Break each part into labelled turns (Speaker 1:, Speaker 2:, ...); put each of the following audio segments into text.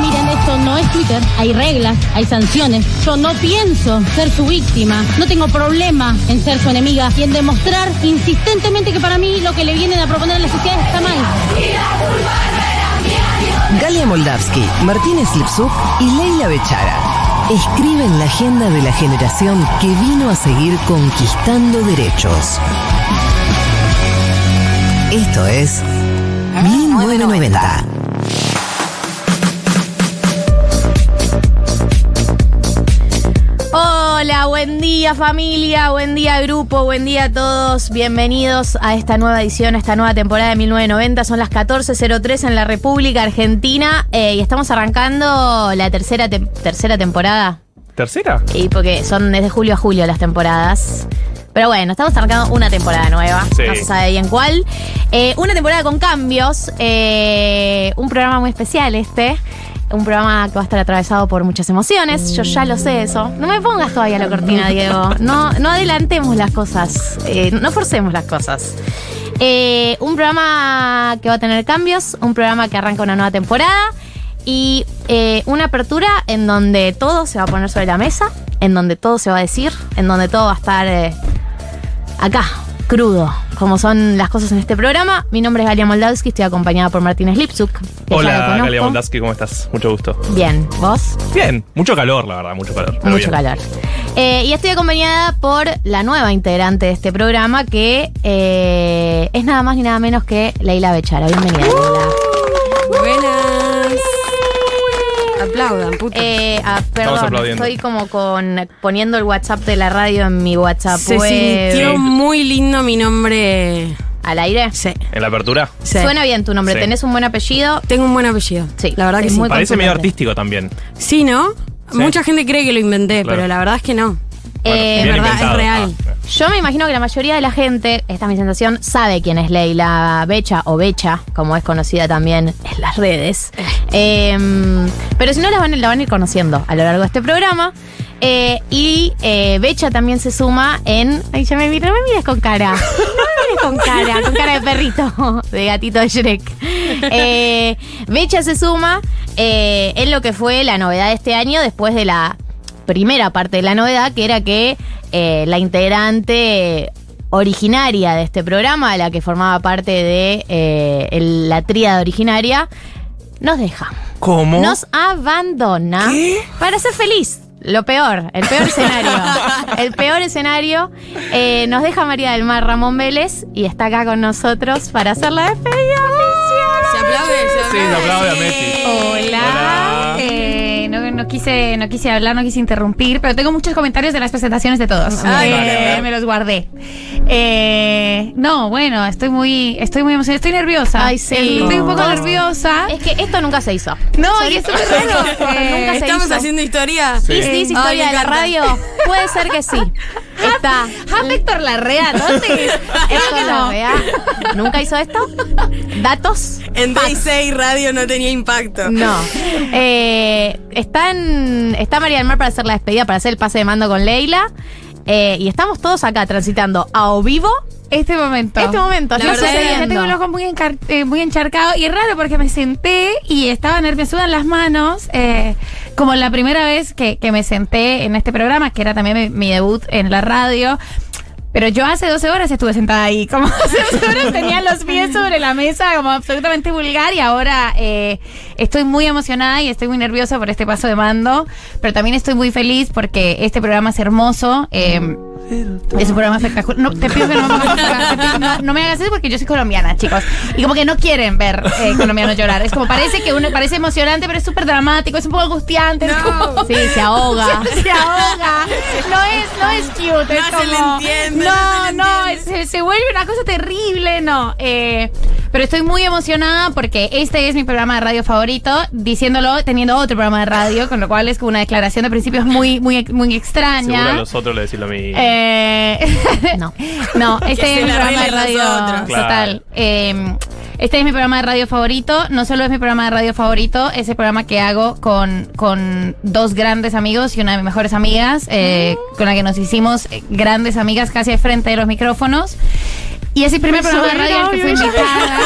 Speaker 1: Miren, esto no es Twitter. Hay reglas, hay sanciones. Yo no pienso ser su víctima. No tengo problema en ser su enemiga y en demostrar insistentemente que para mí lo que le vienen a proponer a la sociedad está mal.
Speaker 2: Galia Moldavsky, Martínez Lipsuk y Leila Bechara escriben la agenda de la generación que vino a seguir conquistando derechos. Esto es 1990.
Speaker 3: Hola, buen día familia, buen día grupo, buen día a todos. Bienvenidos a esta nueva edición, a esta nueva temporada de 1990. Son las 14.03 en la República Argentina eh, y estamos arrancando la tercera, tem- tercera temporada.
Speaker 4: ¿Tercera?
Speaker 3: Y porque son desde julio a julio las temporadas. Pero bueno, estamos arrancando una temporada nueva.
Speaker 4: Sí.
Speaker 3: No se sabe bien cuál. Eh, una temporada con cambios. eh, un programa muy especial este. Un programa que va a estar atravesado por muchas emociones. Yo ya lo sé eso. No me pongas todavía la cortina, Diego. No, no adelantemos las cosas. Eh, no forcemos las cosas. Eh, un programa que va a tener cambios. Un programa que arranca una nueva temporada. Y eh, una apertura en donde todo se va a poner sobre la mesa, en donde todo se va a decir, en donde todo va a estar eh, acá, crudo, como son las cosas en este programa. Mi nombre es Galia Moldavsky, estoy acompañada por Martínez Lipsuk. que ya lo
Speaker 4: Hola,
Speaker 3: conozco.
Speaker 4: Galia Mondasky, ¿cómo estás? Mucho gusto.
Speaker 3: Bien, vos,
Speaker 4: Bien, mucho calor, la verdad, mucho calor. pero
Speaker 3: mucho
Speaker 4: bien.
Speaker 3: calor. Eh, y estoy acompañada por la nueva integrante de este programa, que eh, es nada más ni nada menos que Leila Bechara.
Speaker 5: ¡Uh!
Speaker 3: Bienvenida, Leila.
Speaker 5: Buenas. Aplaudan, puto.
Speaker 3: Eh, ah, perdón,
Speaker 4: aplaudiendo.
Speaker 3: estoy como con poniendo el WhatsApp de la radio en mi WhatsApp
Speaker 5: Se
Speaker 3: web.
Speaker 5: sintió muy lindo mi nombre.
Speaker 3: ¿Al aire?
Speaker 5: Sí.
Speaker 4: ¿En la apertura?
Speaker 5: sí.
Speaker 3: Suena bien tu nombre,
Speaker 4: Sí.
Speaker 3: tenés un buen apellido.
Speaker 5: Tengo un buen apellido.
Speaker 3: Sí,
Speaker 5: La verdad que
Speaker 3: es
Speaker 5: sí.
Speaker 3: muy-
Speaker 4: Parece medio
Speaker 3: contundente.
Speaker 4: artístico también.
Speaker 5: Sí, ¿no? Mucha gente cree que lo inventé,
Speaker 4: Claro.
Speaker 5: pero la verdad es que no.
Speaker 3: Eh,
Speaker 5: es
Speaker 4: bien
Speaker 5: verdad,
Speaker 4: inventado.
Speaker 5: es real.
Speaker 4: Ah,
Speaker 3: Yo me imagino que la mayoría de la gente, esta es mi sensación, sabe quién es Leila Becha o Becha, como es conocida también en las redes. Em, pero si no, la van, la van a ir conociendo a lo largo de este programa. Eh, y eh, Becha también se suma en. Ay, ya me miro, no me mires con cara. No me mires con cara, con cara de perrito, de gatito de Shrek. Eh, Becha se suma eh, en lo que fue la novedad de este año después de la primera parte de la novedad, que era que eh, la integrante originaria de este programa, la que formaba parte de eh, el- la tríada originaria, nos deja.
Speaker 4: ¿Cómo?
Speaker 3: Nos abandona para ser feliz. Lo peor, el peor escenario. el peor escenario. Eh, nos deja María del Mar Ramón Vélez y está acá con nosotros para hacer la despedida.
Speaker 5: Se aplaude, se
Speaker 4: Sí,
Speaker 5: aplaude.
Speaker 4: se aplaude a Messi.
Speaker 1: Hola.
Speaker 4: Hola.
Speaker 1: Eh, no, no quise, no quise hablar, no quise interrumpir, pero tengo muchos comentarios de las presentaciones de todos.
Speaker 4: Ay.
Speaker 1: Eh,
Speaker 4: Dale, dale.
Speaker 1: me los guardé. Eh, no, bueno, estoy muy, estoy muy emocionada, estoy nerviosa.
Speaker 3: Ay, sí.
Speaker 1: Estoy un poco
Speaker 3: No.
Speaker 1: nerviosa.
Speaker 3: Es que esto nunca se hizo.
Speaker 1: No, y es súper raro.
Speaker 3: Nunca se
Speaker 5: Estamos
Speaker 3: hizo.
Speaker 5: haciendo historia.
Speaker 4: Sí.
Speaker 3: ¿Y si es
Speaker 5: Ay,
Speaker 3: historia
Speaker 5: me
Speaker 3: de la
Speaker 5: encanta.
Speaker 3: radio? Puede ser que sí. Está.
Speaker 1: Ja, Héctor Larrea, ¿dónde? es? Creo que
Speaker 3: Héctor
Speaker 1: no.
Speaker 3: Larrea. ¿Nunca hizo esto? ¿Datos?
Speaker 5: En y Radio no tenía impacto.
Speaker 3: No. Eh, están, está María del Mar para hacer la despedida, para hacer el pase de mando con Leila. Eh, y estamos todos acá transitando a o vivo
Speaker 1: Este momento.
Speaker 3: este momento.
Speaker 5: La
Speaker 3: está
Speaker 1: O sea,
Speaker 5: verdad es que
Speaker 3: sucediendo.
Speaker 1: ya tengo el ojo muy, encar- eh, muy encharcado y es raro porque me senté y estaba nerviosa en las manos, eh, como la primera vez que, que me senté en este programa, que era también mi, mi debut en la radio. Pero yo hace 12 horas estuve sentada ahí, como hace 12 horas tenía los pies sobre la mesa, como absolutamente vulgar, y ahora eh, estoy muy emocionada y estoy muy nerviosa por este paso de mando, pero también estoy muy feliz porque este programa es hermoso. eh,
Speaker 3: Es un programa espectacular. No, te pido que no, me pongas- te pido- no- no me hagas eso porque yo soy colombiana, chicos. Y como que no quieren ver eh, colombianos llorar. Es como parece que uno parece emocionante, pero es súper dramático, es un poco angustiante. es como-
Speaker 5: Sí, se ahoga.
Speaker 3: Se, ahoga. No es, no es cute. es
Speaker 1: No se le
Speaker 3: como-
Speaker 1: entiende, no
Speaker 3: No,
Speaker 1: se le
Speaker 3: no, es- se, se vuelve una cosa terrible. No. eh, pero estoy muy emocionada porque este es mi programa de radio favorito. Diciéndolo, teniendo otro programa de radio, con lo cual es como una declaración de principios muy, muy, muy extraña.
Speaker 4: Seguro a los otros le decís lo mismo.
Speaker 3: Eh,
Speaker 5: No.
Speaker 3: no, este
Speaker 1: se
Speaker 3: es mi
Speaker 1: la
Speaker 3: programa de radio.
Speaker 1: arreglen nosotros.
Speaker 4: Claro.
Speaker 3: Total. Eh, este es mi programa de radio favorito. No solo es mi programa de radio favorito, es el programa que hago con, con dos grandes amigos y una de mis mejores amigas, eh,
Speaker 4: Mm.
Speaker 3: con la que nos hicimos eh, grandes amigas casi al frente de los micrófonos. Y es el primer programa de radio al que fui invitada.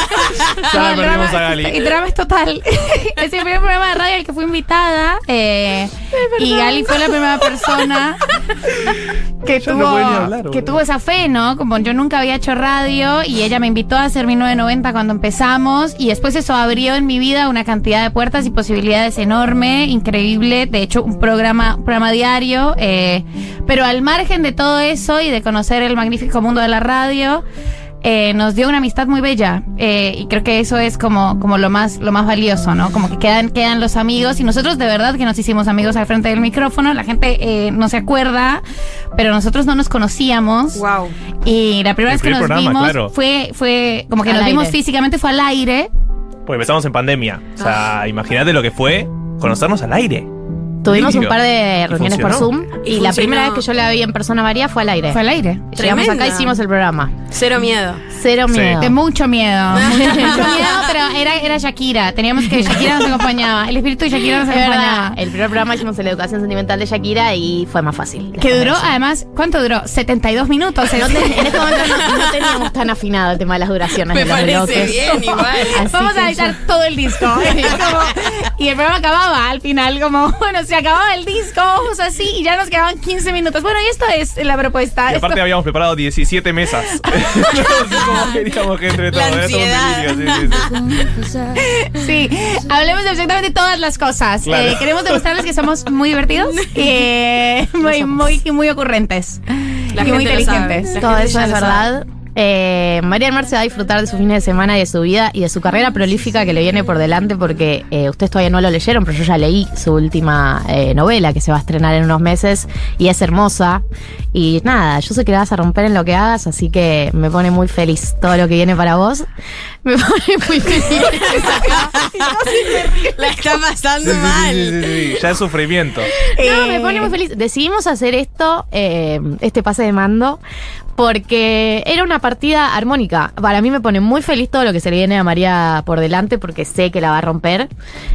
Speaker 4: Ya la
Speaker 3: el
Speaker 4: perdimos
Speaker 3: drama-
Speaker 4: a Gali.
Speaker 3: El drama es total. es el primer programa de radio al que fui invitada. eh, y Gali fue la primera persona que
Speaker 4: Ya
Speaker 3: tuvo,
Speaker 4: no puede ni hablar,
Speaker 3: que
Speaker 4: boludo.
Speaker 3: tuvo esa fe, ¿no? Como yo nunca había hecho radio y ella me invitó a hacer mi 990 cuando empezamos y después eso abrió en mi vida una cantidad de puertas y posibilidades enorme, increíble, de hecho un programa, un programa diario, eh, pero al margen de todo eso y de conocer el magnífico mundo de la radio. eh, nos dio una amistad muy bella eh, y creo que eso es como, como lo, más, lo más valioso, ¿no? Como que quedan, quedan los amigos y nosotros de verdad que nos hicimos amigos al frente del micrófono, la gente eh, no se acuerda, pero nosotros no nos conocíamos.
Speaker 1: Wow.
Speaker 3: Y la primera
Speaker 4: El
Speaker 3: vez que
Speaker 4: primer
Speaker 3: nos
Speaker 4: programa,
Speaker 3: vimos
Speaker 4: claro.
Speaker 3: fue, fue como que
Speaker 5: Al
Speaker 3: nos vimos
Speaker 5: aire.
Speaker 3: físicamente, fue al aire.
Speaker 4: Pues empezamos en pandemia. O sea, imagínate lo que fue conocernos al aire.
Speaker 5: Ah. Tuvimos un
Speaker 4: Lírico.
Speaker 5: par de
Speaker 4: Y
Speaker 5: reuniones por Zoom
Speaker 1: Y
Speaker 4: funcionó.
Speaker 5: y, la
Speaker 1: funcionó.
Speaker 5: primera vez que yo la vi en persona a María fue al aire.
Speaker 3: Fue al aire.
Speaker 5: Llegamos
Speaker 1: Tremenda.
Speaker 5: acá, hicimos el programa.
Speaker 1: Cero miedo.
Speaker 5: Cero
Speaker 4: Sí.
Speaker 5: miedo.
Speaker 3: De mucho miedo. Mucho miedo, pero era, era Shakira. Teníamos que Shakira nos acompañaba. El espíritu de Shakira nos
Speaker 5: Es verdad.
Speaker 3: acompañaba.
Speaker 5: El primer programa hicimos la educación sentimental de Shakira y fue más fácil.
Speaker 3: Que duró, además, ¿cuánto duró? 72 minutos.
Speaker 5: No te- en este momento no, no teníamos tan afinado el tema de las duraciones
Speaker 1: Me
Speaker 5: de los
Speaker 1: parece
Speaker 5: bloques.
Speaker 1: bien igual.
Speaker 5: Así
Speaker 3: Vamos
Speaker 5: que
Speaker 3: a editar todo el disco. Y, como- y el programa acababa al final, como, bueno, se acababa el disco, vamos así, y ya nos quedaban 15 minutos. Bueno, y esto es la propuesta.
Speaker 4: Y
Speaker 3: Esto-
Speaker 4: aparte habíamos preparado 17 mesas. Entonces, como queríamos que entre
Speaker 1: La
Speaker 4: todos, ¿eh? Somos
Speaker 1: ansiedad.
Speaker 4: idiotas, sí, sí, sí.
Speaker 3: Sí, hablemos de absolutamente todas las cosas.
Speaker 4: Claro.
Speaker 3: Eh, queremos demostrarles que somos muy divertidos, eh, muy, muy, y muy ocurrentes
Speaker 1: La
Speaker 3: y muy
Speaker 1: gente lo sabe.
Speaker 3: inteligentes.
Speaker 1: La
Speaker 5: Todo
Speaker 1: gente
Speaker 5: eso
Speaker 1: ya
Speaker 5: es
Speaker 1: lo
Speaker 5: verdad. Eh, María del Mar se va a disfrutar de su fines de semana y de su vida y de su carrera prolífica que le viene por delante porque eh, ustedes todavía no lo leyeron, pero yo ya leí su última eh, novela que se va a estrenar en unos meses y es hermosa. Y nada, yo sé que la vas a romper en lo que hagas, así que me pone muy feliz todo lo que viene para vos. Me pone muy feliz.
Speaker 1: La está pasando
Speaker 4: Sí, sí,
Speaker 1: mal.
Speaker 4: sí, sí, sí, sí. Ya es sufrimiento.
Speaker 5: No, me pone muy feliz. Decidimos hacer esto, eh, este pase de mando, porque era una partida armónica. Para mí me pone muy feliz todo lo que se le viene a María por delante, porque sé que la va a romper.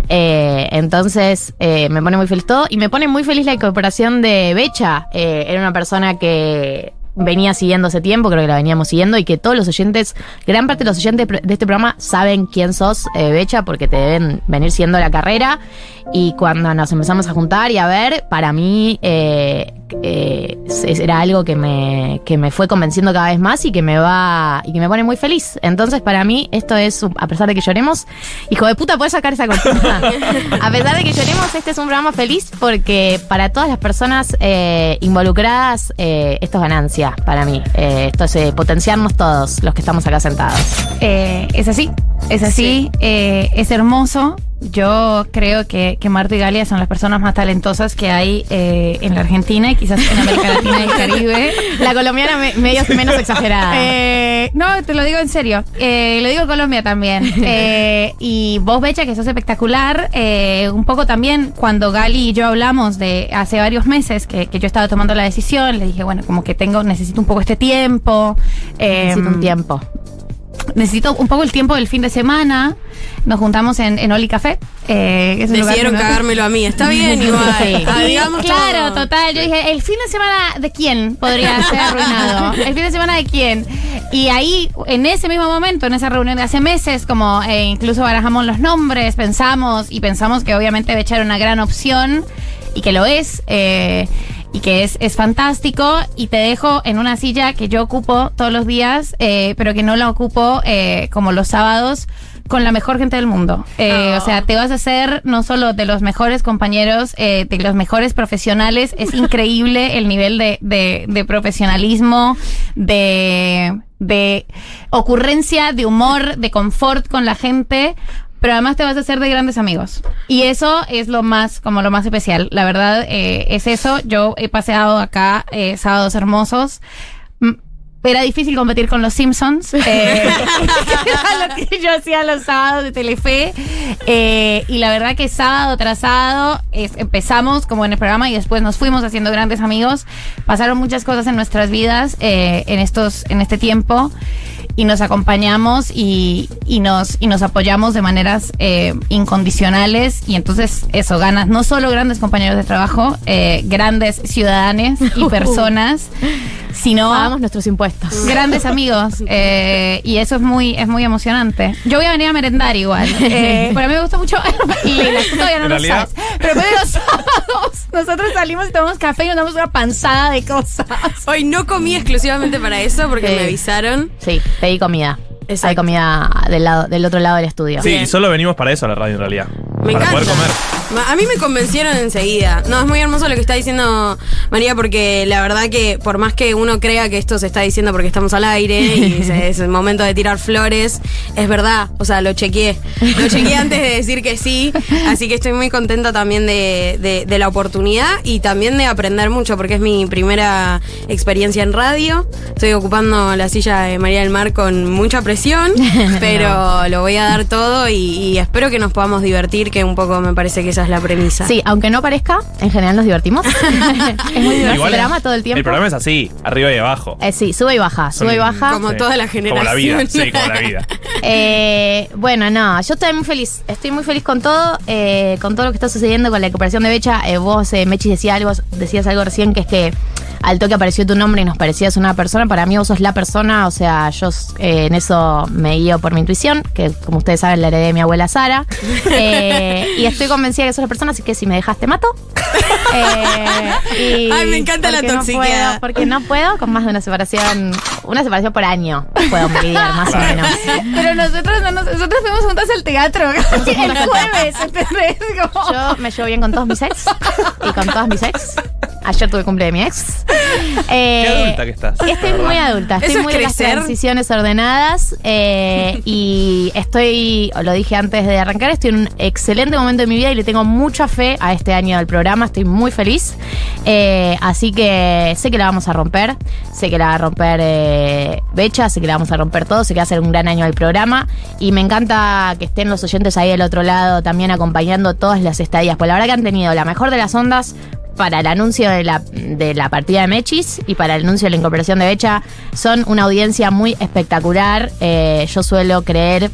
Speaker 5: Eh, entonces, eh, me pone muy feliz todo. Y me pone muy feliz la incorporación de Becha. Eh, era una persona que venía siguiendo hace tiempo, creo que la veníamos siguiendo, y que todos los oyentes, gran parte de los oyentes pro- de este programa saben quién sos, eh, Becha, porque te deben venir siguiendo la carrera. Y cuando nos empezamos a juntar y a ver, para mí eh, eh, es- era algo que me, que me fue convenciendo cada vez más y que me va y que me pone muy feliz. Entonces, para mí, esto es, un- a pesar de que lloremos, hijo de puta, puedes sacar esa cortina. a pesar de que lloremos, este es un programa feliz porque para todas las personas eh, involucradas, eh, esto es ganancia para mí. Eh, esto es eh, potenciarnos todos los que estamos acá sentados.
Speaker 3: Eh, es así, es así, eh, es hermoso. Yo creo que, que Marta y Galia son las personas más talentosas que hay eh, en la Argentina y quizás en América Latina y el Caribe.
Speaker 5: La colombiana me- medio menos exagerada.
Speaker 3: Eh, no, te lo digo en serio. Eh, lo digo en Colombia también. Eh, y vos, Becha, que sos espectacular. Eh, un poco también cuando Gali y yo hablamos de hace varios meses que, que yo estaba tomando la decisión, le dije, bueno, como que tengo, necesito un poco este tiempo. eh,
Speaker 5: Necesito
Speaker 1: Em,
Speaker 5: un tiempo.
Speaker 3: necesito un poco el tiempo del fin de semana. Nos juntamos en, en Oli Café. Eh, que es un lugar
Speaker 1: Decidieron
Speaker 3: donde-
Speaker 1: cagármelo a mí. Está bien igual.
Speaker 5: Sí.
Speaker 1: Ah,
Speaker 3: Y,
Speaker 1: digamos
Speaker 3: claro,
Speaker 1: todo.
Speaker 3: total. Yo dije, ¿el fin de semana de quién podría ser arruinado? ¿El fin de semana de quién? Y ahí, en ese mismo momento, en esa reunión de hace meses, como eh, incluso barajamos los nombres, pensamos y pensamos que obviamente Becha era una gran opción y que lo es. eh,
Speaker 5: y que es, es fantástico y te dejo en una silla que yo ocupo todos los días, eh, pero que no la ocupo eh, como los sábados con la mejor gente del mundo. Eh, O sea, te vas a hacer no solo de los mejores compañeros, eh, de los mejores profesionales. Es increíble el nivel de, de, de profesionalismo, de, de ocurrencia, de humor, de confort con la gente. Pero además te vas a hacer de grandes amigos. Y eso es lo más, como lo más especial. La verdad, eh, es eso. Yo he paseado acá eh, sábados hermosos. Mm, Era difícil competir con los Simpsons. eh, era lo que yo hacía los sábados de Telefe. Eh, y la verdad que sábado tras sábado es- empezamos como en el programa y después nos fuimos haciendo grandes amigos. Pasaron muchas cosas en nuestras vidas eh, en, estos, en este tiempo y nos acompañamos y, y nos, y nos apoyamos de maneras eh, incondicionales y entonces eso, ganas no solo grandes compañeros de trabajo, eh, grandes ciudadanos y personas, sino... Pagamos nuestros impuestos. Grandes amigos eh, y eso es muy, es muy emocionante. Yo voy a venir a merendar igual, eh, pero a mí me gusta mucho y la- todavía no
Speaker 6: En
Speaker 5: lo
Speaker 6: realidad-
Speaker 5: sabes, pero después
Speaker 3: pues
Speaker 5: de los sábados nosotros salimos y tomamos café y nos damos una panzada de cosas.
Speaker 1: Hoy no comí exclusivamente para eso porque
Speaker 3: Sí.
Speaker 1: me avisaron.
Speaker 3: Sí, pedí comida. Hay comida del, lado, del otro lado del estudio.
Speaker 4: Sí, solo venimos para eso a la radio en realidad.
Speaker 1: Me
Speaker 4: para
Speaker 1: encanta.
Speaker 4: poder comer.
Speaker 1: Ma- A mí me convencieron enseguida. No, es muy hermoso lo que está diciendo María, porque la verdad que por más que uno crea que esto se está diciendo porque estamos al aire y se- es el momento de tirar flores, es verdad. O sea, lo chequeé. Lo chequeé antes de decir que sí. Así que estoy muy contenta también de, de- de la oportunidad y también de aprender mucho, porque es mi primera experiencia en radio. Estoy ocupando la silla de María del Mar con mucha presión, pero lo voy a dar todo y, y espero que nos podamos divertir, que un poco me parece que esa es la premisa.
Speaker 3: Sí, aunque no parezca, en general nos divertimos. es muy divertido.
Speaker 4: Igual-
Speaker 3: El programa todo el tiempo.
Speaker 4: El programa es así, arriba y abajo.
Speaker 3: Eh, sí, sube y baja, sube y baja.
Speaker 4: Sí. Como la vida, sí, como la vida.
Speaker 3: Eh, bueno, no, yo estoy muy feliz. Estoy muy feliz con todo, eh, con todo lo que está sucediendo con la recuperación de Becha. Eh, vos, eh, Mechi, decía algo, decías algo recién que es que al toque apareció tu nombre y nos parecías una persona. Para mí vos sos la persona, o sea, yo eh, en eso me guío por mi intuición, que como ustedes saben la heredé de mi abuela Sara. Eh, y estoy convencida que sos la persona, así que si me dejaste mato. Eh, y
Speaker 1: Ay, me encanta la
Speaker 3: porque no
Speaker 1: toxicidad.
Speaker 3: puedo, porque no puedo con más de una separación, una separación por año. Puedo morir, más o
Speaker 1: Claro.
Speaker 3: menos.
Speaker 5: Pero nosotros no nos- nosotros fuimos juntas al teatro el jueves, ¿entendés? Como-
Speaker 3: Yo me llevo bien con todos mis ex y con todas mis ex. Ayer tuve cumple de mi ex. Eh,
Speaker 4: Qué adulta que estás.
Speaker 3: Estoy
Speaker 4: la verdad.
Speaker 3: muy adulta, estoy
Speaker 1: ¿Eso es
Speaker 3: muy de las
Speaker 1: crecer?
Speaker 3: transiciones ordenadas eh, y estoy, lo dije antes de arrancar, estoy en un excelente momento de mi vida y le tengo mucha fe a este año del programa, estoy muy feliz, Eh, así que sé que la vamos a romper, sé que la va a romper eh, Becha, sé que la vamos a romper todo, sé que va a ser un gran año del programa y me encanta que estén los oyentes ahí del otro lado también acompañando todas las estadías, pues la verdad que han tenido la mejor de las ondas, para el anuncio de la, de la partida de Mechis y para el anuncio de la incorporación de Becha son una audiencia muy espectacular. Eh, yo suelo creer.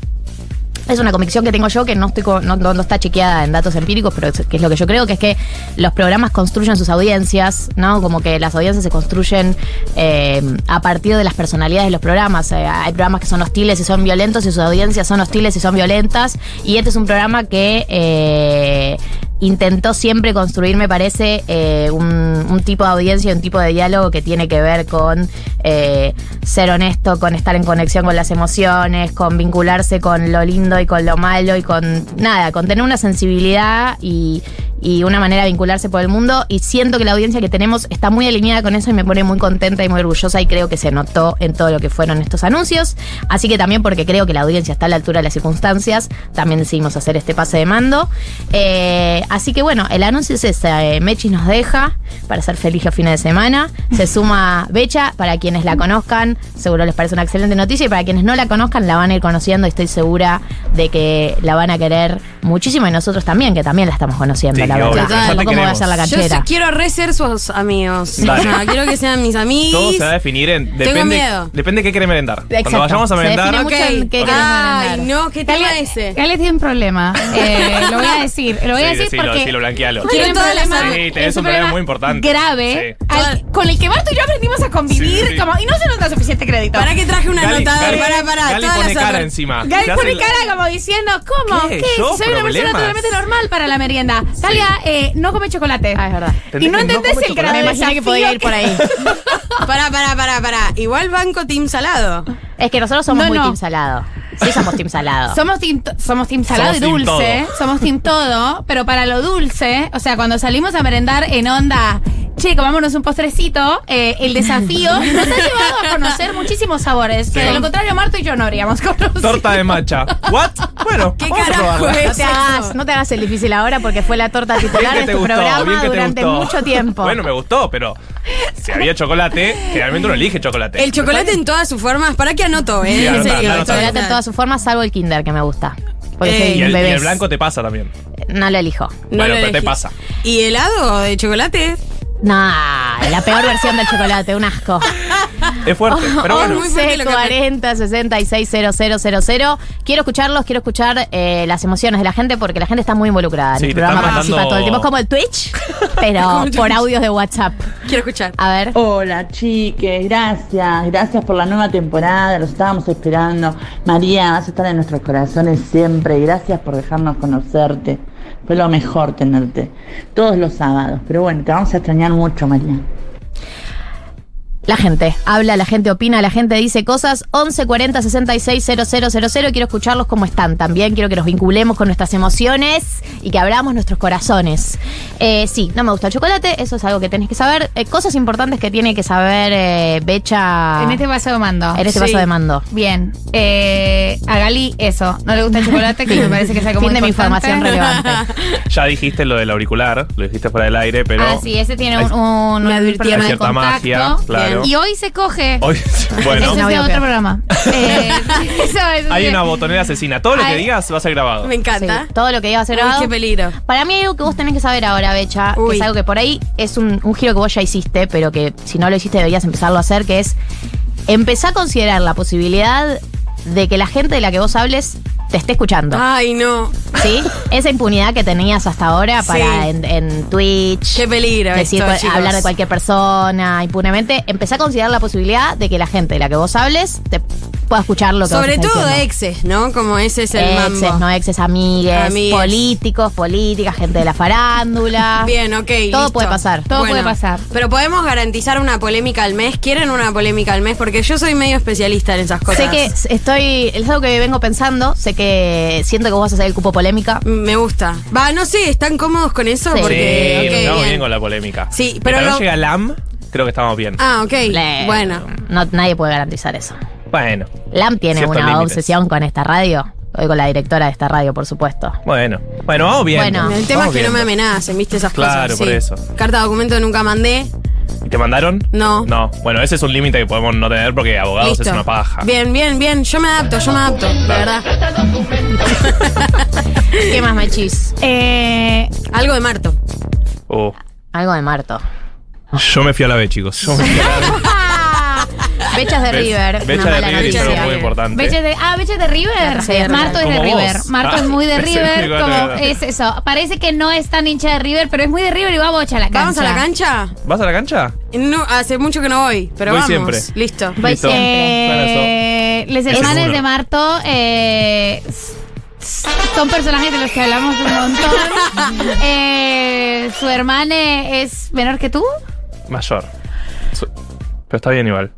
Speaker 3: Es una convicción que tengo yo que no, estoy, co- no, no- no está chequeada en datos empíricos, pero es- que es lo que yo creo, que es que los programas construyen sus audiencias, ¿no? Como que las audiencias se construyen eh, a partir de las personalidades de los programas. Eh, hay programas que son hostiles y son violentos y sus audiencias son hostiles y son violentas. Y este es un programa que... eh, intentó siempre construir, me parece, eh, un, un tipo de audiencia, y un tipo de diálogo que tiene que ver con eh, ser honesto, con estar en conexión con las emociones, con vincularse con lo lindo y con lo malo y con nada, con tener una sensibilidad y, y una manera de vincularse por el mundo. Y siento que la audiencia que tenemos está muy alineada con eso y me pone muy contenta y muy orgullosa y creo que se notó en todo lo que fueron estos anuncios. Así que también porque creo que la audiencia está a la altura de las circunstancias, también decidimos hacer este pase de mando. Eh, así que bueno, el anuncio es ese. eh, Mechi nos deja para ser feliz los fines de semana. Se suma Becha, para quienes la conozcan, seguro les parece una excelente noticia. Y para quienes no la conozcan, la van a ir conociendo y estoy segura de que la van a querer muchísimo. Y nosotros también, que también la estamos conociendo,
Speaker 4: Sí,
Speaker 3: la
Speaker 4: obvio,
Speaker 3: verdad.
Speaker 4: nosotros te
Speaker 3: ¿Cómo va a
Speaker 4: queremos.
Speaker 3: ser la
Speaker 1: Yo sí
Speaker 3: canchera?
Speaker 1: quiero re ser sus amigos.
Speaker 4: Dale.
Speaker 1: O sea, quiero que sean mis
Speaker 4: Todo
Speaker 1: amigos.
Speaker 4: se va a definir en.
Speaker 1: Tengo
Speaker 4: Depende,
Speaker 1: miedo.
Speaker 4: depende qué querés merendar.
Speaker 1: Exacto,
Speaker 4: Cuando vayamos a
Speaker 1: se
Speaker 4: merendar.
Speaker 1: define mucho en qué Ok. queremos Ay, merendar. no, qué tema ese.
Speaker 5: Gales tiene un problema. Eh, lo voy a decir. Lo voy a
Speaker 4: Sí,
Speaker 5: decir
Speaker 4: decilo,
Speaker 5: porque.
Speaker 4: decilo, blanquealo.
Speaker 5: Tiene un
Speaker 4: Quiero todas las
Speaker 5: problema-
Speaker 4: armas. Sí, tenés
Speaker 5: es
Speaker 4: un problema muy importante.
Speaker 5: Grave.
Speaker 4: Sí.
Speaker 5: al- con el que Marto y yo aprendimos a convivir.
Speaker 4: Sí, sí, sí.
Speaker 5: como- y no se nos da suficiente crédito.
Speaker 1: ¿Para qué traje un
Speaker 4: Gali-
Speaker 1: anotador?
Speaker 4: Gali-
Speaker 1: Para, para,
Speaker 4: Gali
Speaker 1: todas las
Speaker 4: pone cara, cara encima.
Speaker 1: Gaby
Speaker 4: Te
Speaker 1: pone
Speaker 4: hace-
Speaker 1: cara como diciendo, ¿cómo?
Speaker 4: ¿Qué?
Speaker 1: ¿Qué?
Speaker 4: ¿Yo?
Speaker 1: Si soy una persona
Speaker 4: ¿Problemas?
Speaker 1: totalmente normal para la merienda. Talia, eh, no come chocolate. Ah, es verdad. Y
Speaker 5: Entendés
Speaker 1: no
Speaker 5: que no
Speaker 1: entendés
Speaker 5: come
Speaker 1: el grado
Speaker 5: chocolate.
Speaker 1: de
Speaker 5: Me imaginé que
Speaker 1: desafío
Speaker 5: podía ir por ahí. Pará, pará, pará, pará. Igual banco Team Salado.
Speaker 3: Es que nosotros somos
Speaker 5: No,
Speaker 3: muy
Speaker 5: no.
Speaker 3: team salado. Sí somos team salado.
Speaker 1: Somos team, to- somos team salado
Speaker 3: Somos
Speaker 1: y
Speaker 3: team
Speaker 1: dulce,
Speaker 3: todo.
Speaker 1: somos team todo, pero para lo dulce, o sea, cuando salimos a merendar en onda, che, comámonos un postrecito, eh, el desafío nos ha llevado a conocer muchísimos sabores, que
Speaker 4: Sí.
Speaker 1: de lo contrario Marto y yo no habríamos conocido.
Speaker 4: Torta de macha. ¿What? Bueno, vamos a probarla.
Speaker 3: No te, hagas, no te hagas el difícil ahora porque fue la torta
Speaker 4: Bien
Speaker 3: titular
Speaker 4: que
Speaker 3: de
Speaker 4: te
Speaker 3: tu
Speaker 4: gustó, bien
Speaker 3: este programa
Speaker 4: que te
Speaker 3: durante
Speaker 4: gustó.
Speaker 3: mucho tiempo.
Speaker 4: Bueno, me gustó, pero si había chocolate, generalmente uno elige chocolate.
Speaker 5: El chocolate en todas sus formas. ¿Para qué anoto, eh?
Speaker 4: Sí,
Speaker 5: En
Speaker 4: anota,
Speaker 5: serio.
Speaker 4: anota.
Speaker 3: el chocolate en todas sus formas, salvo el kinder que me gusta. Porque
Speaker 5: Eh,
Speaker 3: soy
Speaker 4: y, el, y
Speaker 3: bebés.
Speaker 4: el blanco te pasa también.
Speaker 3: No lo elijo.
Speaker 4: bueno,
Speaker 5: lo
Speaker 4: pero te
Speaker 5: elegís.
Speaker 4: pasa.
Speaker 5: ¿Y helado de chocolate?
Speaker 3: Nah, la peor versión del chocolate, un asco. Oh,
Speaker 4: Es fuerte, pero bueno.
Speaker 3: 11 40 66 000. Quiero escucharlos, quiero escuchar eh, las emociones de la gente porque la gente está muy involucrada. en
Speaker 4: Sí,
Speaker 3: el
Speaker 4: te están
Speaker 3: programa participa
Speaker 4: mandando-
Speaker 3: todo el tiempo. Es como el Twitch, pero
Speaker 2: Como el
Speaker 3: por
Speaker 2: Twitch.
Speaker 3: audios de WhatsApp.
Speaker 5: Quiero escuchar.
Speaker 3: A ver.
Speaker 2: Hola chiques, gracias, gracias por la nueva temporada, los estábamos esperando. María, vas a estar en nuestros corazones siempre, gracias por dejarnos conocerte. Fue lo mejor tenerte, todos los sábados, pero bueno, te vamos a extrañar mucho, María.
Speaker 3: La gente habla, la gente opina, la gente dice cosas. 11 40 66 000. Quiero escucharlos cómo están también. Quiero que nos vinculemos con nuestras emociones y que abramos nuestros corazones. Eh, sí, no me gusta el chocolate. Eso es algo que tenés que saber. Eh, cosas importantes que tiene que saber eh, Becha.
Speaker 1: En este paso de mando.
Speaker 3: En este paso de mando.
Speaker 1: Bien. Eh, a Gali, eso. No le gusta el chocolate, que me parece que es algo
Speaker 3: Fin
Speaker 1: muy
Speaker 3: de mi
Speaker 1: importante.
Speaker 3: información relevante.
Speaker 4: Ya dijiste lo del auricular, lo dijiste fuera del aire, pero.
Speaker 1: ah, sí, ese tiene
Speaker 4: Hay-
Speaker 1: un, un,
Speaker 4: Me
Speaker 1: un
Speaker 4: advirtió.
Speaker 1: problema
Speaker 4: Hay
Speaker 1: de
Speaker 4: cierta
Speaker 1: contacto.
Speaker 4: magia, claro.
Speaker 1: Y hoy se coge.
Speaker 4: Hoy, bueno,
Speaker 1: Ese es de otro programa. Eh, eso es-
Speaker 4: hay una botonera asesina. Todo lo que
Speaker 3: Ay.
Speaker 4: digas va a ser grabado.
Speaker 5: encanta.
Speaker 3: Sí, todo lo que iba a ser
Speaker 5: Uy,
Speaker 3: grabado.
Speaker 5: qué peligro.
Speaker 3: Para mí hay algo que vos tenés que saber ahora, Becha, que
Speaker 5: Uy.
Speaker 3: es algo que por ahí es un, un giro que vos ya hiciste, pero que si no lo hiciste deberías empezarlo a hacer, que es empezar a considerar la posibilidad de que la gente de la que vos hables te esté escuchando.
Speaker 5: Ay, no.
Speaker 3: ¿Sí? Esa impunidad que tenías hasta ahora para
Speaker 5: Sí.
Speaker 3: en, en Twitch.
Speaker 5: Qué peligro
Speaker 3: decir
Speaker 5: esto,
Speaker 3: cual-
Speaker 5: chicos.
Speaker 3: hablar de cualquier persona impunemente. Empezá a considerar la posibilidad de que la gente de la que vos hables te pueda escuchar lo que vos
Speaker 5: Sobre
Speaker 3: estás
Speaker 5: todo
Speaker 3: diciendo.
Speaker 5: exes, ¿no? Como ese es el
Speaker 3: Exes,
Speaker 5: mambo.
Speaker 3: no exes, amigues,
Speaker 5: Amigues.
Speaker 3: políticos, políticas, gente de la farándula.
Speaker 5: Bien, ok.
Speaker 3: Todo
Speaker 5: listo.
Speaker 3: puede pasar.
Speaker 1: Todo puede pasar.
Speaker 5: Pero podemos garantizar una polémica al mes. ¿Quieren una polémica al mes? Porque yo soy medio especialista en esas cosas.
Speaker 3: Sé que s- estoy, es algo que vengo pensando, sé que siento que vos vas a hacer el cupo polémica.
Speaker 5: Me gusta. Va, no sé, ¿están cómodos con eso?
Speaker 3: Sí.
Speaker 5: Porque.
Speaker 4: Sí,
Speaker 5: ok,
Speaker 4: nos estamos bien.
Speaker 5: bien.
Speaker 4: con la polémica.
Speaker 5: Sí,
Speaker 4: Mientras
Speaker 5: pero
Speaker 4: no
Speaker 5: lo-
Speaker 4: llega LAM, creo que estamos bien.
Speaker 5: Ah, ok.
Speaker 3: Le-
Speaker 5: Bueno.
Speaker 3: No, nadie puede garantizar eso.
Speaker 4: Bueno,
Speaker 3: LAM tiene
Speaker 4: Ciertos
Speaker 3: una
Speaker 4: límites.
Speaker 3: obsesión con esta radio, hoy con la directora de esta radio, por supuesto.
Speaker 4: bueno. Bueno, vamos bien.
Speaker 3: Bueno.
Speaker 5: El tema es que no me amenacen, ¿viste? Esas
Speaker 4: Claro,
Speaker 5: cosas.
Speaker 4: por
Speaker 5: sí.
Speaker 4: eso.
Speaker 5: Carta de documento nunca mandé.
Speaker 4: ¿Y ¿Te mandaron?
Speaker 5: No.
Speaker 4: No. Bueno, ese es un límite que podemos no tener porque abogados
Speaker 5: Listo.
Speaker 4: es una paja.
Speaker 5: Bien, bien, bien. Yo me adapto, yo me adapto. La verdad.
Speaker 3: ¿Qué más, Machis?
Speaker 1: Eh,
Speaker 5: Algo de Marto.
Speaker 4: Uh,
Speaker 3: Algo de Marto.
Speaker 4: yo me fui a la B, chicos. Yo me fui a la B.
Speaker 5: Ah,
Speaker 3: Bechas de
Speaker 4: Be-
Speaker 3: River.
Speaker 4: Becha
Speaker 3: una
Speaker 4: de
Speaker 3: mala
Speaker 4: River hizo
Speaker 3: noticia.
Speaker 4: algo muy importante.
Speaker 1: Beche de, ah, Beche de River.
Speaker 3: Sí, de
Speaker 1: Marto es
Speaker 4: River.
Speaker 1: de
Speaker 4: Como
Speaker 1: River.
Speaker 4: vos.
Speaker 1: Marto
Speaker 4: Ah,
Speaker 1: es muy de
Speaker 4: pensé que
Speaker 1: River.
Speaker 4: iba a
Speaker 1: Como
Speaker 4: ganar.
Speaker 1: es eso. Parece que no es tan hincha de River, pero es muy de River y va a bocha a la cancha.
Speaker 5: ¿Vamos a la cancha?
Speaker 4: ¿Vas a la cancha?
Speaker 5: No, hace mucho que no voy, pero
Speaker 4: Voy
Speaker 5: vamos.
Speaker 4: siempre.
Speaker 5: Listo.
Speaker 4: Voy Listo.
Speaker 1: Eh, les
Speaker 4: Ese es
Speaker 1: hermanes
Speaker 4: uno.
Speaker 1: de Marto eh, s- s- son personajes de los que hablamos un montón. Eh, su hermana es menor que tú.
Speaker 4: Mayor. Su- Pero está bien igual.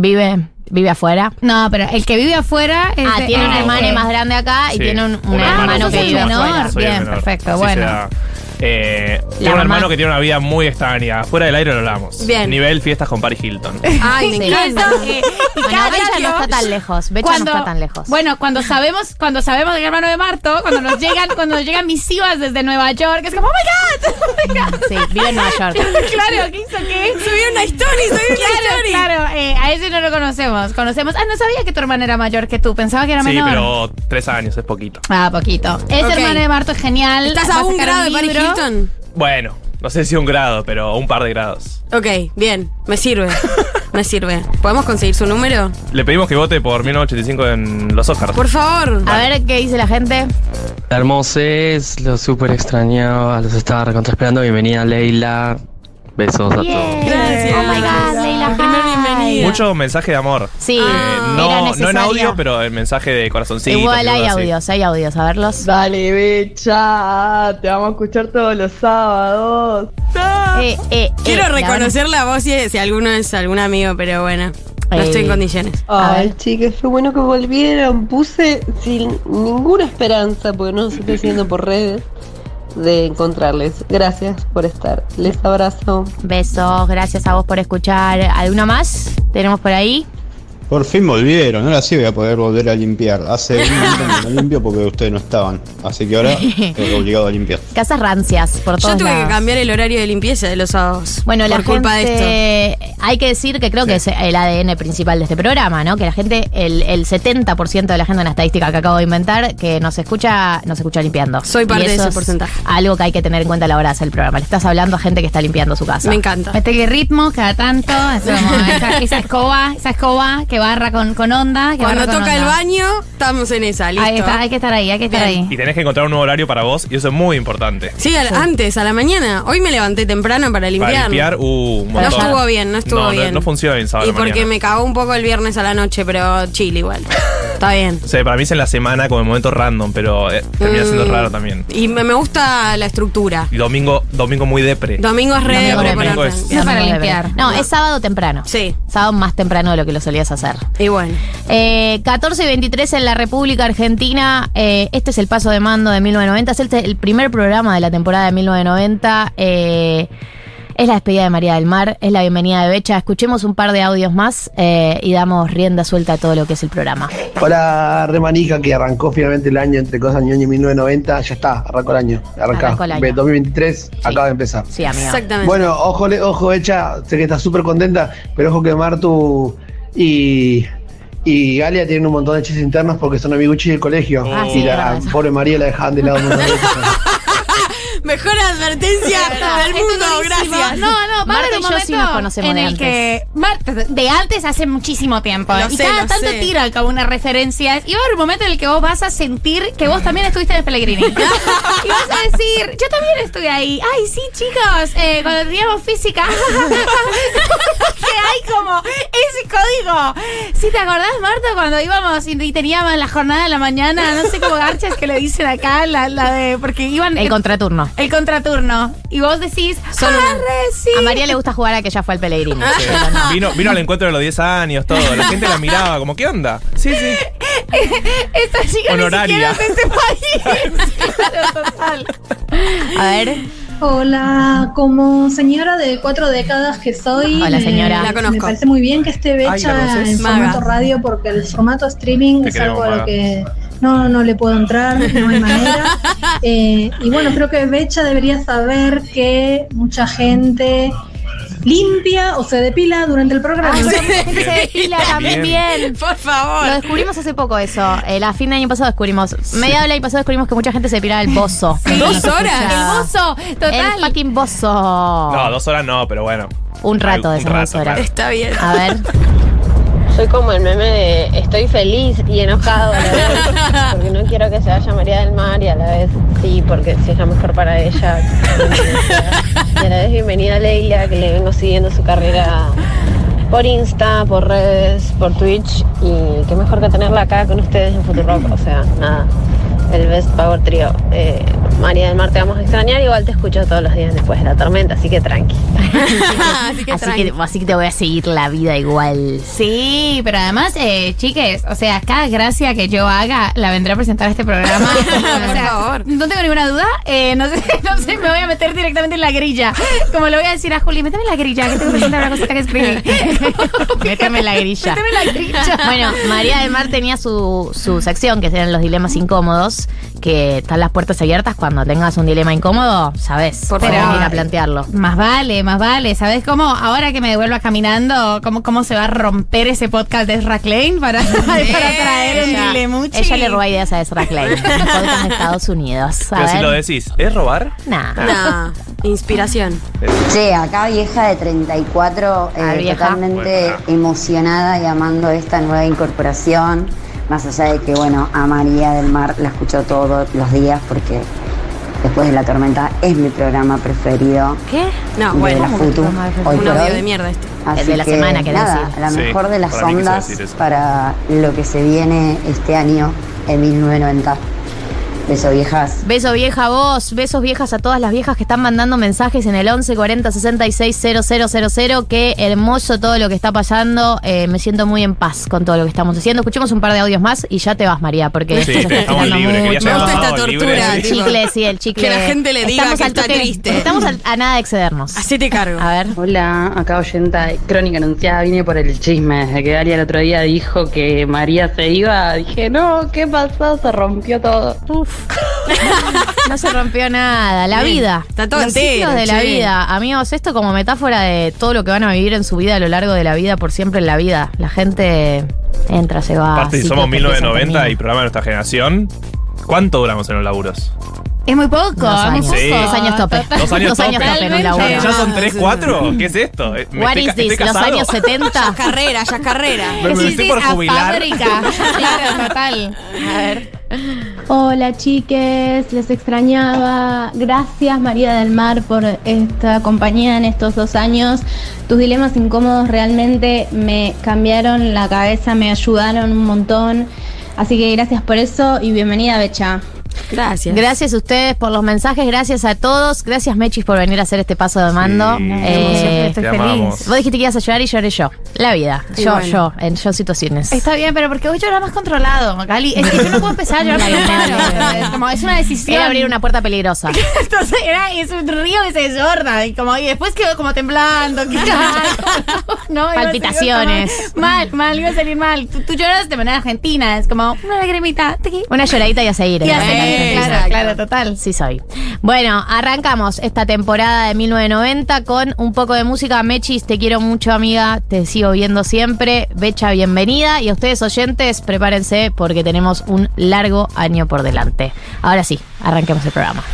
Speaker 3: Vive, vive afuera.
Speaker 1: No, pero el que vive afuera es
Speaker 3: Ah,
Speaker 1: de-
Speaker 3: tiene un
Speaker 4: Ah,
Speaker 3: hermano
Speaker 4: ok.
Speaker 3: más grande acá y
Speaker 4: Sí,
Speaker 3: tiene un, un
Speaker 4: un
Speaker 3: hermano,
Speaker 1: hermano
Speaker 3: que
Speaker 1: que
Speaker 3: vive
Speaker 1: vive
Speaker 3: afuera.
Speaker 1: afuera.
Speaker 4: Soy el
Speaker 1: Bien,
Speaker 4: menor.
Speaker 1: perfecto,
Speaker 4: Así
Speaker 1: bueno.
Speaker 4: se da. Eh, tengo
Speaker 3: La
Speaker 4: un
Speaker 3: mamá.
Speaker 4: hermano que tiene una vida muy extraña. Fuera del aire lo hablamos.
Speaker 5: Bien.
Speaker 4: Nivel fiestas con Paris Hilton.
Speaker 5: Ay, me
Speaker 3: Sí.
Speaker 5: encanta.
Speaker 1: Eh, y
Speaker 3: Bueno,
Speaker 1: cada
Speaker 3: Becha no
Speaker 1: tanto-
Speaker 3: está tan lejos. Becha
Speaker 1: cuando-
Speaker 3: no está tan lejos.
Speaker 1: Bueno, cuando sabemos, cuando sabemos del hermano de Marto, cuando nos llegan, cuando nos llegan misivas desde Nueva York, es como, oh my god, oh my god.
Speaker 3: sí, vive en Nueva York.
Speaker 1: claro, ¿qué hizo qué?
Speaker 5: Subí una story, subí una
Speaker 1: Claro,
Speaker 5: story.
Speaker 1: claro, eh, a ese no lo conocemos. Conocemos. Ah, no sabía que tu hermana era mayor que tú, pensaba que era
Speaker 4: sí,
Speaker 1: menor.
Speaker 4: pero tres años es poquito.
Speaker 1: Ah, poquito. Es
Speaker 5: Ok.
Speaker 1: hermano de Marto, es genial.
Speaker 5: ¿Estás
Speaker 1: Va
Speaker 5: a
Speaker 1: sacar
Speaker 5: un grado de Paris
Speaker 1: libro.
Speaker 5: Hilton?
Speaker 4: Bueno, no sé si un grado, pero un par de grados.
Speaker 5: Ok, bien. Me sirve. Me sirve. ¿Podemos conseguir su número?
Speaker 4: Le pedimos que vote por 1985 en los Oscars.
Speaker 5: Por favor.
Speaker 3: A ver qué dice la gente.
Speaker 7: Hermosos, los súper extrañaba, los estaba recontra esperando. Bienvenida Leila. Besos a todos.
Speaker 5: Gracias.
Speaker 3: Oh my God, Leila
Speaker 5: Primer
Speaker 3: High. Ay.
Speaker 4: Mucho mensaje de amor.
Speaker 3: Sí, Ah, era
Speaker 4: Eh, no, no en
Speaker 3: necesario.
Speaker 4: audio, pero el mensaje de corazoncito.
Speaker 3: Igual hay
Speaker 4: cosas así.
Speaker 3: audios, hay audios, a verlos.
Speaker 8: Dale, becha, te vamos a escuchar todos los sábados.
Speaker 3: Eh,
Speaker 5: Quiero
Speaker 8: la
Speaker 5: reconocer la voz eh, si, si alguno es algún amigo, pero bueno, no
Speaker 8: Eh.
Speaker 5: estoy en condiciones.
Speaker 8: Ay, chicas, qué bueno que volvieron. Puse sin ninguna esperanza, porque no se está haciendo por redes, de encontrarles. Gracias por estar. Les abrazo.
Speaker 3: Besos, gracias a vos por escuchar. ¿Alguna más? Tenemos por ahí.
Speaker 9: Por fin volvieron, ahora sí voy a poder volver a limpiar. Hace un montón que no limpio porque ustedes no estaban. Así que ahora estoy obligado a limpiar.
Speaker 3: Casas rancias, por todos
Speaker 5: Yo tuve que
Speaker 3: lados.
Speaker 5: cambiar el horario de limpieza de los sábados.
Speaker 3: Bueno,
Speaker 5: por
Speaker 3: la
Speaker 5: culpa
Speaker 3: gente,
Speaker 5: de esto.
Speaker 3: hay que decir que creo que es el ADN principal de este programa, ¿no? Que la gente, el, el 70% de la gente en la estadística que acabo de inventar, que nos escucha, nos escucha limpiando.
Speaker 5: Soy parte
Speaker 3: Y
Speaker 5: de
Speaker 3: eso
Speaker 5: ese
Speaker 3: es
Speaker 5: porcentaje.
Speaker 3: Algo que hay que tener en cuenta a la hora de hacer el programa. Le estás hablando a gente que está limpiando su casa.
Speaker 5: Me encanta.
Speaker 1: Mete Este ritmo cada tanto, así como esa, esa escoba, esa escoba que barra con, con onda. que
Speaker 5: Cuando
Speaker 1: barra con
Speaker 5: toca el
Speaker 1: onda.
Speaker 5: baño, estamos en esa, listo.
Speaker 1: Ahí está, hay que estar ahí, hay que estar ahí.
Speaker 4: Y tenés que encontrar un nuevo horario para vos, y eso es muy importante.
Speaker 5: Sí, al- antes, a la mañana. Hoy me levanté temprano para limpiar.
Speaker 4: Para limpiar, uh, un
Speaker 5: No
Speaker 4: montón.
Speaker 5: estuvo bien, no estuvo
Speaker 4: no,
Speaker 5: bien.
Speaker 4: No, funciona bien sábado
Speaker 5: Y
Speaker 4: a la
Speaker 5: porque
Speaker 4: mañana.
Speaker 5: me cagó un poco el viernes a la noche, pero chile igual. Está bien.
Speaker 4: O sea, para mí es en la semana como el momento random, pero eh, termina siendo
Speaker 5: Mm.
Speaker 4: raro también.
Speaker 5: Y me, me gusta la estructura.
Speaker 4: Y domingo, domingo muy depre.
Speaker 5: Domingo es re
Speaker 4: Domingo, domingo
Speaker 5: preparante.
Speaker 4: es-
Speaker 3: No,
Speaker 5: para
Speaker 3: no, no,
Speaker 5: limpiar.
Speaker 3: No, es sábado temprano.
Speaker 5: Sí.
Speaker 3: Sábado más temprano de lo que lo solías hacer.
Speaker 5: Y bueno.
Speaker 3: Eh, 14 y 23 en la República Argentina. Eh, este es el paso de mando de 1990. Es este el, el primer programa de la temporada de 1990. Eh, es la despedida de María del Mar. Es la bienvenida de Becha. Escuchemos un par de audios más eh, y damos rienda suelta a todo lo que es el programa.
Speaker 10: Hola, Remanica, que arrancó finalmente el año entre cosas ñoño y 1990. Ya está, arrancó el año. Arranca.
Speaker 3: Arrancó el año.
Speaker 10: Ve, 2023 acaba de empezar.
Speaker 3: Sí, amiga.
Speaker 5: Exactamente.
Speaker 10: Bueno, ojo, le- ojo, hecha. Sé que estás súper contenta, pero ojo que Martu y. Y Galia tienen un montón de chistes internos porque son amiguchi del colegio.
Speaker 5: Ah,
Speaker 10: y
Speaker 5: sí,
Speaker 10: la
Speaker 5: verdad.
Speaker 10: pobre María la dejaban de lado un montón de veces.
Speaker 5: Mejor advertencia del
Speaker 1: Esto es
Speaker 5: mundo,
Speaker 1: buenísimo.
Speaker 5: gracias.
Speaker 1: No, no, va a haber
Speaker 3: Marta y
Speaker 1: un
Speaker 3: yo
Speaker 1: momento
Speaker 3: sí nos conocemos
Speaker 1: en
Speaker 3: de
Speaker 1: el
Speaker 3: antes.
Speaker 1: que Marta, de antes hace muchísimo tiempo. ¿eh?
Speaker 3: Lo
Speaker 1: y
Speaker 3: sé,
Speaker 1: cada
Speaker 3: lo
Speaker 1: tanto
Speaker 3: sé.
Speaker 1: tira como unas referencias. Y va a haber un momento en el que vos vas a sentir que vos también estuviste en el Pellegrini. y vas a decir, yo también estuve ahí. Ay, sí, chicos, eh, cuando teníamos física. que hay como ese código. Si te acordás, Marta, cuando íbamos y, y teníamos la jornada de la mañana, no sé cómo garchas que le dicen acá, la, la de. Porque iban.
Speaker 3: El contraturno.
Speaker 1: El contraturno. Y vos decís,
Speaker 3: Solo una.
Speaker 1: "Arre, Ah, sí".
Speaker 3: A María le gusta jugar a que ya fue al Pellegrini.
Speaker 4: Sí. Vino, vino al encuentro de los 10 años, todo. La gente la miraba, como, ¿qué onda? Sí, sí.
Speaker 1: Esta chica
Speaker 4: Honoraria.
Speaker 1: ni siquiera es de este país. Claro, total.
Speaker 3: A ver.
Speaker 11: Hola, como señora de cuatro décadas que soy,
Speaker 3: Hola,
Speaker 11: me-
Speaker 3: señora. La
Speaker 11: me
Speaker 3: conozco.
Speaker 11: parece muy bien que esté
Speaker 3: Ay, ¿la
Speaker 11: Becha
Speaker 3: conoces?
Speaker 11: en
Speaker 3: Maga.
Speaker 11: formato radio porque el formato streaming eh,
Speaker 3: Te
Speaker 11: es algo
Speaker 3: queremos,
Speaker 11: a
Speaker 3: Maga.
Speaker 11: lo que no, no le puedo entrar, no hay manera. Eh, y bueno, creo que Becha debería saber que mucha gente limpia o se depila durante el programa.
Speaker 3: Ah, sí. Se depila también. Bien.
Speaker 5: Por favor.
Speaker 3: Lo descubrimos hace poco eso. El, a fin de año pasado descubrimos. Media hora del año pasado descubrimos que mucha gente se depilaba el bozo.
Speaker 5: Dos horas.
Speaker 3: El
Speaker 1: bozo.
Speaker 3: Total. El fucking bozo.
Speaker 4: No, dos horas no, pero bueno.
Speaker 3: Un rato de
Speaker 4: Un
Speaker 3: esas dos
Speaker 4: rato,
Speaker 3: horas.
Speaker 4: claro.
Speaker 5: Está bien.
Speaker 3: A ver.
Speaker 12: Soy como el meme de estoy feliz y enojado a la vez, porque no quiero que se vaya María del Mar y a la vez sí, porque si es la mejor para ella. Y a la vez bienvenida a Leila, que le vengo siguiendo su carrera por Insta, por redes, por Twitch y qué mejor que tenerla acá con ustedes en Futurock, o sea, nada. El Best Power Trio. Eh, María del Mar te vamos a extrañar, igual te escucho todos los días después de la tormenta, así que tranqui.
Speaker 3: así, que, así que te voy a seguir la vida igual.
Speaker 1: Sí, pero además, eh, chiques, o sea, cada gracia que yo haga la vendré a presentar a este programa. Por favor. No tengo ninguna duda. eh, no, sé, no sé, me voy a meter directamente en la grilla. Como le voy a decir a Juli, méteme en la grilla, que tengo que presentar una cosita que escribí.
Speaker 3: Méteme en la grilla.
Speaker 1: Méteme en la grilla.
Speaker 3: Bueno, María del Mar tenía su, su sección, que eran los dilemas incómodos, que están las puertas abiertas cuando tengas un dilema incómodo, sabes,
Speaker 1: Por
Speaker 3: podés
Speaker 1: favor.
Speaker 3: ir a plantearlo.
Speaker 1: Más vale, más vale. ¿Sabes cómo? Ahora que me devuelva caminando, ¿cómo, cómo se va a romper ese podcast de Ezra Klein para, para traer un
Speaker 3: Ella-
Speaker 1: dilemuchi?
Speaker 3: Ella le roba ideas a Ezra Klein, en el podcast de Estados Unidos. A
Speaker 4: Pero si
Speaker 3: ver.
Speaker 4: lo decís, ¿es Ah, robar?
Speaker 3: Nah.
Speaker 5: Nah, inspiración.
Speaker 13: Che, acá vieja de 34, eh,
Speaker 5: Ah, vieja.
Speaker 13: totalmente emocionada y amando esta nueva incorporación. Más allá de que, bueno, a María del Mar la escucho todos los días porque
Speaker 14: Después de la tormenta es mi programa preferido.
Speaker 1: ¿Qué? No,
Speaker 14: de
Speaker 1: bueno.
Speaker 14: la Futu, hoy
Speaker 1: Un
Speaker 14: por
Speaker 1: audio
Speaker 14: hoy.
Speaker 1: de mierda este. esto.
Speaker 14: Así que, nada, la
Speaker 1: Sí,
Speaker 14: mejor de las
Speaker 1: para mí quiso
Speaker 14: ondas
Speaker 1: decir eso.
Speaker 14: para lo que se viene este año en 1990. Beso viejas.
Speaker 3: Beso vieja a vos, besos viejas a todas las viejas que están mandando mensajes en el 11 40 66 000. Qué hermoso todo lo que está pasando. Eh, me siento muy en paz con todo lo que estamos haciendo. Escuchemos un par de audios más y ya te vas, María, porque
Speaker 4: Sí,
Speaker 3: esto se está
Speaker 4: estamos
Speaker 3: estirando
Speaker 4: libres, quería
Speaker 3: mucho.
Speaker 4: ser Me gusta esta abogado, tortura, libre.
Speaker 3: El
Speaker 4: tipo,
Speaker 3: chicle, sí, el chicle.
Speaker 1: que la gente le diga que
Speaker 3: al
Speaker 1: está
Speaker 3: toque-
Speaker 1: triste.
Speaker 3: Estamos al- a nada de excedernos.
Speaker 1: Así te cargo.
Speaker 3: A ver.
Speaker 15: Hola, acá oyenta de Crónica Anunciada, vine por el chisme. Desde que Daria el otro día dijo que María se iba, dije, no, ¿qué pasó? Se rompió todo.
Speaker 3: Uf. No se rompió nada. La
Speaker 1: Bien,
Speaker 3: vida.
Speaker 1: está todo
Speaker 3: Los
Speaker 1: entero,
Speaker 3: ciclos de la
Speaker 1: che.
Speaker 3: vida. Amigos, esto como metáfora de todo lo que van a vivir en su vida a lo largo de la vida, por siempre en la vida. La gente entra, se va.
Speaker 4: Aparte, si
Speaker 3: ciclos
Speaker 4: somos
Speaker 3: Ah, que empiezan,
Speaker 4: 1990 y
Speaker 3: terminan.
Speaker 4: programa de nuestra generación, ¿cuánto duramos en los laburos?
Speaker 5: Es muy poco,
Speaker 3: Dos
Speaker 5: es muy
Speaker 3: años.
Speaker 5: poco.
Speaker 4: Sí. Dos
Speaker 3: años tope.
Speaker 4: Dos años
Speaker 3: Dos años
Speaker 4: tope.
Speaker 3: tope en un laburo.
Speaker 4: ¿Ya son 3, 4? ¿Qué es esto? Eh, me
Speaker 3: What
Speaker 4: estoy
Speaker 3: is
Speaker 4: ca- estoy
Speaker 3: this? ¿Los
Speaker 4: casado.
Speaker 3: años 70?
Speaker 1: Carrera, ya es carrera.
Speaker 4: Me- me estoy por jubilar.
Speaker 5: Fábrica. Claro, total.
Speaker 1: A ver.
Speaker 16: Hola chiques, les extrañaba. Gracias María del Mar por esta compañía en estos dos años. Tus dilemas incómodos realmente me cambiaron la cabeza, me ayudaron un montón. Así que gracias por eso y bienvenida Becha.
Speaker 1: Gracias.
Speaker 3: Gracias a ustedes por los mensajes, gracias a todos. Gracias, Mechis, por venir a hacer este paso de mando. eh,
Speaker 5: emoción, estoy Te feliz. amamos.
Speaker 3: Vos dijiste que ibas a llorar y lloré yo. La vida.
Speaker 5: Y
Speaker 3: yo,
Speaker 5: bueno.
Speaker 3: yo, en yo situaciones.
Speaker 5: Está bien, pero porque vos lloras más controlado, Magali. Es que yo no puedo empezar a llorar por un paro. Es Como es una decisión.
Speaker 3: Era abrir una puerta peligrosa.
Speaker 5: Entonces era, es un río que se desborda. Y, como, y después quedó como temblando. ¿qué tal? No, iba a salir
Speaker 3: Palpitaciones.
Speaker 5: como Mal, mal, iba a salir mal. Tú, tú lloras de manera argentina. Es como una lagrimita. tiqui.
Speaker 3: Una lloradita y a seguir.
Speaker 5: Y a
Speaker 3: ¿no?
Speaker 5: seguir,
Speaker 3: Eh,
Speaker 5: claro,
Speaker 3: exacto.
Speaker 5: claro, total.
Speaker 3: Sí soy. Bueno, arrancamos esta temporada de 1990 con un poco de música. Mechis, te quiero mucho, amiga. Te sigo viendo siempre. Becha, bienvenida. Y a ustedes, oyentes, prepárense porque tenemos un largo año por delante. Ahora sí, arranquemos el programa.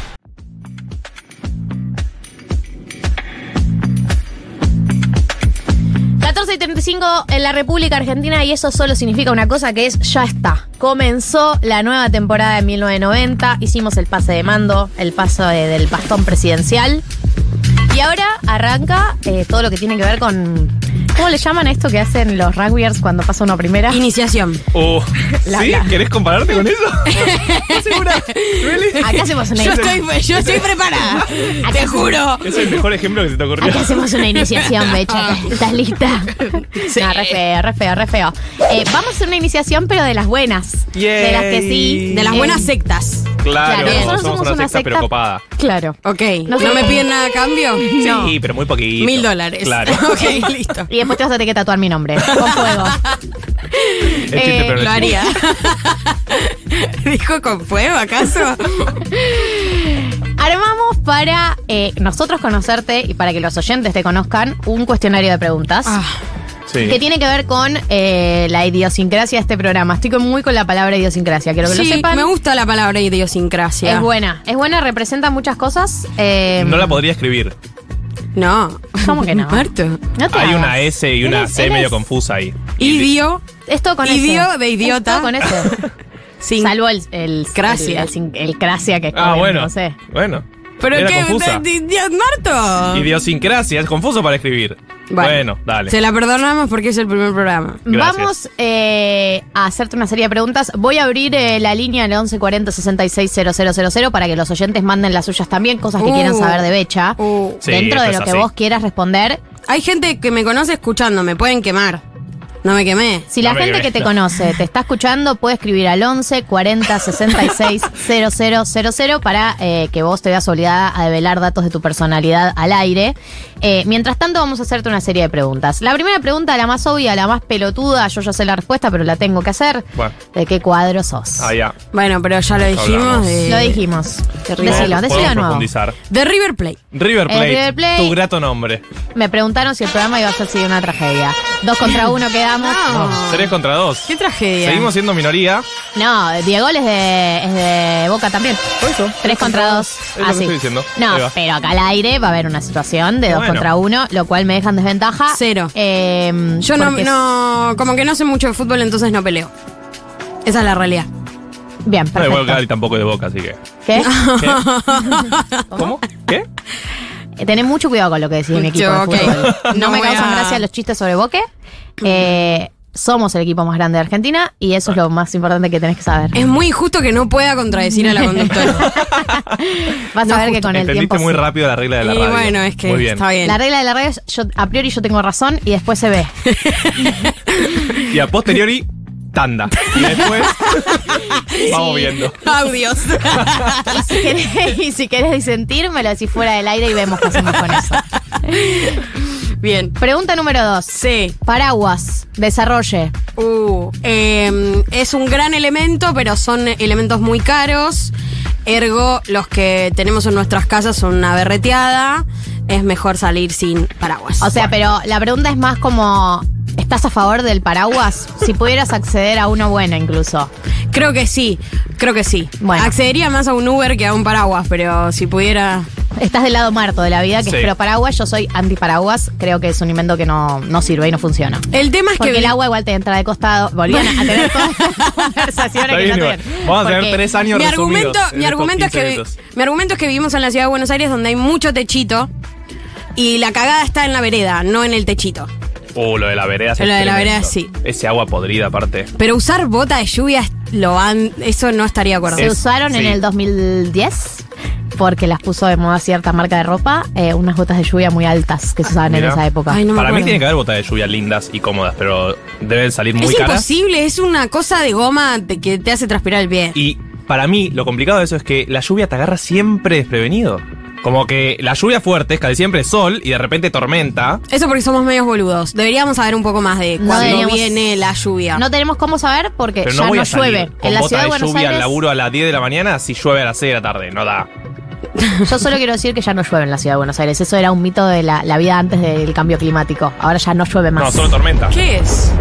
Speaker 3: y 35 en la República Argentina y eso solo significa una cosa que es ya está. Comenzó la nueva temporada de 1990, hicimos el pase de mando, el paso de- del bastón presidencial y ahora arranca eh, todo lo que tiene que ver con... ¿Cómo le llaman a esto que hacen los rugbyers cuando pasa una primera?
Speaker 1: Iniciación.
Speaker 4: Uh,
Speaker 3: La-
Speaker 4: ¿Sí?
Speaker 3: la-
Speaker 4: ¿Querés compararte con eso?
Speaker 3: Acá hacemos una
Speaker 1: Yo estoy,
Speaker 5: Pues
Speaker 1: yo estoy preparada. Te juro.
Speaker 4: Es el mejor ejemplo que se te ocurrió.
Speaker 3: Acá hacemos una iniciación,
Speaker 1: Ah.
Speaker 3: Becha. ¿Estás lista? No, re feo, re feo, re feo. Eh, vamos a hacer una iniciación, pero de las buenas. De las que sí.
Speaker 1: De las
Speaker 3: Eh,
Speaker 1: buenas sectas.
Speaker 4: Claro,
Speaker 3: Claro, nosotros
Speaker 4: somos,
Speaker 3: somos
Speaker 4: una,
Speaker 3: una
Speaker 4: secta, pero
Speaker 3: secta-
Speaker 4: copada.
Speaker 3: Claro.
Speaker 1: Ok.
Speaker 3: No
Speaker 1: ¿No,
Speaker 3: sé.
Speaker 1: me piden nada a cambio? No.
Speaker 4: Sí, pero muy poquito.
Speaker 1: Mil dólares.
Speaker 4: Claro.
Speaker 1: Ok, listo.
Speaker 3: Y después te vas a tener que tatuar mi nombre. Con fuego. Eh,
Speaker 4: Es chiste, pero no
Speaker 1: lo
Speaker 4: es chiste.
Speaker 1: haría. ¿Dijo con fuego acaso?
Speaker 3: Armamos para eh, nosotros conocerte y para que los oyentes te conozcan un cuestionario de preguntas.
Speaker 1: Ah.
Speaker 5: Ah,
Speaker 4: Sí.
Speaker 3: Que tiene que ver con eh, la idiosincrasia de este programa. Estoy con- muy con la palabra idiosincrasia, quiero que
Speaker 1: Sí,
Speaker 3: lo sepan.
Speaker 1: me gusta la palabra idiosincrasia.
Speaker 3: Es buena, es buena, representa muchas cosas. eh,
Speaker 4: No la podría escribir.
Speaker 1: No.
Speaker 3: ¿Cómo que no?
Speaker 1: Marto.
Speaker 3: No te
Speaker 4: Hay
Speaker 3: hagas.
Speaker 4: una S y una
Speaker 3: Eres-
Speaker 4: C
Speaker 3: eres-
Speaker 4: medio confusa ahí.
Speaker 1: Idio.
Speaker 3: Esto con
Speaker 1: Idio
Speaker 3: ese.
Speaker 1: de idiota.
Speaker 3: Es todo con ese. Salvo el, el,
Speaker 1: Cracia.
Speaker 3: el, el- el cracia que es
Speaker 4: Ah,
Speaker 3: con-
Speaker 4: bueno.
Speaker 3: no sé.
Speaker 4: Bueno.
Speaker 1: ¿Pero
Speaker 4: Era
Speaker 1: qué?
Speaker 4: confusa.
Speaker 1: Di- di- di- Marto.
Speaker 4: Idiosincrasia, es confuso para escribir. Bueno, dale.
Speaker 1: Se la perdonamos porque es el primer programa.
Speaker 4: Gracias.
Speaker 3: Vamos eh, a hacerte una serie de preguntas. Voy a abrir eh, la línea al 1140 660000 para que los oyentes manden las suyas también, cosas que
Speaker 1: Uh.
Speaker 3: quieran saber de Becha.
Speaker 4: Sí,
Speaker 3: Dentro
Speaker 4: esto
Speaker 3: de
Speaker 4: es
Speaker 3: lo que
Speaker 4: así.
Speaker 3: vos quieras responder.
Speaker 1: Hay gente que me conoce escuchando, me pueden quemar. No me quemé.
Speaker 3: Si la
Speaker 1: No me
Speaker 3: gente
Speaker 1: quemé,
Speaker 3: que te
Speaker 1: no.
Speaker 3: conoce te está escuchando, puede escribir al 1140 660000 para eh, que vos te veas obligada a develar datos de tu personalidad al aire. Eh, mientras tanto, vamos a hacerte una serie de preguntas. La primera pregunta, la más obvia, la más pelotuda, yo ya sé la respuesta, pero la tengo que hacer.
Speaker 4: Bueno.
Speaker 3: ¿De qué cuadro sos?
Speaker 4: Ah, ya.
Speaker 1: Bueno, pero ya lo dijimos.
Speaker 4: Hablamos.
Speaker 1: de-
Speaker 3: Lo dijimos. Decilo,
Speaker 4: Podemos-
Speaker 3: decilo de
Speaker 4: podemos
Speaker 3: nuevo.
Speaker 4: profundizar.
Speaker 1: De River Plate.
Speaker 4: River
Speaker 3: El
Speaker 4: Plate,
Speaker 3: River Plate.
Speaker 4: tu grato nombre.
Speaker 3: Me preguntaron si el programa iba a ser sido una tragedia. Dos contra uno quedamos.
Speaker 4: Tres contra dos.
Speaker 1: ¿Qué tragedia?
Speaker 4: Seguimos siendo minoría.
Speaker 3: No, Diego es de, es de Boca también. Tres contra dos.
Speaker 4: Es lo que
Speaker 3: Así.
Speaker 4: estoy diciendo. Ahí
Speaker 3: No,
Speaker 4: va.
Speaker 3: pero acá al aire va a haber una situación de dos
Speaker 4: Bueno.
Speaker 3: contra uno, lo cual me deja en desventaja.
Speaker 1: Cero.
Speaker 3: Eh,
Speaker 1: Yo no,
Speaker 3: porque-
Speaker 1: no- como que no sé mucho de fútbol, entonces no peleo. Esa es la realidad.
Speaker 3: Bien,
Speaker 4: No,
Speaker 3: perfecto.
Speaker 4: igual Gali tampoco es de boca, así que.
Speaker 3: ¿Qué?
Speaker 4: ¿Qué? ¿Cómo? ¿Qué?
Speaker 3: Eh, Tené mucho cuidado con lo que decís mi equipo.
Speaker 1: Yo,
Speaker 3: de
Speaker 1: ok.
Speaker 3: fútbol. No,
Speaker 1: No
Speaker 3: me
Speaker 1: voy
Speaker 3: causan
Speaker 1: a-
Speaker 3: gracia los chistes sobre Boque. Eh, somos el equipo más grande de Argentina y eso es lo más importante que tenés que saber.
Speaker 1: Es muy injusto que no pueda contradecir a la conductora.
Speaker 3: Vas
Speaker 1: Eh, No,
Speaker 3: a
Speaker 1: justo.
Speaker 3: ver que con el tiempo.
Speaker 4: Entendiste muy
Speaker 3: sí.
Speaker 4: rápido la regla de la
Speaker 1: Y
Speaker 4: radio.
Speaker 1: bueno, es que
Speaker 4: Muy bien.
Speaker 1: está bien.
Speaker 3: La regla de la radio es yo, a priori yo tengo razón y después se ve.
Speaker 4: Y a posteriori, tanda. Y después vamos viendo.
Speaker 1: Audios.
Speaker 3: y, si querés, y si querés disentir, me lo decís fuera del aire y vemos qué hacemos con eso.
Speaker 1: Bien.
Speaker 3: Pregunta número dos.
Speaker 1: Sí.
Speaker 3: Paraguas, desarrolle.
Speaker 1: Uh, eh, es un gran elemento, pero son elementos muy caros. Ergo, los que tenemos en nuestras casas son una berreteada. Es mejor salir sin paraguas.
Speaker 3: O sea, pero la pregunta es más como, ¿estás a favor del paraguas? Si pudieras acceder a uno bueno incluso.
Speaker 1: Creo que sí, creo que sí. Accedería más a un Uber que a un paraguas, pero si pudiera.
Speaker 3: Estás del lado muerto de la vida, que
Speaker 1: Sí.
Speaker 3: es pro paraguas. Yo soy anti paraguas. Creo que es un invento que no, no sirve y no funciona.
Speaker 1: El tema es que
Speaker 3: Porque
Speaker 1: vi-
Speaker 3: el agua igual te entra de costado. Volvían a tener todas estas conversaciones
Speaker 4: Está
Speaker 3: que
Speaker 4: bien
Speaker 3: no
Speaker 4: igual.
Speaker 3: tienen.
Speaker 4: Vamos a tener
Speaker 3: Porque
Speaker 4: tres años
Speaker 1: mi
Speaker 4: resumidos
Speaker 1: argumento,
Speaker 4: en
Speaker 1: mi
Speaker 4: estos
Speaker 1: argumento es
Speaker 4: 15
Speaker 1: que
Speaker 4: minutos.
Speaker 1: mi argumento es que vivimos en la ciudad de Buenos Aires donde hay mucho techito y la cagada está en la vereda, no en el techito.
Speaker 4: Uh, lo de la vereda. es
Speaker 1: Lo de la
Speaker 4: tremendo.
Speaker 1: vereda, sí.
Speaker 4: Ese agua podrida aparte.
Speaker 1: Pero usar bota de lluvia es- lo han- eso no estaría de acuerdo.
Speaker 3: Se usaron en el 2010 porque las puso de moda cierta marca de ropa, eh, unas gotas de lluvia muy altas que se usaban
Speaker 4: Mirá.
Speaker 3: en esa época.
Speaker 4: Para mí tiene que haber botas de lluvia lindas y cómodas, pero deben salir muy
Speaker 1: es
Speaker 4: caras.
Speaker 1: imposible, es una cosa de goma te- que te hace transpirar el pie.
Speaker 4: Y para mí, lo complicado de eso es que la lluvia te agarra siempre desprevenido. Como que la lluvia fuerte es casi siempre sol y de repente tormenta.
Speaker 3: Eh,
Speaker 1: Eso porque somos medios boludos. Deberíamos saber un poco más de
Speaker 3: No
Speaker 1: cuándo
Speaker 3: deberíamos-
Speaker 1: viene la lluvia.
Speaker 3: No tenemos cómo saber porque
Speaker 4: Pero
Speaker 3: ya
Speaker 4: no
Speaker 3: no,
Speaker 4: voy a salir
Speaker 3: llueve.
Speaker 4: con
Speaker 3: En la
Speaker 4: bota
Speaker 3: ciudad de
Speaker 4: de
Speaker 3: Buenos
Speaker 4: lluvia al
Speaker 3: Aires,
Speaker 4: laburo a las 10 de la mañana si llueve a las 6 de la tarde. No da.
Speaker 3: yo solo quiero decir que ya no llueve en la ciudad de Buenos Aires. Eso era un mito de la, la vida antes del cambio climático. Ahora ya no llueve más.
Speaker 4: No, solo tormenta.
Speaker 1: ¿Qué es?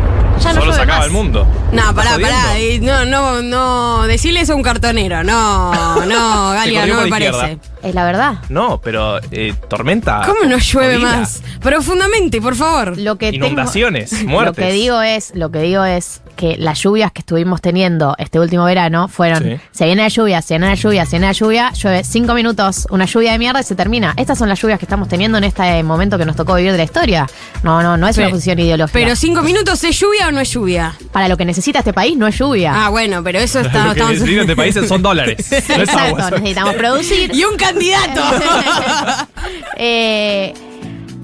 Speaker 3: Ya no
Speaker 4: solo
Speaker 3: llueve
Speaker 4: se acaba
Speaker 3: más.
Speaker 4: el mundo.
Speaker 1: No, pará,
Speaker 4: jodiendo?
Speaker 1: pará. eh, No, no, no. Decirle eso a un cartonero. No, no,
Speaker 4: Te
Speaker 1: Galia,
Speaker 4: corrió
Speaker 1: no me
Speaker 4: por la izquierda.
Speaker 1: parece.
Speaker 3: Es la verdad.
Speaker 4: No, pero eh, tormenta.
Speaker 1: ¿Cómo no llueve
Speaker 4: jodida.
Speaker 1: más? Profundamente, por favor.
Speaker 3: Lo que tengo-
Speaker 4: Inundaciones,
Speaker 3: Lo
Speaker 4: muertes.
Speaker 3: que digo es, lo que digo es que las lluvias que estuvimos teniendo este último verano fueron
Speaker 4: Sí.
Speaker 3: se viene la lluvia, se viene la lluvia, se viene la lluvia, llueve cinco minutos, una lluvia de mierda y se termina. Estas son las lluvias que estamos teniendo en este momento que nos tocó vivir de la historia. No, no, no es
Speaker 1: Sí.
Speaker 3: una posición ideológica.
Speaker 1: Pero cinco minutos, ¿es lluvia o no es lluvia?
Speaker 3: para lo que necesita este país no es lluvia.
Speaker 1: Ah, bueno, pero eso está.
Speaker 4: Lo que este
Speaker 1: estamos-
Speaker 4: necesitan de países son dólares. No es
Speaker 3: Exacto,
Speaker 4: agua.
Speaker 3: necesitamos producir.
Speaker 1: Y un candidato.
Speaker 3: Eh,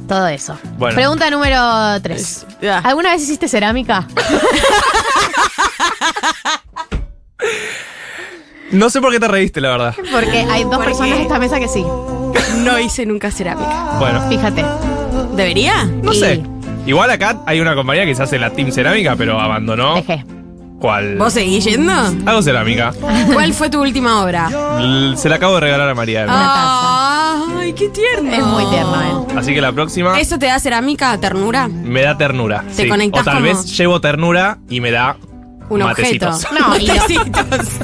Speaker 3: todo eso.
Speaker 4: Bueno.
Speaker 3: Pregunta número 3. ¿Alguna vez hiciste cerámica?
Speaker 4: No sé por qué te reíste, la verdad.
Speaker 3: Porque hay dos personas en esta mesa que sí.
Speaker 1: No hice nunca cerámica.
Speaker 4: Bueno,
Speaker 3: Fíjate.
Speaker 4: Oh.
Speaker 1: ¿Debería?
Speaker 4: no sé. Igual acá hay una compañía que se hace la Team Cerámica, pero abandonó.
Speaker 3: Dejé.
Speaker 4: ¿Cuál?
Speaker 1: ¿Vos seguís yendo?
Speaker 4: Hago cerámica.
Speaker 1: ¿Cuál fue tu última obra?
Speaker 4: L- Se la acabo de regalar a María.
Speaker 1: Ah. Ay, qué tierno. Es muy
Speaker 3: tierno
Speaker 4: Así que la próxima
Speaker 1: ¿Eso te da cerámica, ternura?
Speaker 4: me da ternura.
Speaker 1: Te conectás
Speaker 4: o tal
Speaker 1: como-
Speaker 4: vez llevo ternura y me da
Speaker 1: Un objeto.
Speaker 4: matecitos.
Speaker 3: No, y lo,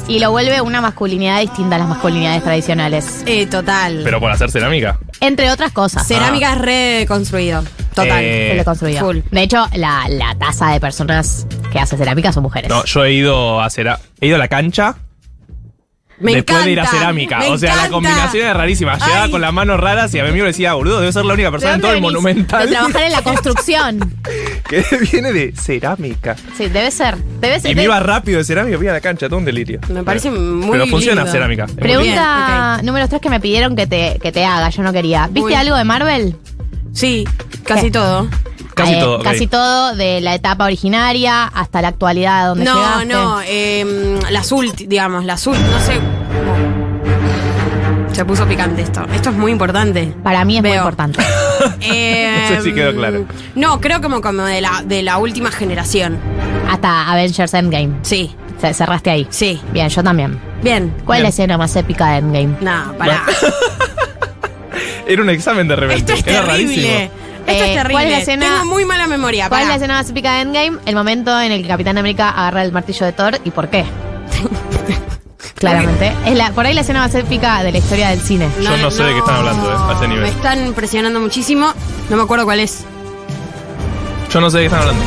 Speaker 3: y lo vuelve una masculinidad distinta a las masculinidades tradicionales.
Speaker 1: Eh, total.
Speaker 4: Pero por hacer cerámica.
Speaker 3: Entre otras cosas.
Speaker 1: Cerámica
Speaker 4: Ah.
Speaker 1: es reconstruido. Total.
Speaker 4: Eh,
Speaker 3: Se lo construyó.
Speaker 1: full.
Speaker 3: De hecho, la, la tasa de personas que hacen cerámica son mujeres.
Speaker 4: No, yo he ido a cera- he ido a la cancha.
Speaker 1: Me
Speaker 4: después de ir a
Speaker 1: encanta,
Speaker 4: cerámica.
Speaker 1: me
Speaker 4: o sea,
Speaker 1: encanta.
Speaker 4: la combinación es rarísima. Llegaba con las manos raras y a mi amigo le decía, boludo, debe ser la única persona en todo el
Speaker 3: De
Speaker 4: monumental
Speaker 3: trabajar en la construcción.
Speaker 4: que viene de cerámica.
Speaker 3: Sí, debe ser. Debe ser.
Speaker 4: Y me
Speaker 3: de-
Speaker 4: iba rápido de cerámica, voy a la cancha, todo un delirio.
Speaker 1: Me parece
Speaker 4: Pero-
Speaker 1: muy
Speaker 4: Pero funciona
Speaker 1: lindo.
Speaker 4: cerámica. es muy lindo.
Speaker 3: Pregunta número 3 que me pidieron que te, que te haga, yo no quería. ¿Viste
Speaker 1: Uy.
Speaker 3: algo de Marvel?
Speaker 1: Sí, casi todo.
Speaker 4: Casi
Speaker 3: Eh,
Speaker 4: todo. ok.
Speaker 3: Casi todo, de la etapa originaria hasta la actualidad donde
Speaker 1: No,
Speaker 3: llegaste.
Speaker 1: no, eh, las ult, digamos, las ult, no sé. Se puso picante esto. Esto es muy importante.
Speaker 3: Para mí es muy importante.
Speaker 1: Eh,
Speaker 4: No sé si quedó claro.
Speaker 1: No, creo como, como de, la, de la última generación.
Speaker 3: Hasta Avengers Endgame.
Speaker 1: Sí.
Speaker 3: Se- cerraste ahí.
Speaker 1: Sí.
Speaker 3: Bien, yo también.
Speaker 1: Bien.
Speaker 3: ¿Cuál es la
Speaker 1: Bien.
Speaker 3: escena más épica de Endgame?
Speaker 1: No, pará.
Speaker 4: Era un examen de repente.
Speaker 1: Esto es
Speaker 4: Era
Speaker 1: terrible.
Speaker 4: rarísimo.
Speaker 1: Esto es
Speaker 3: Eh,
Speaker 1: terrible.
Speaker 3: ¿cuál es la escena-
Speaker 1: Tengo muy mala memoria.
Speaker 3: ¿Cuál es la
Speaker 1: pará.
Speaker 3: escena más épica de Endgame? El momento en el que Capitán América agarra el martillo de Thor y por qué. Claramente. Es la, por ahí la escena más épica de la historia del cine.
Speaker 4: Yo no, sé de qué están hablando, eh, a ese
Speaker 1: Me
Speaker 4: nivel.
Speaker 1: están presionando muchísimo. No me acuerdo cuál es.
Speaker 4: Yo no sé de qué están hablando.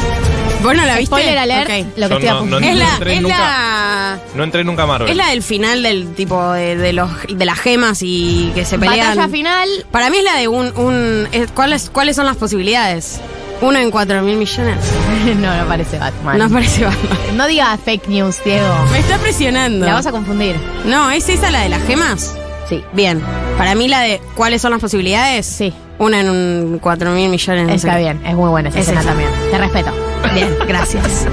Speaker 1: ¿Vos no la viste? Spoiler alert,
Speaker 4: lo que Yo estoy a no- punto. no-
Speaker 1: es
Speaker 4: no
Speaker 1: la,
Speaker 4: entré
Speaker 1: es
Speaker 4: nunca.
Speaker 1: la-
Speaker 4: No entré nunca a Marvel.
Speaker 1: es la del final del tipo de, de los, de las gemas y que se pelean.
Speaker 3: Batalla final.
Speaker 1: Para mí es la de un... un es- ¿cuáles, ¿Cuáles son las posibilidades? Uno en cuatro mil millones.
Speaker 3: no, no parece Batman.
Speaker 1: No parece Batman.
Speaker 3: No digas fake news, Diego.
Speaker 1: Me está presionando.
Speaker 3: La vas a confundir.
Speaker 1: No, ¿es esa la de las gemas?
Speaker 3: Sí.
Speaker 1: Bien. Para mí la de cuáles son las posibilidades.
Speaker 3: Sí.
Speaker 1: Una en un 4 mil millones. no
Speaker 3: Está
Speaker 1: sé.
Speaker 3: bien, es muy buena esa
Speaker 1: Es
Speaker 3: escena
Speaker 1: esa.
Speaker 3: también. Te respeto.
Speaker 1: Bien, gracias.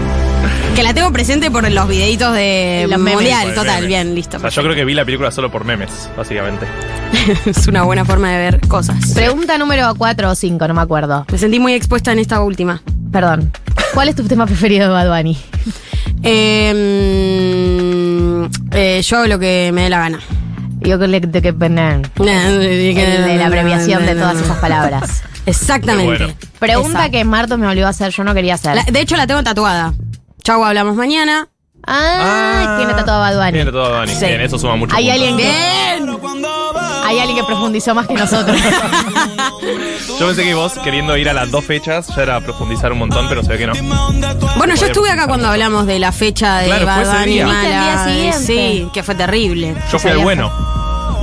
Speaker 1: que la tengo presente por los videitos de
Speaker 3: Los memes.
Speaker 1: Mundial.
Speaker 4: Por
Speaker 1: Total,
Speaker 4: memes.
Speaker 1: bien, listo.
Speaker 4: O sea, yo creo que vi la película solo por memes, básicamente.
Speaker 1: es una buena forma de ver cosas.
Speaker 3: Pregunta número 4 o 5, no me acuerdo.
Speaker 1: Me sentí muy expuesta en esta última.
Speaker 3: Perdón. ¿Cuál es tu tema preferido de Bad Bunny?
Speaker 1: Eh, mm, eh, yo hago lo que me dé la gana.
Speaker 3: Yo creo que que Nah, El de la abreviación de todas esas palabras.
Speaker 1: Exactamente.
Speaker 3: Qué bueno. Pregunta
Speaker 1: Exacto.
Speaker 3: que Marto me obligó a hacer, yo no quería hacer.
Speaker 1: La- de hecho, la tengo tatuada. Chau, hablamos mañana.
Speaker 3: Ah, tiene tatuado a Bad Bunny.
Speaker 4: Tiene todo Dani.
Speaker 3: Sí.
Speaker 4: Bien, eso suma mucho.
Speaker 3: Hay
Speaker 4: punto.
Speaker 3: alguien que. Hay alguien que profundizó más que nosotros.
Speaker 4: Yo pensé que vos, queriendo ir a las dos fechas, ya era profundizar un montón, pero se ve que no.
Speaker 1: Bueno, yo
Speaker 4: Podemos.
Speaker 1: estuve acá cuando hablamos de la fecha de
Speaker 4: Claro, fue
Speaker 1: Bad
Speaker 4: ese
Speaker 1: Bunny
Speaker 4: día.
Speaker 1: mala. eh,
Speaker 3: Fuiste el día siguiente.
Speaker 1: Sí, que fue terrible.
Speaker 4: Yo fui al bueno.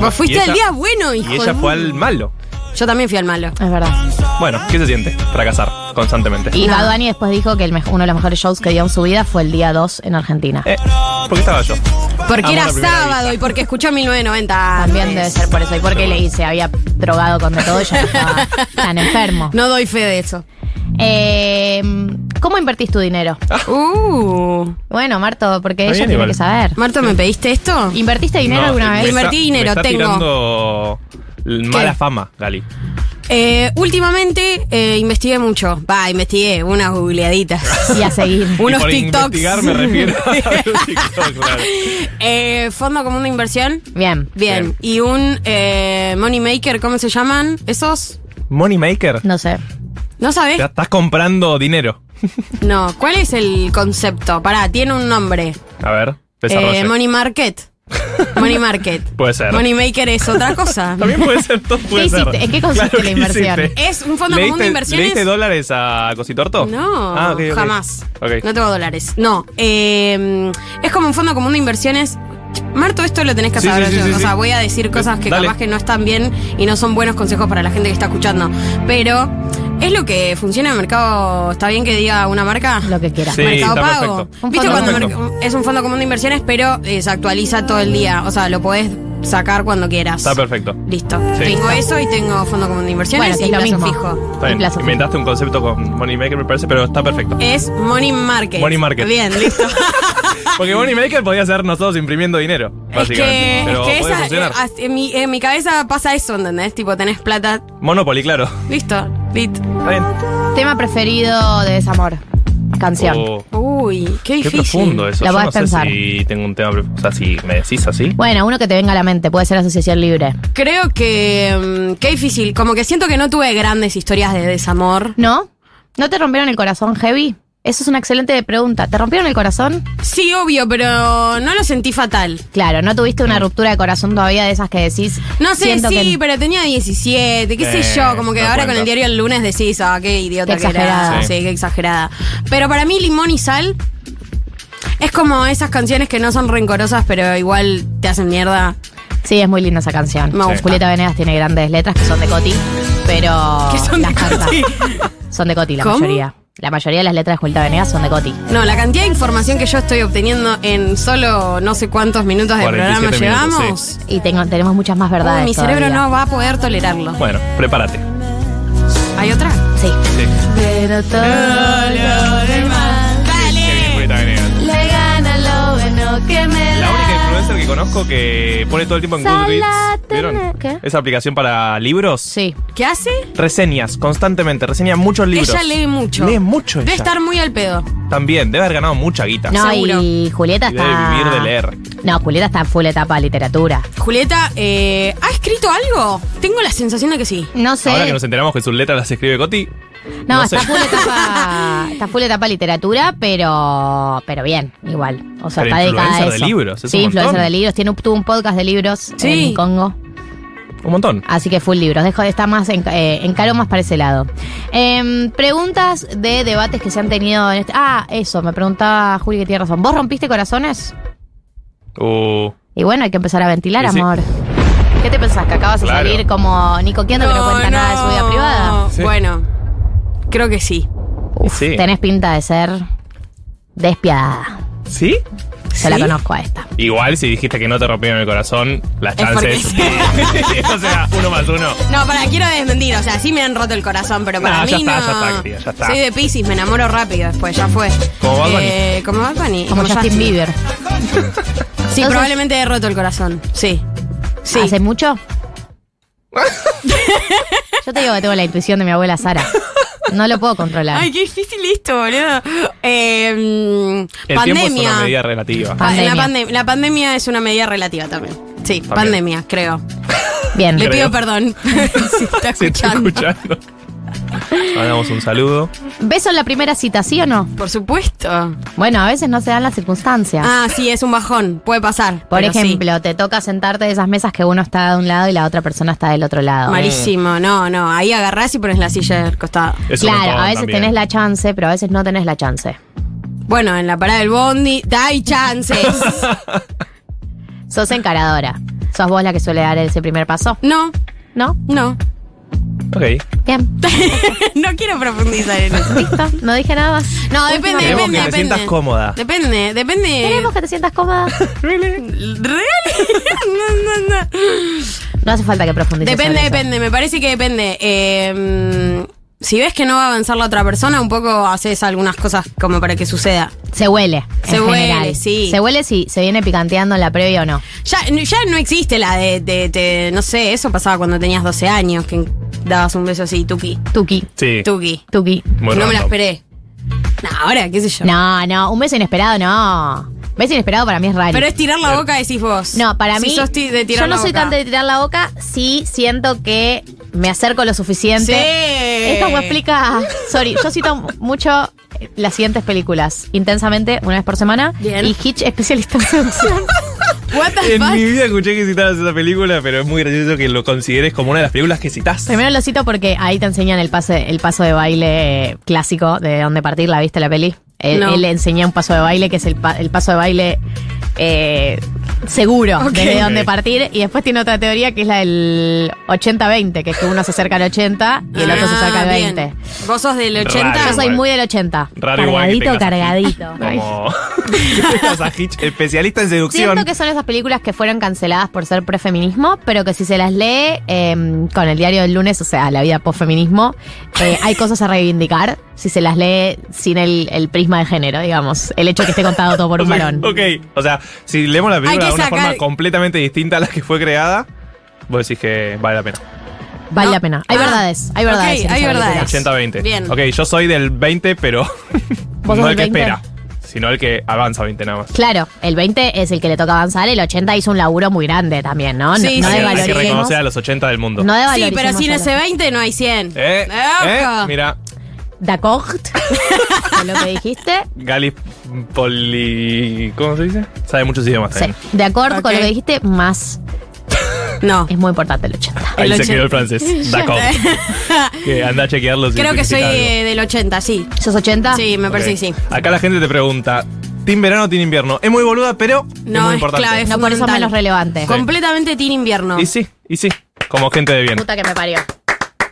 Speaker 1: Vos fuiste
Speaker 4: Y
Speaker 1: al
Speaker 4: ella-
Speaker 1: día bueno, hijo
Speaker 4: Y
Speaker 1: de
Speaker 4: ella fue al malo.
Speaker 1: Yo también fui al malo.
Speaker 3: Es verdad.
Speaker 4: Bueno, ¿qué se siente? Fracasar constantemente.
Speaker 3: Y Bad Bunny después dijo que el mej- uno de los mejores shows que dio en su vida fue el día 2 en Argentina.
Speaker 4: Eh, ¿Por qué estaba yo?
Speaker 1: Porque
Speaker 4: Amo
Speaker 1: era
Speaker 4: la primera
Speaker 1: sábado y porque escuchó 1990.
Speaker 3: También debe ser por eso. ¿Y por qué leí? Se había drogado con de todo y ya no estaba tan enfermo.
Speaker 1: No doy fe de eso.
Speaker 3: Eh, ¿Cómo invertís tu dinero?
Speaker 4: Ah.
Speaker 1: Uh.
Speaker 3: Bueno, Marto, porque
Speaker 4: Está
Speaker 3: ella
Speaker 4: bien
Speaker 3: tiene
Speaker 4: igual.
Speaker 3: que saber.
Speaker 1: Marto, ¿me pediste esto?
Speaker 3: ¿Invertiste dinero
Speaker 4: No,
Speaker 3: alguna
Speaker 4: me
Speaker 3: vez?
Speaker 4: está-
Speaker 1: Invertí
Speaker 4: me
Speaker 1: dinero,
Speaker 4: está
Speaker 1: tengo.
Speaker 4: tirando l- mala fama, Gali.
Speaker 1: Eh, últimamente eh, investigué mucho. Va, investigué unas googleaditas.
Speaker 3: Y a seguir.
Speaker 4: y
Speaker 1: Unos
Speaker 4: por
Speaker 1: TikToks.
Speaker 4: investigar me refiero a los TikToks, claro.
Speaker 1: Eh, Fondo común de inversión.
Speaker 3: Bien.
Speaker 1: Bien. Y un eh, money maker, ¿cómo se llaman? ¿Esos?
Speaker 4: Money Maker.
Speaker 3: No sé.
Speaker 1: ¿No sabes?
Speaker 4: Ya estás comprando dinero.
Speaker 1: No. ¿Cuál es el concepto? Pará, tiene un nombre.
Speaker 4: A ver, desarrolle.
Speaker 1: Eh, money market. Money market.
Speaker 4: Puede ser.
Speaker 1: Money maker es otra cosa.
Speaker 4: También puede ser, todo puede
Speaker 3: ¿Qué
Speaker 4: ser.
Speaker 3: hiciste? ¿En qué consiste
Speaker 4: Claro,
Speaker 3: la
Speaker 4: ¿qué
Speaker 3: inversión?
Speaker 4: hiciste?
Speaker 1: Es un fondo común
Speaker 4: ¿Leíste,
Speaker 1: de inversiones.
Speaker 4: ¿Leíste dólares a Cositorto?
Speaker 1: No,
Speaker 4: Ah, ok, ok.
Speaker 1: jamás.
Speaker 4: Ok.
Speaker 1: No tengo dólares. No, eh, es como un fondo común de inversiones. Marto, esto lo tenés que
Speaker 4: Sí,
Speaker 1: saber.
Speaker 4: sí, sí,
Speaker 1: yo.
Speaker 4: sí,
Speaker 1: o
Speaker 4: sí. Eh,
Speaker 1: sea, voy a decir cosas que
Speaker 4: Dale.
Speaker 1: capaz que no están bien y no son buenos consejos para la gente que está escuchando. Pero es lo que funciona en el mercado. ¿Está bien que diga una marca?
Speaker 3: Lo que quieras.
Speaker 4: Sí,
Speaker 1: mercado
Speaker 4: está
Speaker 1: Pago.
Speaker 4: perfecto.
Speaker 1: ¿Viste
Speaker 4: fondo
Speaker 1: cuando
Speaker 4: perfecto.
Speaker 1: merc- es un fondo común de inversiones, pero eh, se actualiza todo el día? O sea, lo podés sacar cuando quieras.
Speaker 4: Está perfecto.
Speaker 1: Listo.
Speaker 4: Sí.
Speaker 1: Tengo eso y tengo fondo común de inversiones
Speaker 3: Bueno, que
Speaker 1: y
Speaker 3: es lo
Speaker 1: plazo
Speaker 3: mismo.
Speaker 1: fijo.
Speaker 4: Está bien.
Speaker 3: plazo fijo.
Speaker 4: Inventaste un concepto con Money Maker, me parece, pero está perfecto.
Speaker 1: Es Money Market.
Speaker 4: Money Market.
Speaker 1: Bien, listo.
Speaker 4: Porque Money Maker podía ser nosotros imprimiendo dinero,
Speaker 1: Eh, Es que,
Speaker 4: básicamente.
Speaker 1: es
Speaker 4: pero
Speaker 1: que
Speaker 4: puede
Speaker 1: esa-
Speaker 4: funcionar.
Speaker 1: eh, as- en, mi, en mi cabeza pasa eso, ¿entendés? Tipo, tenés plata,
Speaker 4: Monopoly, claro.
Speaker 1: listo, lit.
Speaker 4: Está bien.
Speaker 3: Tema preferido de desamor. Canción.
Speaker 4: Oh,
Speaker 1: Uy, qué
Speaker 4: qué
Speaker 1: difícil.
Speaker 4: profundo eso.
Speaker 3: La
Speaker 4: Yo
Speaker 3: podés
Speaker 4: no sé
Speaker 3: pensar.
Speaker 4: si tengo un tema. pre- O sea, si me decís así.
Speaker 3: Bueno, uno que te venga a la mente, puede ser asociación libre.
Speaker 1: Creo que. mm, qué difícil. Como que siento que no tuve grandes historias de desamor.
Speaker 3: ¿No? ¿No te rompieron el corazón, Heavy? Eso es una excelente pregunta. ¿Te rompieron el corazón?
Speaker 1: Sí, obvio, pero no lo sentí fatal.
Speaker 3: Claro, no tuviste una ruptura de corazón todavía de esas que decís.
Speaker 1: No sé,
Speaker 3: siento
Speaker 1: sí,
Speaker 3: que-
Speaker 1: pero tenía 17, qué
Speaker 4: Eh,
Speaker 1: sé yo. Como que
Speaker 4: no
Speaker 1: ahora con
Speaker 4: cuenta.
Speaker 1: el diario el lunes decís, ah, qué idiota
Speaker 3: Qué
Speaker 1: que era.
Speaker 3: exagerada.
Speaker 1: Sí. qué exagerada. Pero para mí, limón y sal. Es como esas canciones que no son rencorosas, pero igual te hacen mierda.
Speaker 3: Sí, es muy linda esa canción.
Speaker 1: Me gusta.
Speaker 3: Julieta Venegas tiene grandes letras que son de Coti, pero.
Speaker 1: ¿Qué son de
Speaker 3: las canta.
Speaker 1: Coti?
Speaker 3: Son de Coti, la
Speaker 1: ¿Cómo?
Speaker 3: mayoría. La mayoría de las letras de Julieta Venegas son de Coti.
Speaker 1: No, la cantidad de información que yo estoy obteniendo en solo no sé cuántos minutos de
Speaker 4: 47
Speaker 1: programa
Speaker 4: minutos,
Speaker 1: llevamos.
Speaker 4: sí.
Speaker 3: Y tengo, tenemos muchas más
Speaker 1: Uy,
Speaker 3: verdades.
Speaker 1: mi cerebro
Speaker 3: todavía.
Speaker 1: no va a poder tolerarlo.
Speaker 4: Bueno, prepárate.
Speaker 1: ¿Hay otra?
Speaker 3: Sí.
Speaker 4: Sí.
Speaker 3: Pero todo lo demás
Speaker 4: Qué bien, Julieta Venegas.
Speaker 3: le gana lo bueno que me
Speaker 4: La única influencer que conozco que pone todo el tiempo en
Speaker 3: Sala
Speaker 4: Goodreads. ¿Vieron?
Speaker 3: tener- ¿Qué?
Speaker 4: Esa aplicación para libros.
Speaker 3: Sí.
Speaker 1: ¿Qué hace?
Speaker 4: Reseñas, constantemente. Reseña muchos libros.
Speaker 1: Ella lee mucho.
Speaker 4: Lee mucho
Speaker 1: Debe
Speaker 4: ella.
Speaker 1: estar muy al pedo.
Speaker 4: También, debe haber ganado mucha guita.
Speaker 3: No, y
Speaker 4: Seguro.
Speaker 3: Julieta
Speaker 4: Y debe
Speaker 3: está.
Speaker 4: vivir de leer.
Speaker 3: No, Julieta está full etapa de literatura.
Speaker 1: Julieta, eh, ¿ha escrito algo? Tengo la sensación de que sí.
Speaker 3: No sé.
Speaker 4: Ahora que nos enteramos que sus letras las escribe Coti.
Speaker 3: no,
Speaker 4: no
Speaker 3: está
Speaker 4: sé.
Speaker 3: full etapa. Está full etapa de literatura, pero. Pero bien, igual. O sea,
Speaker 4: Pero
Speaker 3: está dedicada a
Speaker 4: influencer de
Speaker 3: eso.
Speaker 4: libros, es
Speaker 3: sí,
Speaker 4: un
Speaker 3: influencer
Speaker 4: montón.
Speaker 3: de libros. Tiene, un- tuvo un podcast de libros
Speaker 1: Sí.
Speaker 3: en Congo.
Speaker 4: Un montón.
Speaker 3: Así que full libros. Dejo de estar más en, eh, encaro más para ese lado. Em, preguntas de debates que se han tenido en este. Ah, eso, me preguntaba Juli que tiene razón. ¿Vos rompiste corazones? Ah.
Speaker 4: Uh,
Speaker 3: Y bueno, hay que empezar a ventilar,
Speaker 4: Y sí.
Speaker 3: amor. ¿Qué te pensás? ¿Que acabas
Speaker 4: Claro.
Speaker 3: de salir como Nico Quiendo que no cuenta nada de su vida privada?
Speaker 1: Bueno, creo que sí.
Speaker 4: sí.
Speaker 3: Tenés pinta de ser despiadada.
Speaker 4: ¿Sí?
Speaker 3: Se la
Speaker 4: ¿Sí?
Speaker 3: conozco a esta.
Speaker 4: Igual si dijiste que no te rompieron el corazón, las
Speaker 1: Es porque
Speaker 4: chances. o sea, uno más uno.
Speaker 1: No, para, quiero desmentir. O sea, sí me han roto el corazón, pero para
Speaker 4: Nah,
Speaker 1: mí
Speaker 4: ya
Speaker 1: no.
Speaker 4: está, ya está, querida, ya está.
Speaker 1: Soy de Pisces, me enamoro rápido después, ya fue.
Speaker 4: Como Bad Bunny.
Speaker 1: Eh, como Bad Bunny.
Speaker 3: Como Justin Bieber.
Speaker 1: Sí, probablemente he roto el corazón. Sí. Sí.
Speaker 3: ¿Hace mucho? Yo te digo que tengo la intuición de mi abuela Sara. No lo puedo controlar.
Speaker 1: Ay, qué difícil esto, boludo. Eh,
Speaker 4: El tiempo es una
Speaker 1: pandemia.
Speaker 4: medida relativa.
Speaker 1: Pa- La, pandem- la pandemia es una medida relativa también. Sí,
Speaker 4: También.
Speaker 1: pandemia, creo.
Speaker 3: Bien.
Speaker 1: Le pido
Speaker 4: Creo.
Speaker 1: perdón. si está
Speaker 4: Se está
Speaker 1: escuchando.
Speaker 4: escuchando. Mandamos un saludo.
Speaker 3: ¿Beso en la primera cita, sí o no?
Speaker 1: Por supuesto.
Speaker 3: Bueno, a veces no se dan las circunstancias.
Speaker 1: Ah, sí, es un bajón. Puede pasar.
Speaker 3: Por
Speaker 1: pero sí.
Speaker 3: ejemplo, te toca sentarte de esas mesas que uno está de un lado y la otra persona está del otro lado.
Speaker 1: Malísimo, no, no. Ahí agarrás y pones la silla del costado.
Speaker 3: claro, a veces tenés la chance, pero a veces no tenés la chance.
Speaker 1: Bueno, en la parada del bondi, hay chances.
Speaker 3: Sos encaradora. ¿Sos vos la que suele dar ese primer paso?
Speaker 1: No.
Speaker 3: ¿No?
Speaker 1: No.
Speaker 4: Ok.
Speaker 3: Bien.
Speaker 1: no quiero profundizar en eso.
Speaker 3: Listo, no dije nada más.
Speaker 1: No, depende, depende,
Speaker 4: Queremos que te
Speaker 1: depende.
Speaker 4: sientas cómoda.
Speaker 1: Depende, depende.
Speaker 3: Queremos que te sientas cómoda.
Speaker 1: ¿Really? no, no, no.
Speaker 3: No hace falta que profundices.
Speaker 1: Depende,
Speaker 3: sobre eso.
Speaker 1: depende. Me parece que depende. Eh, mm, si ves que no va a avanzar la otra persona, un poco haces algunas cosas como para que suceda.
Speaker 3: Se huele.
Speaker 1: Se
Speaker 3: en
Speaker 1: huele,
Speaker 3: general.
Speaker 1: sí.
Speaker 3: Se huele si se viene picanteando en la previa o no.
Speaker 1: Ya, ya no existe la de, de- de- no sé, eso pasaba cuando tenías 12 años, que dabas un beso así, tuki.
Speaker 3: Tuki.
Speaker 4: Sí.
Speaker 1: Tuki.
Speaker 3: Tuki.
Speaker 4: Muy
Speaker 1: no me la
Speaker 4: random.
Speaker 1: esperé. No, ahora, qué sé yo.
Speaker 3: No, no, un beso inesperado no. Beso inesperado para mí es raro.
Speaker 1: Pero es tirar la boca, decís vos.
Speaker 3: No, para
Speaker 1: Si
Speaker 3: mí.
Speaker 1: sos ti- de tirar
Speaker 3: yo no
Speaker 1: la
Speaker 3: soy
Speaker 1: boca.
Speaker 3: tan de tirar la boca, sí siento que me acerco lo suficiente.
Speaker 1: Sí.
Speaker 3: Esto me explica. Sorry, yo cito mucho las siguientes películas. Intensamente, una vez por semana. Y Hitch, especialista en seducción.
Speaker 1: What the
Speaker 4: En
Speaker 1: fuck?
Speaker 4: mi vida escuché que citaras esa película, pero es muy gracioso que lo consideres como una de las películas que citas.
Speaker 3: Primero lo cito porque ahí te enseñan el, pase, el paso de baile eh, clásico de dónde partir. ¿La viste la peli? Él,
Speaker 1: No.
Speaker 3: él le enseña un paso de baile que es el, pa- el paso de baile eh, seguro
Speaker 1: Ok.
Speaker 3: desde
Speaker 1: Ok.
Speaker 3: dónde partir. Y después tiene otra teoría que es la del 80-20, que es que uno se acerca al 80 y el otro se acerca al
Speaker 1: Ah,
Speaker 3: 20.
Speaker 1: bien. ¿Vos sos del 80?
Speaker 3: Yo soy
Speaker 4: igual.
Speaker 3: muy del 80.
Speaker 4: Raro igual que
Speaker 3: cargadito,
Speaker 4: tengas a Hitch
Speaker 3: cargadito.
Speaker 4: Como Tengas a Hitch, especialista en
Speaker 3: Siento
Speaker 4: seducción.
Speaker 3: que son esas películas que fueron canceladas por ser prefeminismo, pero que si se las lee eh, con el diario del lunes, o sea, la vida postfeminismo, eh, hay cosas a reivindicar si se las lee sin el, el prisma de género, digamos, el hecho de que esté contado todo por un
Speaker 4: O sea,
Speaker 3: varón.
Speaker 4: Ok, o sea, si leemos la película
Speaker 1: que
Speaker 4: de una
Speaker 1: sacar-
Speaker 4: forma completamente distinta a la que fue creada, vos decís que vale la pena.
Speaker 3: Vale la pena. Hay
Speaker 1: Ah,
Speaker 3: verdades, hay verdades.
Speaker 1: ok,
Speaker 3: en
Speaker 1: hay
Speaker 3: esa película.
Speaker 1: verdades.
Speaker 4: 80-20.
Speaker 1: Bien.
Speaker 4: Ok, yo soy del 20, pero
Speaker 3: ¿Vos
Speaker 4: no
Speaker 3: sos
Speaker 4: el que
Speaker 3: del 20?
Speaker 4: espera, sino el que avanza 20 nada más.
Speaker 3: Claro, el 20 es el que le toca avanzar, el 80 hizo un laburo muy grande también, ¿no? No-
Speaker 1: Sí,
Speaker 3: no,
Speaker 1: sí.
Speaker 4: Hay que
Speaker 3: desvaloricemos-
Speaker 4: reconocer a los 80 del mundo.
Speaker 3: no
Speaker 1: Sí,
Speaker 3: desvaloricemos
Speaker 1: pero sin
Speaker 3: a
Speaker 1: ese 20 no hay 100.
Speaker 4: Eh, eh,
Speaker 1: Ojo.
Speaker 4: mira,
Speaker 3: D'accord. de lo que dijiste.
Speaker 4: Galis Poli... ¿Cómo se dice? Sabe muchos idiomas
Speaker 3: Sí.
Speaker 4: también.
Speaker 3: De acuerdo con lo
Speaker 1: Ok.
Speaker 3: que dijiste, más.
Speaker 1: No.
Speaker 3: Es muy importante el 80.
Speaker 4: Ahí
Speaker 1: El
Speaker 4: se quedó el
Speaker 1: 80.
Speaker 4: francés. D'accord. que anda a chequearlo. si
Speaker 1: Creo que soy
Speaker 4: necesita algo.
Speaker 1: eh, del 80, sí.
Speaker 3: ¿Sos 80?
Speaker 1: Sí, me
Speaker 4: Ok.
Speaker 1: parece que sí.
Speaker 4: Acá la gente te pregunta, ¿team verano o team invierno? Es muy boluda, pero es
Speaker 1: No,
Speaker 4: muy
Speaker 1: es,
Speaker 4: importante.
Speaker 1: clave, es
Speaker 3: No, por eso
Speaker 1: fundamental.
Speaker 3: menos relevante.
Speaker 1: Completamente tiene invierno.
Speaker 4: Y sí, y sí, como gente de bien.
Speaker 3: Puta que me parió.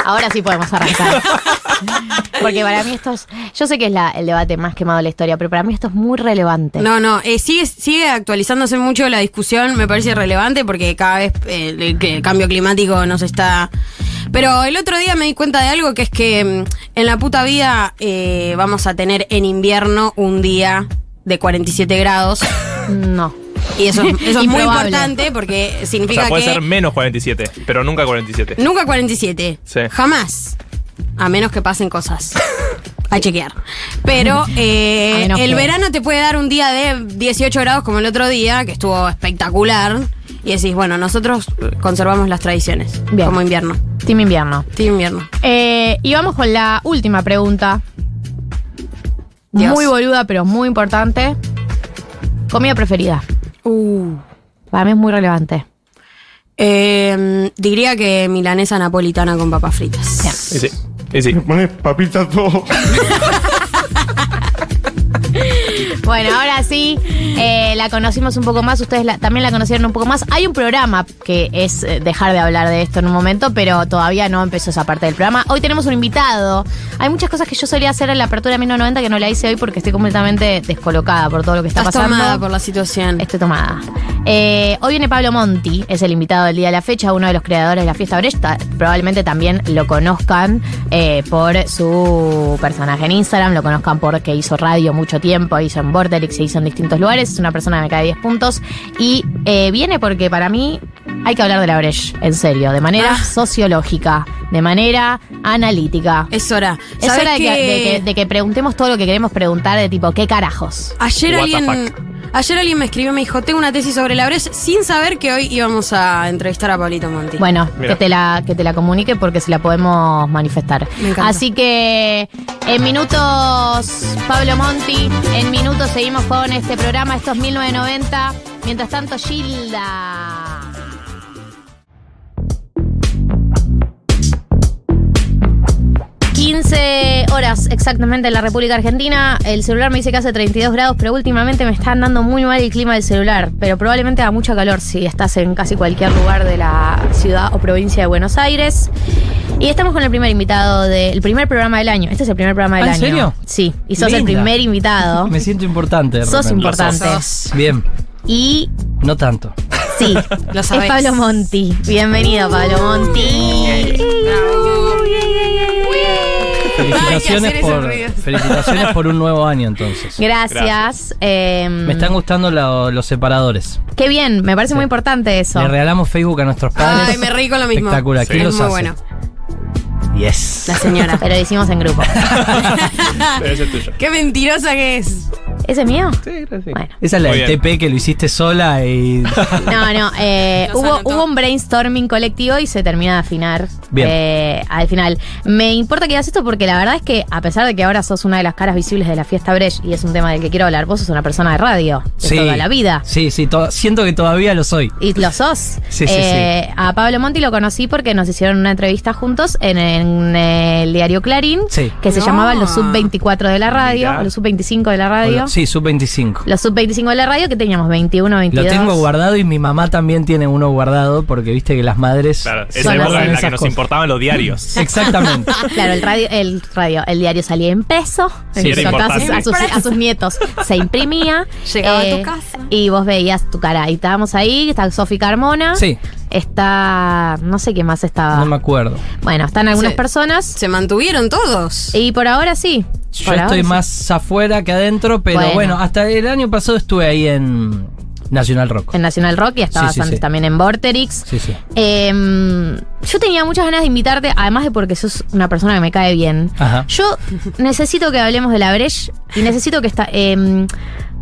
Speaker 3: Ahora sí podemos arrancar. Porque para mí esto es. Yo sé que es la- el debate más quemado de la historia, pero para mí esto es muy relevante.
Speaker 1: No, no, eh, sigue, sigue actualizándose mucho la discusión, me parece relevante porque cada vez eh, el, que- cambio climático nos está... Pero el otro día me di cuenta de algo que es que mm, en la puta vida eh, vamos a tener en invierno un día de 47 grados
Speaker 3: No.
Speaker 1: y eso, es- eso es muy
Speaker 3: Improbable.
Speaker 1: importante porque
Speaker 4: O
Speaker 1: significa
Speaker 4: sea, puede
Speaker 1: que...
Speaker 4: ser menos 47, pero nunca 47.
Speaker 1: Nunca 47.
Speaker 4: Sí.
Speaker 1: Jamás. A menos que pasen cosas. A chequear. Pero eh,
Speaker 3: A menos
Speaker 1: el
Speaker 3: que-
Speaker 1: verano te puede dar un día de 18 grados como el otro día, que estuvo espectacular. Y decís, bueno, nosotros conservamos las tradiciones.
Speaker 3: Bien.
Speaker 1: Como invierno.
Speaker 3: Team invierno.
Speaker 1: Team invierno.
Speaker 3: Eh, y vamos con la última pregunta.
Speaker 1: Dios.
Speaker 3: Muy boluda, pero muy importante. Comida preferida.
Speaker 1: Uh.
Speaker 3: Para mí es muy relevante.
Speaker 1: Eh, diría que milanesa napolitana con papas fritas.
Speaker 4: Y sí, y sí.
Speaker 7: Me pones papita todo.
Speaker 3: Bueno, ahora sí, eh, la conocimos un poco más, ustedes la- también la conocieron un poco más. Hay un programa que es eh, dejar de hablar de esto en un momento, pero todavía no empezó esa parte del programa. Hoy tenemos un invitado. Hay muchas cosas que yo solía hacer en la apertura 1990 que no la hice hoy porque estoy completamente descolocada por todo lo que está
Speaker 1: Estás
Speaker 3: pasando.
Speaker 1: tomada por la situación.
Speaker 3: Estoy tomada. Eh, hoy viene Pablo Monti, es el invitado del día de la fecha, uno de los creadores de la fiesta Bresta. Probablemente también lo conozcan eh, por su personaje en Instagram, lo conozcan porque hizo radio mucho tiempo, hizo en Vorterix, se hizo en distintos lugares. Es una persona que me cae 10 puntos. Y eh, viene porque para mí hay que hablar de la Breche, en serio, de manera sociológica, de manera analítica.
Speaker 1: Es hora.
Speaker 3: Es
Speaker 1: ¿Sabés
Speaker 3: hora de que,
Speaker 1: que-
Speaker 3: de que- de que preguntemos todo lo que queremos preguntar, de tipo, ¿qué carajos?
Speaker 1: Ayer
Speaker 3: What the
Speaker 1: alguien, ayer alguien me escribió y me dijo, tengo una tesis sobre la brecha sin saber que hoy íbamos a entrevistar a Pablito Monti.
Speaker 3: Bueno,
Speaker 1: Mira.
Speaker 3: que te, la, que te la comunique porque se la podemos manifestar.
Speaker 1: Me encanta.
Speaker 3: Así que en minutos, Pablo Monti, en minutos seguimos con este programa, estos 1990. Mientras tanto, Gilda. ...15 horas exactamente en la República Argentina. El celular me dice que hace 32 grados, pero últimamente me está andando muy mal el clima del celular. Pero probablemente haga mucho calor si estás en casi cualquier lugar de la ciudad o provincia de Buenos Aires. Y estamos con el primer invitado del primer programa del año. Este es el primer programa del
Speaker 17: ¿Ah, en
Speaker 3: año.
Speaker 17: serio?
Speaker 3: Sí, y sos el
Speaker 17: Linda.
Speaker 3: primer invitado.
Speaker 17: Me siento importante. de
Speaker 3: Sos
Speaker 17: repente.
Speaker 3: importante. Lo sos.
Speaker 17: Bien,
Speaker 3: Y
Speaker 17: no tanto.
Speaker 3: sí, es Pablo Monti. Bienvenido, Pablo Monti.
Speaker 17: Felicitaciones
Speaker 3: hacer esos
Speaker 17: por,
Speaker 3: ruidos.
Speaker 17: felicitaciones por un nuevo año entonces.
Speaker 3: Gracias. Eh,
Speaker 17: Me están gustando la- los separadores.
Speaker 3: Qué bien, me parece muy importante eso.
Speaker 17: Le regalamos Facebook a nuestros padres.
Speaker 3: Ay, me reí con lo mismo.
Speaker 17: Espectacular.
Speaker 3: Sí.
Speaker 17: ¿Quién
Speaker 3: Es
Speaker 17: los
Speaker 3: muy
Speaker 17: hace?
Speaker 3: bueno.
Speaker 17: Yes.
Speaker 1: La señora.
Speaker 3: Pero lo hicimos en grupo. Ah.
Speaker 4: Ese es tuyo.
Speaker 1: Qué mentirosa que es.
Speaker 3: ¿Ese es mío?
Speaker 4: Sí, sí.
Speaker 17: Esa es la
Speaker 4: Muy
Speaker 17: del
Speaker 4: bien.
Speaker 17: TP que lo hiciste sola y.
Speaker 3: No, no, eh, hubo, hubo un brainstorming colectivo y se termina de afinar
Speaker 17: Bien.
Speaker 3: eh, al final. Me importa que digas esto porque la verdad es que a pesar de que ahora sos una de las caras visibles de la fiesta Brecht y es un tema del que quiero hablar, vos sos una persona de radio de
Speaker 17: Sí.
Speaker 3: toda la vida.
Speaker 17: Sí, sí, to- siento que todavía lo soy.
Speaker 3: Y lo sos.
Speaker 17: Sí, sí, sí.
Speaker 3: Eh, A Pablo Monti lo conocí porque nos hicieron una entrevista juntos en, en eh, el diario Clarín,
Speaker 17: Sí.
Speaker 3: que se
Speaker 17: No.
Speaker 3: llamaba Los Sub-24 de la radio,
Speaker 17: Mirá.
Speaker 3: o los Sub-25 de la radio.
Speaker 17: Hola. Sí, sub-25.
Speaker 3: Los Sub-25 de la radio que teníamos 21, 22.
Speaker 17: Lo tengo guardado y mi mamá también tiene uno guardado porque viste que las madres.
Speaker 4: Claro,
Speaker 17: son
Speaker 4: esa época en la
Speaker 17: esas
Speaker 4: que nos
Speaker 17: cosas.
Speaker 4: importaban los diarios.
Speaker 17: Exactamente.
Speaker 3: Claro, el radio, el radio, el diario salía impreso,
Speaker 4: Sí,
Speaker 3: impreso
Speaker 4: era
Speaker 3: a todas
Speaker 4: importante.
Speaker 3: sus- a, sus, a sus nietos, se imprimía, eh,
Speaker 1: Llegaba a tu casa.
Speaker 3: y vos veías tu cara. Y estábamos ahí, está Sofi Carmona,
Speaker 17: Sí.
Speaker 3: está, no sé qué más estaba.
Speaker 17: No me acuerdo.
Speaker 3: Bueno, están algunas
Speaker 1: Se-
Speaker 3: personas.
Speaker 1: Se mantuvieron todos.
Speaker 3: Y por ahora sí.
Speaker 17: Yo
Speaker 3: Por ahora
Speaker 17: estoy
Speaker 3: sí.
Speaker 17: más afuera que adentro, pero
Speaker 3: Bueno.
Speaker 17: bueno. hasta el año pasado estuve ahí en Nacional Rock.
Speaker 3: En Nacional Rock y estabas
Speaker 17: Sí, sí,
Speaker 3: antes
Speaker 17: sí.
Speaker 3: también en Vorterix.
Speaker 17: Sí, sí.
Speaker 3: Em, yo tenía muchas ganas de invitarte, además de porque sos una persona que me cae bien.
Speaker 17: Ajá.
Speaker 3: Yo necesito que hablemos de la Breche y necesito que esta- em,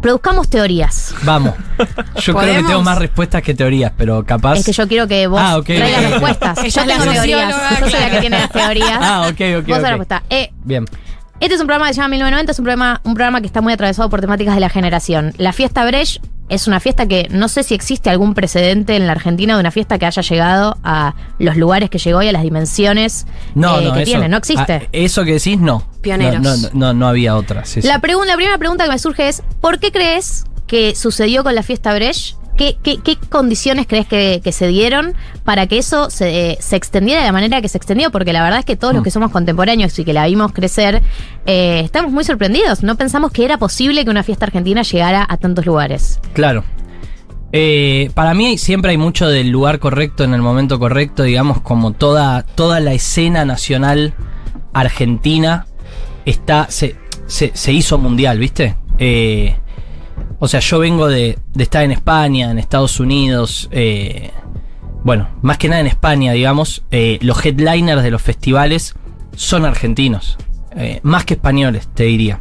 Speaker 3: produzcamos teorías.
Speaker 17: Vamos. Yo creo que
Speaker 3: ¿Podemos?
Speaker 17: tengo más respuestas que teorías, pero capaz.
Speaker 3: Es que yo quiero que vos
Speaker 17: Ah, ok,
Speaker 3: traigas
Speaker 17: ok, ok.
Speaker 3: respuestas.
Speaker 1: Ella
Speaker 3: Yo
Speaker 1: es la
Speaker 3: tengo teorías.
Speaker 1: socióloga,
Speaker 3: Yo soy la que
Speaker 1: claro.
Speaker 3: tiene las teorías.
Speaker 17: Ah, ok, ok.
Speaker 3: Vos sos la
Speaker 17: ok.
Speaker 3: respuesta. Eh,
Speaker 17: Bien.
Speaker 3: Este es un programa que se llama 1990, es un programa, un programa que está muy atravesado por temáticas de la generación. La fiesta Brecht es una fiesta que no sé si existe algún precedente en la Argentina de una fiesta que haya llegado a los lugares que llegó y a las dimensiones
Speaker 17: No,
Speaker 3: eh,
Speaker 17: no,
Speaker 3: que
Speaker 17: eso,
Speaker 3: tiene. No existe.
Speaker 17: ah, eso que decís, no.
Speaker 3: Pioneros.
Speaker 17: No, no, no, no había otra. sí, sí.
Speaker 3: La, pregun- la primera pregunta que me surge es: ¿por qué crees que sucedió con la fiesta Brecht? ¿Qué, qué, qué condiciones crees que, que se dieron para que eso se, se extendiera de la manera que se extendió? Porque la verdad es que todos
Speaker 17: Mm.
Speaker 3: los que somos contemporáneos y que la vimos crecer, eh, estamos muy sorprendidos. No pensamos que era posible que una fiesta argentina llegara a tantos lugares.
Speaker 17: Claro. Eh, para mí hay- siempre hay mucho del lugar correcto en el momento correcto, digamos, como toda, toda la escena nacional argentina está, se, se- se hizo mundial, ¿viste? Eh, o sea, yo vengo de, de estar en España, en Estados Unidos, eh, bueno, más que nada en España, digamos, eh, los headliners de los festivales son argentinos, eh, más que españoles, te diría.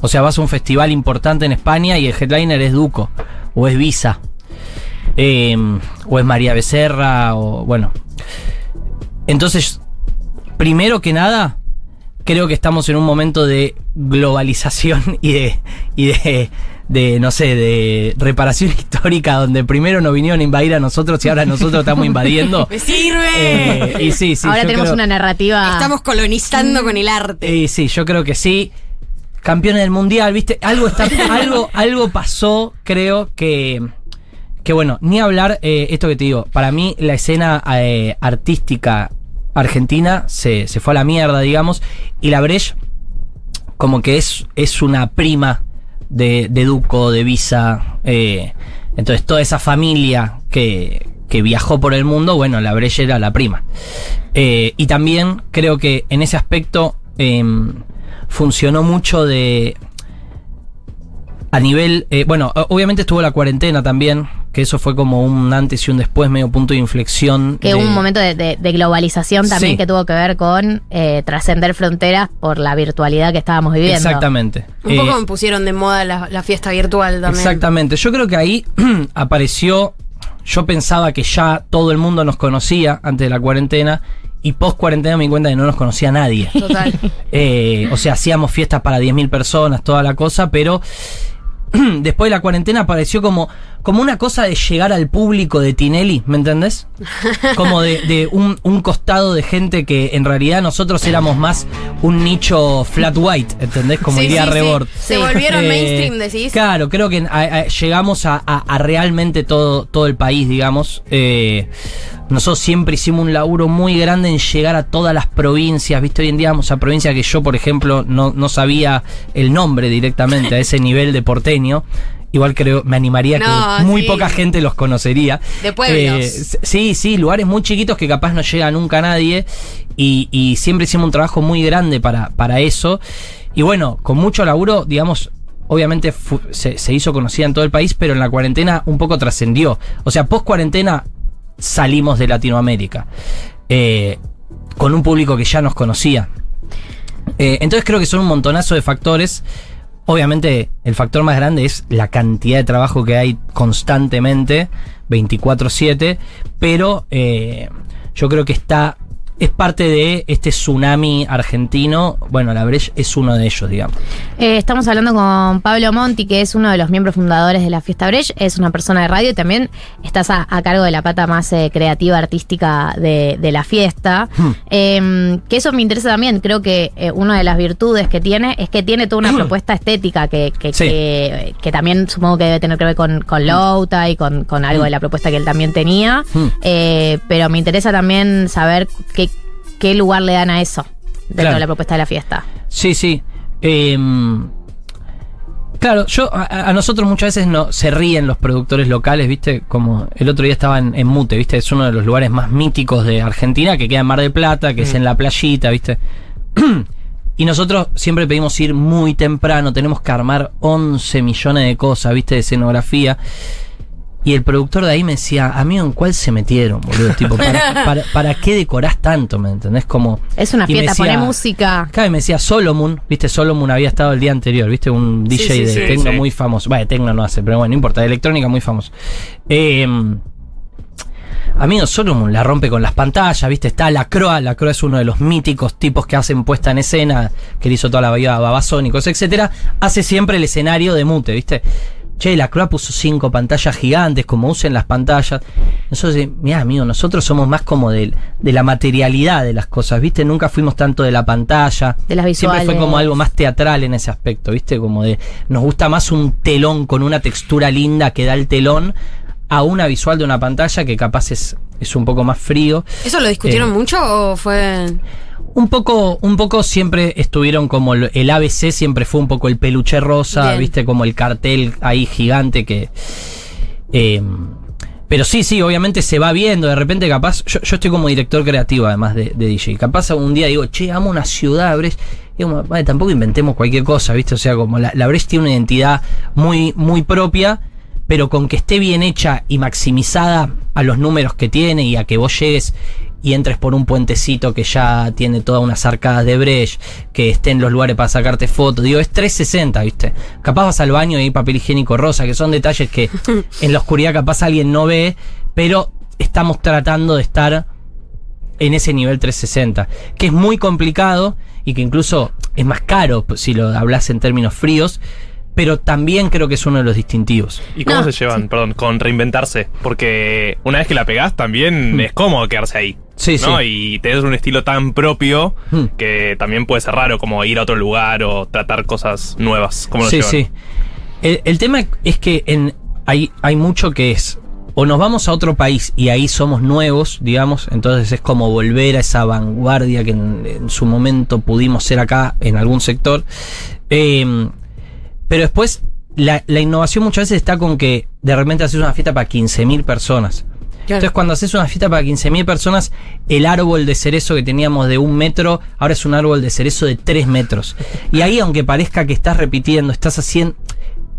Speaker 17: O sea, vas a un festival importante en España y el headliner es Duco, o es Visa, eh, o es María Becerra, o bueno. Entonces, primero que nada, creo que estamos en un momento de globalización y de, eh, y de, de, no sé, de reparación histórica, donde primero nos vinieron a invadir a nosotros y ahora nosotros estamos invadiendo.
Speaker 1: ¡Me sirve!
Speaker 17: Eh, y sí, sí,
Speaker 3: Ahora
Speaker 17: yo
Speaker 3: tenemos
Speaker 17: creo-
Speaker 3: una narrativa.
Speaker 1: Estamos colonizando con el arte.
Speaker 17: Y sí, yo creo que sí. Campeones del mundial, ¿viste? Algo está, algo, algo pasó, creo que. Que bueno, ni hablar, eh, esto que te digo, para mí la escena eh, artística argentina se, se fue a la mierda, digamos, y la Breche como que es, es una prima de, de Duco, de Visa. eh, entonces toda esa familia que, que viajó por el mundo, bueno, la Breche era la prima. Eh, y también creo que en ese aspecto em, funcionó mucho de... A nivel, eh, bueno, o- obviamente estuvo la cuarentena también, que eso fue como un antes y un después, medio punto de inflexión.
Speaker 3: Que
Speaker 17: de-
Speaker 3: hubo un momento de, de- de globalización también
Speaker 17: Sí.
Speaker 3: que tuvo que ver con eh, trascender fronteras por la virtualidad que estábamos viviendo.
Speaker 17: Exactamente.
Speaker 1: Un poco
Speaker 17: Eh,
Speaker 1: me pusieron de moda la, la fiesta virtual también.
Speaker 17: Exactamente. Yo creo que ahí apareció. Yo pensaba que ya todo el mundo nos conocía antes de la cuarentena. Y post cuarentena me di cuenta que no nos conocía nadie.
Speaker 1: Total.
Speaker 17: Eh, o sea, hacíamos fiestas para 10.000 personas, toda la cosa, pero después de la cuarentena apareció como, como una cosa de llegar al público de Tinelli, ¿me entendés? Como de, de un, un costado de gente que en realidad nosotros éramos más un nicho flat white, ¿entendés? Como
Speaker 1: Sí,
Speaker 17: diría
Speaker 1: sí, sí.
Speaker 17: Rebord. Eh,
Speaker 1: Se volvieron mainstream, decís.
Speaker 17: Claro, creo que a- a- llegamos a, a- a realmente todo, todo el país, digamos. Eh, nosotros siempre hicimos un laburo muy grande en llegar a todas las provincias, ¿viste? Hoy en día vamos a provincias que yo, por ejemplo, no, no sabía el nombre directamente, a ese nivel de porteño. Igual creo, me animaría que
Speaker 1: No,
Speaker 17: muy
Speaker 1: sí.
Speaker 17: poca gente los conocería. Eh,
Speaker 1: De pueblos.
Speaker 17: s- sí, sí, lugares muy chiquitos que capaz no llega nunca nadie. Y, y siempre hicimos un trabajo muy grande para, para eso. Y bueno, con mucho laburo, digamos, obviamente fu- se, se hizo conocida en todo el país, pero en la cuarentena un poco trascendió. O sea, post cuarentena salimos de Latinoamérica. eh, con un público que ya nos conocía. Eh, entonces creo que son un montonazo de factores. Obviamente el factor más grande es la cantidad de trabajo que hay constantemente, 24/7, pero eh, yo creo que está... Es parte de este tsunami argentino. Bueno, la Breche es uno de ellos, digamos.
Speaker 3: Eh, estamos hablando con Pablo Monti, que es uno de los miembros fundadores de la Fiesta Brecht, es una persona de radio y también estás a, a cargo de la pata más eh, creativa, artística de, de la fiesta. Eh, que eso me interesa también, creo que eh, una de las virtudes que tiene es que tiene toda una propuesta estética que, que,
Speaker 7: Sí.
Speaker 3: que- que también supongo que debe tener que ver con, con Louta y con, con algo de la propuesta que él también tenía.
Speaker 7: Mm.
Speaker 3: Eh, pero me interesa también saber qué, qué lugar le dan a eso dentro
Speaker 17: Claro.
Speaker 3: de la propuesta de la fiesta.
Speaker 17: Sí, sí. Em, claro, yo a, a nosotros muchas veces no, se ríen los productores locales, ¿viste? Como el otro día estaba en, en Mute, ¿viste? Es uno de los lugares más míticos de Argentina, que queda en Mar del Plata, que es en la playita, ¿viste? Y nosotros siempre pedimos ir muy temprano, tenemos que armar 11 millones de cosas, ¿viste? De escenografía. Y el productor de ahí me decía, amigo, ¿en cuál se metieron, boludo? Tipo, ¿para, para, para qué decorás tanto, me entendés? Como...
Speaker 3: Es una
Speaker 17: y me
Speaker 3: fiesta,
Speaker 17: decía,
Speaker 3: pone música.
Speaker 17: Claro, y me decía Solomon, viste, Solomon había estado el día anterior, viste, un
Speaker 3: Sí,
Speaker 17: DJ
Speaker 3: sí,
Speaker 17: de
Speaker 3: sí,
Speaker 17: tecno
Speaker 3: sí.
Speaker 17: muy famoso. Vaya, tecno no hace, pero bueno, no importa, de electrónica muy famoso. Eh, amigo, Solomon la rompe con las pantallas, viste, está la Croa, la Croa es uno de los míticos tipos que hacen puesta en escena, que le hizo toda la bahía a Babasónicos, etcétera, hace siempre el escenario de mute, viste. Che, la Croa puso cinco pantallas gigantes, como usen las pantallas. Nosotros, mira, amigo, nosotros somos más como del- de, la materialidad de las cosas, ¿viste? Nunca fuimos tanto de la pantalla.
Speaker 3: De las
Speaker 17: Siempre
Speaker 3: visuales.
Speaker 17: fue como algo más teatral en ese aspecto, ¿viste? Como de. Nos gusta más un telón con una textura linda que da el telón a una visual de una pantalla que capaz es, es un poco más frío.
Speaker 1: ¿Eso lo discutieron
Speaker 17: Eh,
Speaker 1: mucho o fue.?
Speaker 17: un poco, un poco siempre estuvieron como el, el ABC, siempre fue un poco el peluche rosa,
Speaker 1: Bien.
Speaker 17: viste, como el cartel ahí gigante que. eh, pero sí, sí, obviamente se va viendo, de repente capaz, yo, yo estoy como director creativo además de, de DJ, capaz un día digo, che, amo una ciudad, Brecht, Y como, "Vale, tampoco inventemos cualquier cosa, ¿viste? O sea, como la, la Brecht tiene una identidad muy, muy propia, pero con que esté bien hecha y maximizada a los números que tiene y a que vos llegues y entres por un puentecito que ya tiene todas unas arcadas de Brecht, que esté en los lugares para sacarte fotos. Digo, es 360, ¿viste? Capaz vas al baño y hay papel higiénico rosa, que son detalles que en la oscuridad capaz alguien no ve, pero estamos tratando de estar en ese nivel 360, que es muy complicado y que incluso es más caro si lo hablas en términos fríos, pero también creo que es uno de los distintivos.
Speaker 4: ¿Y cómo se llevan, perdón, con reinventarse? Porque una vez que la pegás también es cómodo quedarse ahí.
Speaker 17: Hmm. Sí,
Speaker 4: ¿no?
Speaker 17: sí.
Speaker 4: Y tenés un estilo tan propio
Speaker 17: Mm.
Speaker 4: que también puede ser raro como ir a otro lugar o tratar cosas nuevas. ¿Cómo lo
Speaker 17: sí,
Speaker 4: llevan?
Speaker 17: sí. El, el tema es que en, hay, hay mucho que es. O nos vamos a otro país y ahí somos nuevos, digamos, entonces es como volver a esa vanguardia que en, en su momento pudimos ser acá en algún sector. Eh, pero después, la, la innovación muchas veces está con que de repente haces una fiesta para 15.000 personas. Entonces, cuando haces una fiesta para 15.000 personas, el árbol de cerezo que teníamos de un metro, ahora es un árbol de cerezo de tres metros. Y ahí, aunque parezca que estás repitiendo, estás haciendo.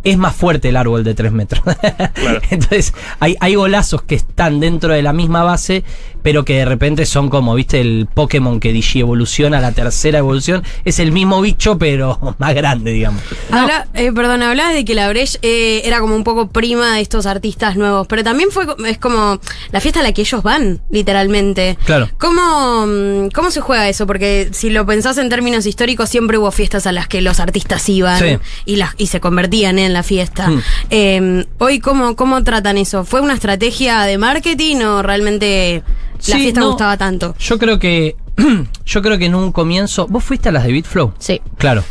Speaker 17: Es más fuerte el árbol de tres metros. Entonces, hay, hay golazos que están dentro de la misma base, pero que de repente son como, viste, el Pokémon que Digi evoluciona, la tercera evolución. Es el mismo bicho, pero más grande, digamos.
Speaker 1: Habla- eh, perdón, hablabas de que la Breche eh, era como un poco prima de estos artistas nuevos, pero también fue co- es como la fiesta a la que ellos van, literalmente.
Speaker 17: Claro.
Speaker 1: ¿Cómo, mm, ¿Cómo se juega eso? Porque si lo pensás en términos históricos, siempre hubo fiestas a las que los artistas iban
Speaker 17: Sí.
Speaker 1: y, las, y se convertían en la fiesta.
Speaker 17: Mm.
Speaker 1: Eh, Hoy, cómo, ¿cómo tratan eso? ¿Fue una estrategia de marketing o realmente la
Speaker 17: Sí,
Speaker 1: fiesta
Speaker 17: no.
Speaker 1: gustaba tanto?
Speaker 17: Yo creo que. Yo creo que en un comienzo. ¿Vos fuiste a las de Bitflow?
Speaker 3: Sí.
Speaker 17: Claro.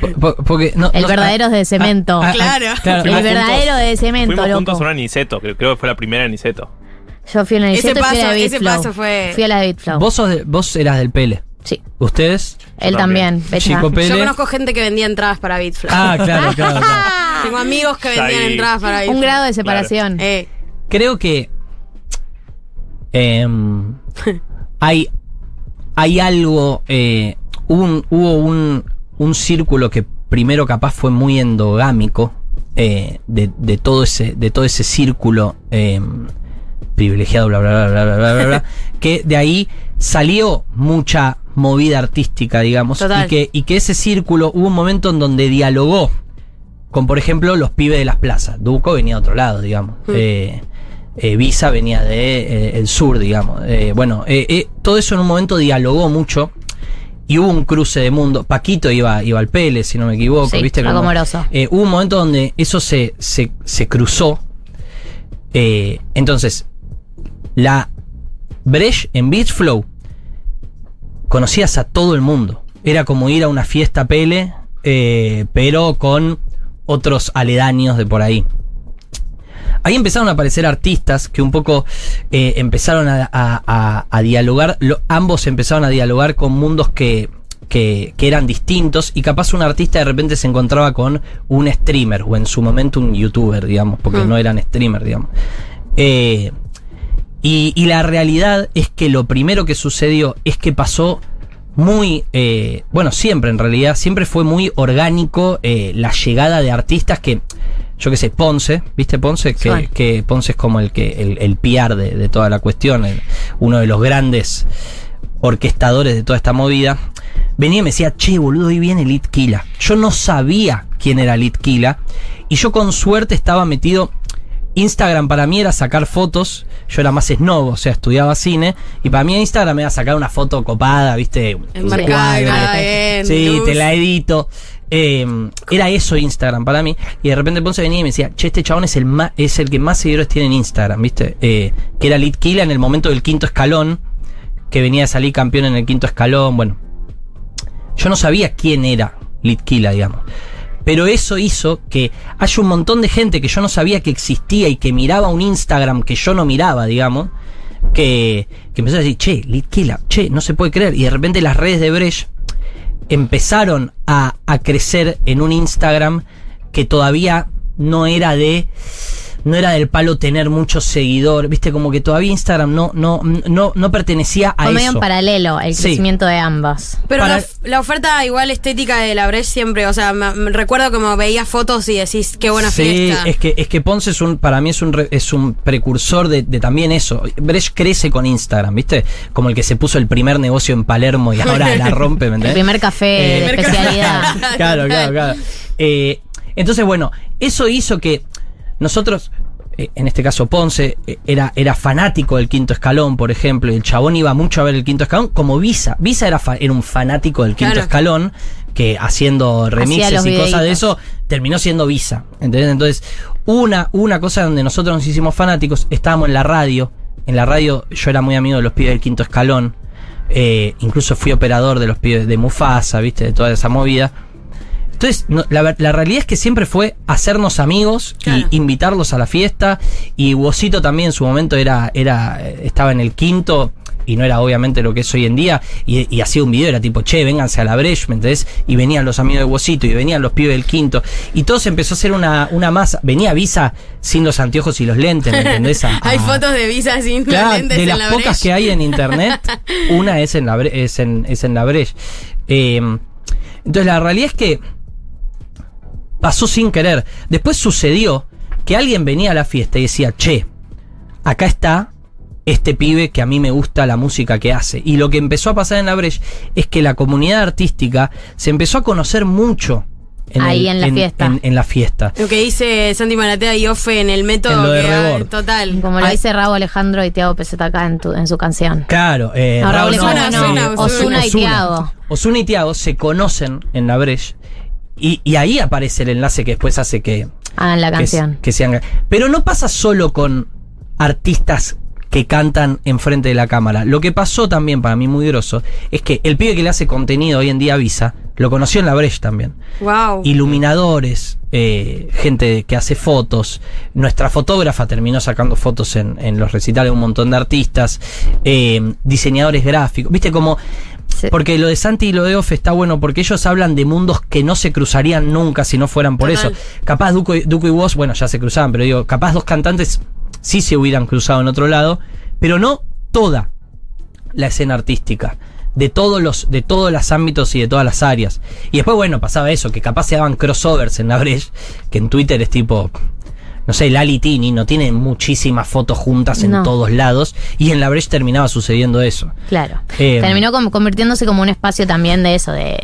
Speaker 17: Po- po- porque no-
Speaker 3: El
Speaker 17: no-
Speaker 3: verdadero
Speaker 17: ah,
Speaker 3: es de cemento.
Speaker 17: ah, ah, claro.
Speaker 3: El
Speaker 4: Fuimos
Speaker 3: verdadero
Speaker 4: juntos-
Speaker 3: de cemento,
Speaker 4: Fuimos juntos a
Speaker 3: loco.
Speaker 4: una Niceto, creo, creo que fue la primera de Niceto.
Speaker 3: Yo fui a la
Speaker 1: Ese
Speaker 3: Niceto y fui a la
Speaker 1: paso-
Speaker 3: de
Speaker 1: ese
Speaker 3: Bitflow.
Speaker 1: paso fue-
Speaker 3: Fui a la de Bitflow.
Speaker 17: Vos, sos de- vos eras del Pele.
Speaker 3: Sí.
Speaker 17: ¿Ustedes?
Speaker 3: Él Yo también, también. Becha.
Speaker 17: Chico Pele.
Speaker 1: Yo conozco gente que vendía entradas para Bitflow.
Speaker 17: Ah, claro, claro, claro.
Speaker 1: Tengo amigos que
Speaker 17: Está
Speaker 1: vendían
Speaker 17: ahí.
Speaker 1: entradas para
Speaker 3: Un
Speaker 1: Bitflow.
Speaker 3: grado de separación.
Speaker 1: Eh,
Speaker 17: Creo que. em, hay. Hay algo. eh, hubo un, hubo un, un círculo que primero capaz fue muy endogámico. eh, de, de todo ese, de todo ese círculo. em, privilegiado, bla, bla, bla, bla, bla, bla, bla, bla, que de ahí salió mucha movida artística, digamos,
Speaker 1: Total.
Speaker 17: y que, y que ese círculo hubo un momento en donde dialogó con, por ejemplo, los pibes de las plazas. Duco venía de otro lado, digamos. Eh, eh, Visa venía de eh, el sur, digamos. Eh, bueno, eh, eh, todo eso en un momento dialogó mucho. Y hubo un cruce de mundo. Paquito iba, iba al Pele, si no me equivoco.
Speaker 3: Sí,
Speaker 17: ¿viste?
Speaker 3: Paco Moroso.
Speaker 17: eh, hubo un momento donde eso se, se, se cruzó. Eh, entonces, la Bresh en Beach Flow conocías a todo el mundo. Era como ir a una fiesta pele, eh, pero con otros aledaños de por ahí. Ahí empezaron a aparecer artistas que un poco eh, empezaron a, a- a- a dialogar, lo- ambos empezaron a dialogar con mundos que, que- que eran distintos y capaz un artista de repente se encontraba con un streamer o en su momento un youtuber, digamos, porque
Speaker 7: Mm.
Speaker 17: no eran streamer, digamos. Eh, y, y la realidad es que lo primero que sucedió es que pasó muy, eh, bueno, siempre en realidad, siempre fue muy orgánico eh, la llegada de artistas que, yo qué sé, Ponce, ¿viste Ponce? Que,
Speaker 7: Sí.
Speaker 17: que Ponce es como el, que, el, el PR de, de toda la cuestión, el- uno de los grandes orquestadores de toda esta movida. Venía y me decía, che, boludo, hoy viene Litquila. Yo no sabía quién era Litquila. Y yo con suerte estaba metido. Instagram para mí era sacar fotos. Yo era más snob, o sea, estudiaba cine. Y para mí Instagram era sacar una foto copada, ¿viste? Un
Speaker 1: Enmarcada,
Speaker 17: cuadro.
Speaker 1: bien,
Speaker 17: Sí,
Speaker 1: luz.
Speaker 17: te la edito. Eh, era eso Instagram para mí. Y de repente Ponce venía y me decía, che, este chabón es el, ma- es el que más seguidores tiene en Instagram, ¿viste? Eh, que era Litquila en el momento del quinto escalón. Que venía a salir campeón en el quinto escalón. Bueno, yo no sabía quién era Litquila, digamos. Pero eso hizo que haya un montón de gente que yo no sabía que existía y que miraba un Instagram que yo no miraba, digamos, que, que empezó a decir, che, Litquila, che, no se puede creer. Y de repente las redes de Brecht empezaron a, a crecer en un Instagram que todavía no era de no era del palo tener muchos seguidores, viste, como que todavía Instagram no no no no pertenecía a
Speaker 3: Fue medio
Speaker 17: eso.
Speaker 3: en paralelo el
Speaker 17: Sí.
Speaker 3: crecimiento de ambas.
Speaker 1: Pero la, of- la oferta igual estética de la Breche siempre, o sea, me, me recuerdo como veías fotos y decís, qué buena
Speaker 17: sí,
Speaker 1: fiesta.
Speaker 17: es que, es que Ponce es un, para mí es un, re- es un precursor de, de también eso. Brecht crece con Instagram, ¿viste? Como el que se puso el primer negocio en Palermo y ahora la rompe, ¿me
Speaker 3: El
Speaker 17: entendés?
Speaker 3: primer café
Speaker 17: Eh,
Speaker 3: de especialidad.
Speaker 17: claro, claro, claro. Eh, entonces, bueno, eso hizo que nosotros eh, en este caso Ponce, eh, era, era fanático del quinto escalón, por ejemplo, y el chabón iba mucho a ver el quinto escalón, como Visa. Visa era, fa- era un fanático del quinto
Speaker 3: Claro.
Speaker 17: escalón, que haciendo remixes y
Speaker 3: los
Speaker 17: cosas de
Speaker 3: videitos.
Speaker 17: eso, terminó siendo Visa. ¿entendés? Entonces, una, una cosa donde nosotros nos hicimos fanáticos, estábamos en la radio. En la radio yo era muy amigo de los pibes del quinto escalón. eh, incluso fui operador de los pibes de Mufasa, ¿viste? De toda esa movida. Entonces, no, la, ver- la realidad es que siempre fue hacernos amigos y invitarlos a la fiesta. Y Wosito también en su momento era, era, eh, estaba en el quinto y no era obviamente lo que es hoy en día. Y, y hacía un video, era tipo, che, vénganse a la Breche, ¿me entendés? Y venían los amigos de Wosito y venían los pibes del quinto. Y todo se empezó a hacer una, una masa. Venía Visa sin los anteojos y los lentes, ¿me entendés? A-
Speaker 1: Hay
Speaker 17: a-
Speaker 1: fotos de Visa sin
Speaker 17: Claro,
Speaker 1: lentes
Speaker 17: de
Speaker 1: en
Speaker 17: las
Speaker 1: la
Speaker 17: pocas
Speaker 1: brecha.
Speaker 17: que hay en internet, una es en la Bre- es en, es en la Breche. Eh, entonces la realidad es que pasó sin querer. Después sucedió que alguien venía a la fiesta y decía, che, acá está este pibe que a mí me gusta la música que hace. Y lo que empezó a pasar en la Breche es que la comunidad artística se empezó a conocer mucho.
Speaker 1: Ahí en la fiesta.
Speaker 17: en- en la fiesta.
Speaker 1: Lo que dice Santi Maratea y Ofe en el método.
Speaker 17: En lo de
Speaker 1: que, ah,
Speaker 17: Rebord.
Speaker 1: total.
Speaker 3: Como lo dice Raúl Alejandro y Tiago acá en, tu- en su canción.
Speaker 17: Claro, eh,
Speaker 3: No, Raúl
Speaker 17: Raúl no,
Speaker 3: Ozuna no,
Speaker 17: eh,
Speaker 3: Ozuna y
Speaker 17: Ozuna.
Speaker 3: Thiago.
Speaker 17: Ozuna y Tiago se conocen en la Breche y, y ahí aparece el enlace que después hace que,
Speaker 3: Hagan la
Speaker 17: que s-
Speaker 3: canción.
Speaker 17: Que, sean. Pero no pasa solo con artistas que cantan enfrente de la cámara. Lo que pasó también, para mí muy grosso, es que el pibe que le hace contenido hoy en día a Visa, lo conoció en la Breche también.
Speaker 1: Wow.
Speaker 17: Iluminadores, eh, gente que hace fotos. Nuestra fotógrafa terminó sacando fotos en, en los recitales de un montón de artistas. eh, diseñadores gráficos. Viste como.
Speaker 3: Este,
Speaker 17: Porque lo de Santi y lo de Ofe está bueno porque ellos hablan de mundos que no se cruzarían nunca si no fueran por
Speaker 1: Total.
Speaker 17: eso. Capaz Duco y, Duco y vos, bueno, ya se cruzaban, pero digo, capaz dos cantantes sí se hubieran cruzado en otro lado, pero no toda la escena artística. De todos los, de todos los ámbitos y de todas las áreas. Y después, bueno, pasaba eso, que capaz se daban crossovers en la Breche, que en Twitter es tipo. No sé, Lali y Tini no tienen muchísimas fotos juntas en
Speaker 3: No.
Speaker 17: todos lados. Y en la Breche terminaba sucediendo eso.
Speaker 3: Claro.
Speaker 17: Eh,
Speaker 3: Terminó como convirtiéndose como un espacio también de eso, de.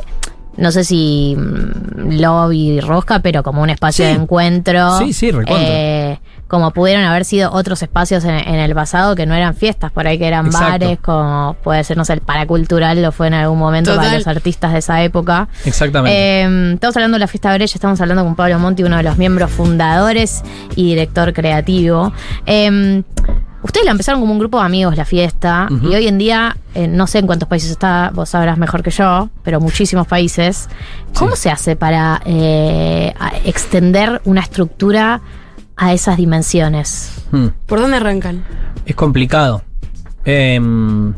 Speaker 3: No sé si mm, lobby y rosca, pero como un espacio
Speaker 17: Sí.
Speaker 3: de encuentro.
Speaker 17: Sí, sí, recontra.
Speaker 3: Eh, como pudieron haber sido otros espacios en, en el pasado que no eran fiestas, por ahí que eran
Speaker 17: Exacto.
Speaker 3: bares, como puede ser, no sé, el paracultural lo fue en algún momento para
Speaker 17: Total.
Speaker 3: los artistas de esa época.
Speaker 17: Exactamente.
Speaker 3: Eh, estamos hablando de la fiesta Brecha, estamos hablando con Pablo Monti, uno de los miembros fundadores y director creativo. Eh, ustedes la empezaron como un grupo de amigos la fiesta
Speaker 7: Ujú.
Speaker 3: y hoy en día, eh, no sé en cuántos países está, vos sabrás mejor que yo, pero muchísimos países. ¿Cómo se hace para eh, a- extender una estructura a esas dimensiones?
Speaker 17: hmm.
Speaker 1: ¿Por dónde arrancan?
Speaker 17: Es complicado. Em,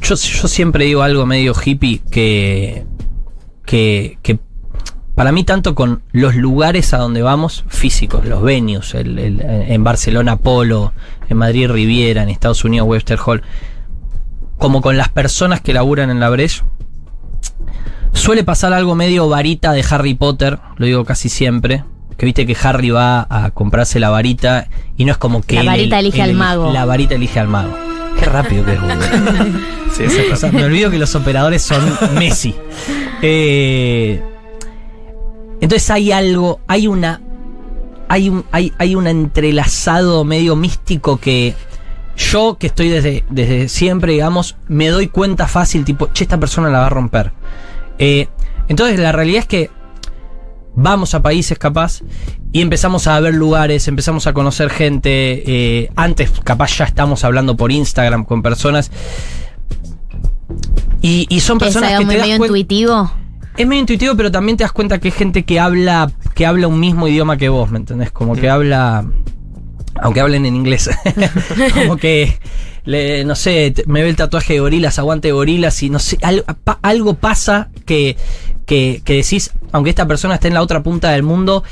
Speaker 17: yo, yo siempre digo algo medio hippie que, que, que para mí tanto con los lugares a donde vamos físicos, los venues, el- el- en Barcelona Polo, en Madrid Riviera, en Estados Unidos Webster Hall, como con las personas que laburan en la Breche, suele pasar algo medio varita de Harry Potter, lo digo casi siempre. Que viste que Harry va a comprarse la varita y no es como que.
Speaker 3: La
Speaker 17: él-
Speaker 3: varita
Speaker 17: él-
Speaker 3: elige al
Speaker 17: él-
Speaker 3: mago.
Speaker 17: La varita elige al mago. Qué rápido que es, boludo. O sea, me olvido que los operadores son Messi. Eh, entonces hay algo, hay una. Hay un, hay, hay un entrelazado medio místico que yo, que estoy desde, desde siempre, digamos, me doy cuenta fácil, tipo, che, esta persona la va a romper. Eh, entonces la realidad es que vamos a países capaz y empezamos a ver lugares, empezamos a conocer gente. eh, antes capaz ya estamos hablando por Instagram con personas. Y, y son
Speaker 3: ¿Es
Speaker 17: personas
Speaker 3: algo
Speaker 17: que
Speaker 3: muy-
Speaker 17: te das
Speaker 3: medio
Speaker 17: cuen-
Speaker 3: intuitivo?
Speaker 17: Es medio intuitivo, pero también te das cuenta que es gente que habla, que habla un mismo idioma que vos, ¿me entendés? Como que habla. Aunque hablen en inglés. como que. le- no sé, te- me ve el tatuaje de gorilas, aguante de gorilas y no sé. al- pa- algo pasa que, que, que decís, aunque esta persona esté en la otra punta del mundo,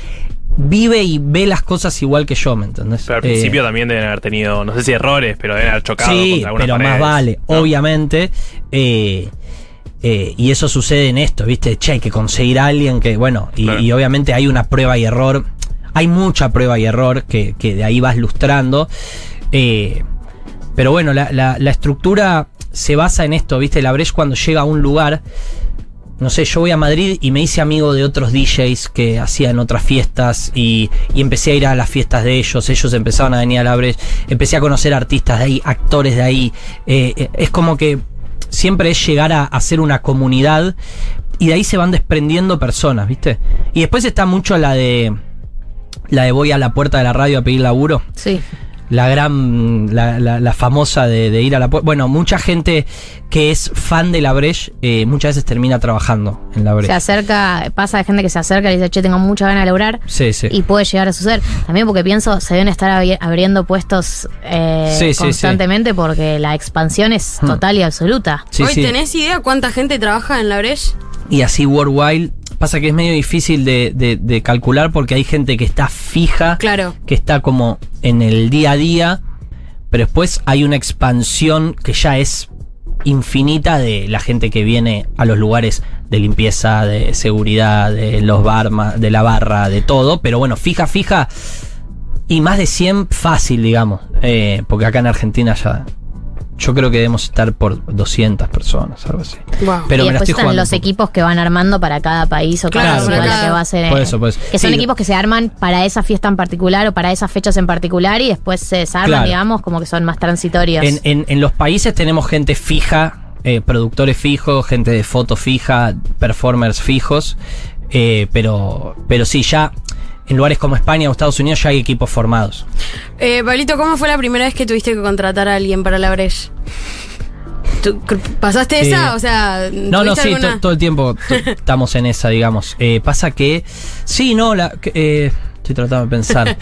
Speaker 17: vive y ve las cosas igual que yo, ¿me entendés?
Speaker 4: Pero al
Speaker 17: Eh,
Speaker 4: principio también deben haber tenido, no sé si errores, pero deben haber chocado
Speaker 17: Sí,
Speaker 4: contra alguna
Speaker 17: pero más vale, obviamente. eh, eh, y eso sucede en esto, ¿viste? Che, hay que conseguir a alguien que, bueno, y, y obviamente hay una prueba y error. Hay mucha prueba y error que, que de ahí vas lustrando. eh, pero bueno, la, la- la estructura se basa en esto, ¿viste? La Breche cuando llega a un lugar no sé, yo voy a Madrid y me hice amigo de otros DJs que hacían otras fiestas y, y empecé a ir a las fiestas de ellos, ellos empezaron a venir a la Breche, empecé a conocer artistas de ahí, actores de ahí, eh, eh, es como que siempre es llegar a hacer una comunidad y de ahí se van desprendiendo personas, ¿viste? Y después está mucho la de la de voy a la puerta de la radio a pedir laburo.
Speaker 3: Sí.
Speaker 17: La gran, la, la- la famosa de, de ir a la puerta. Bueno, mucha gente que es fan de la Breche eh, muchas veces termina trabajando en la
Speaker 3: Se
Speaker 17: Breche.
Speaker 3: acerca, pasa de gente que se acerca y dice, che, tengo mucha ganas de laburar.
Speaker 17: Sí, sí.
Speaker 3: Y puede llegar a suceder. También porque pienso, se deben estar abri- abriendo puestos eh,
Speaker 17: Sí, Hmm. sí, sí.
Speaker 3: constantemente porque la expansión es total y absoluta.
Speaker 17: Sí,
Speaker 1: Hoy,
Speaker 17: sí.
Speaker 1: ¿tenés idea cuánta gente trabaja en la Breche?
Speaker 17: y así Worldwide. Pasa que es medio difícil de, de- de calcular porque hay gente que está fija,
Speaker 1: Claro.
Speaker 17: que está como en el día a día, pero después hay una expansión que ya es infinita de la gente que viene a los lugares de limpieza, de seguridad, de los barma, de la barra, de todo, pero bueno, fija, fija, y más de 100 fácil, digamos, eh, porque acá en Argentina ya... Yo creo que debemos estar por 200 personas, algo así. Pero me
Speaker 3: y
Speaker 17: la
Speaker 3: después
Speaker 17: estoy
Speaker 3: están
Speaker 17: jugando
Speaker 3: los
Speaker 17: un poco.
Speaker 3: equipos que van armando para cada país o cada
Speaker 17: Claro,
Speaker 3: ciudad
Speaker 17: para
Speaker 3: la
Speaker 17: cada-
Speaker 3: que va a ser.
Speaker 17: por
Speaker 3: eh,
Speaker 17: eso, por eso.
Speaker 3: Que son
Speaker 17: Sí.
Speaker 3: equipos que se arman para esa fiesta en particular o para esas fechas en particular y después se desarman,
Speaker 17: Claro.
Speaker 3: digamos, como que son más transitorios.
Speaker 17: En, en- en los países tenemos gente fija, eh, productores fijos, gente de foto fija, performers fijos, eh, pero, pero sí, ya en lugares como España o Estados Unidos ya hay equipos formados.
Speaker 1: Eh, Pablito, ¿cómo fue la primera vez que tuviste que contratar a alguien para la Breche? ¿Tú cr- ¿Pasaste
Speaker 17: Eh,
Speaker 1: esa? o sea,
Speaker 17: No, no,
Speaker 1: ¿tuviste
Speaker 17: sí,
Speaker 1: alguna-
Speaker 17: to- todo el tiempo to- estamos en esa, digamos. Eh, pasa que, sí, no, la, que, eh, estoy tratando de pensar.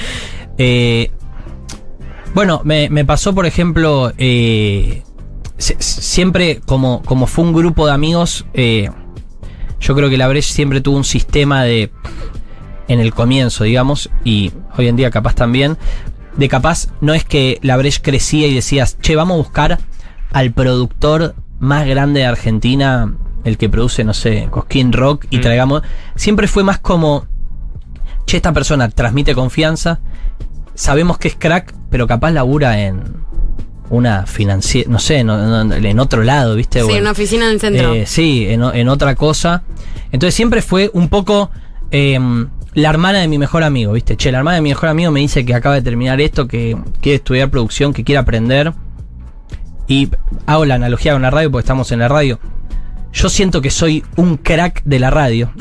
Speaker 17: Eh, bueno, me, me pasó, por ejemplo, eh, se- siempre como, como fue un grupo de amigos, eh, yo creo que la Breche siempre tuvo un sistema de, en el comienzo, digamos, y hoy en día capaz también, de capaz no es que la Breche crecía y decías, che, vamos a buscar al productor más grande de Argentina, el que produce, no sé, Cosquín Rock, y traigamos... Siempre fue más como, che, esta persona transmite confianza, sabemos que es crack, pero capaz labura en una financiera, no sé, no- no- en otro lado, ¿viste?
Speaker 1: Sí,
Speaker 17: O en-
Speaker 1: en una oficina en el centro.
Speaker 17: eh, sí, en, o- en otra cosa. Entonces siempre fue un poco eh, la hermana de mi mejor amigo, ¿viste? Che, la hermana de mi mejor amigo me dice que acaba de terminar esto, que quiere estudiar producción, que quiere aprender. Y hago la analogía con la radio porque estamos en la radio. Yo siento que soy un crack de la radio,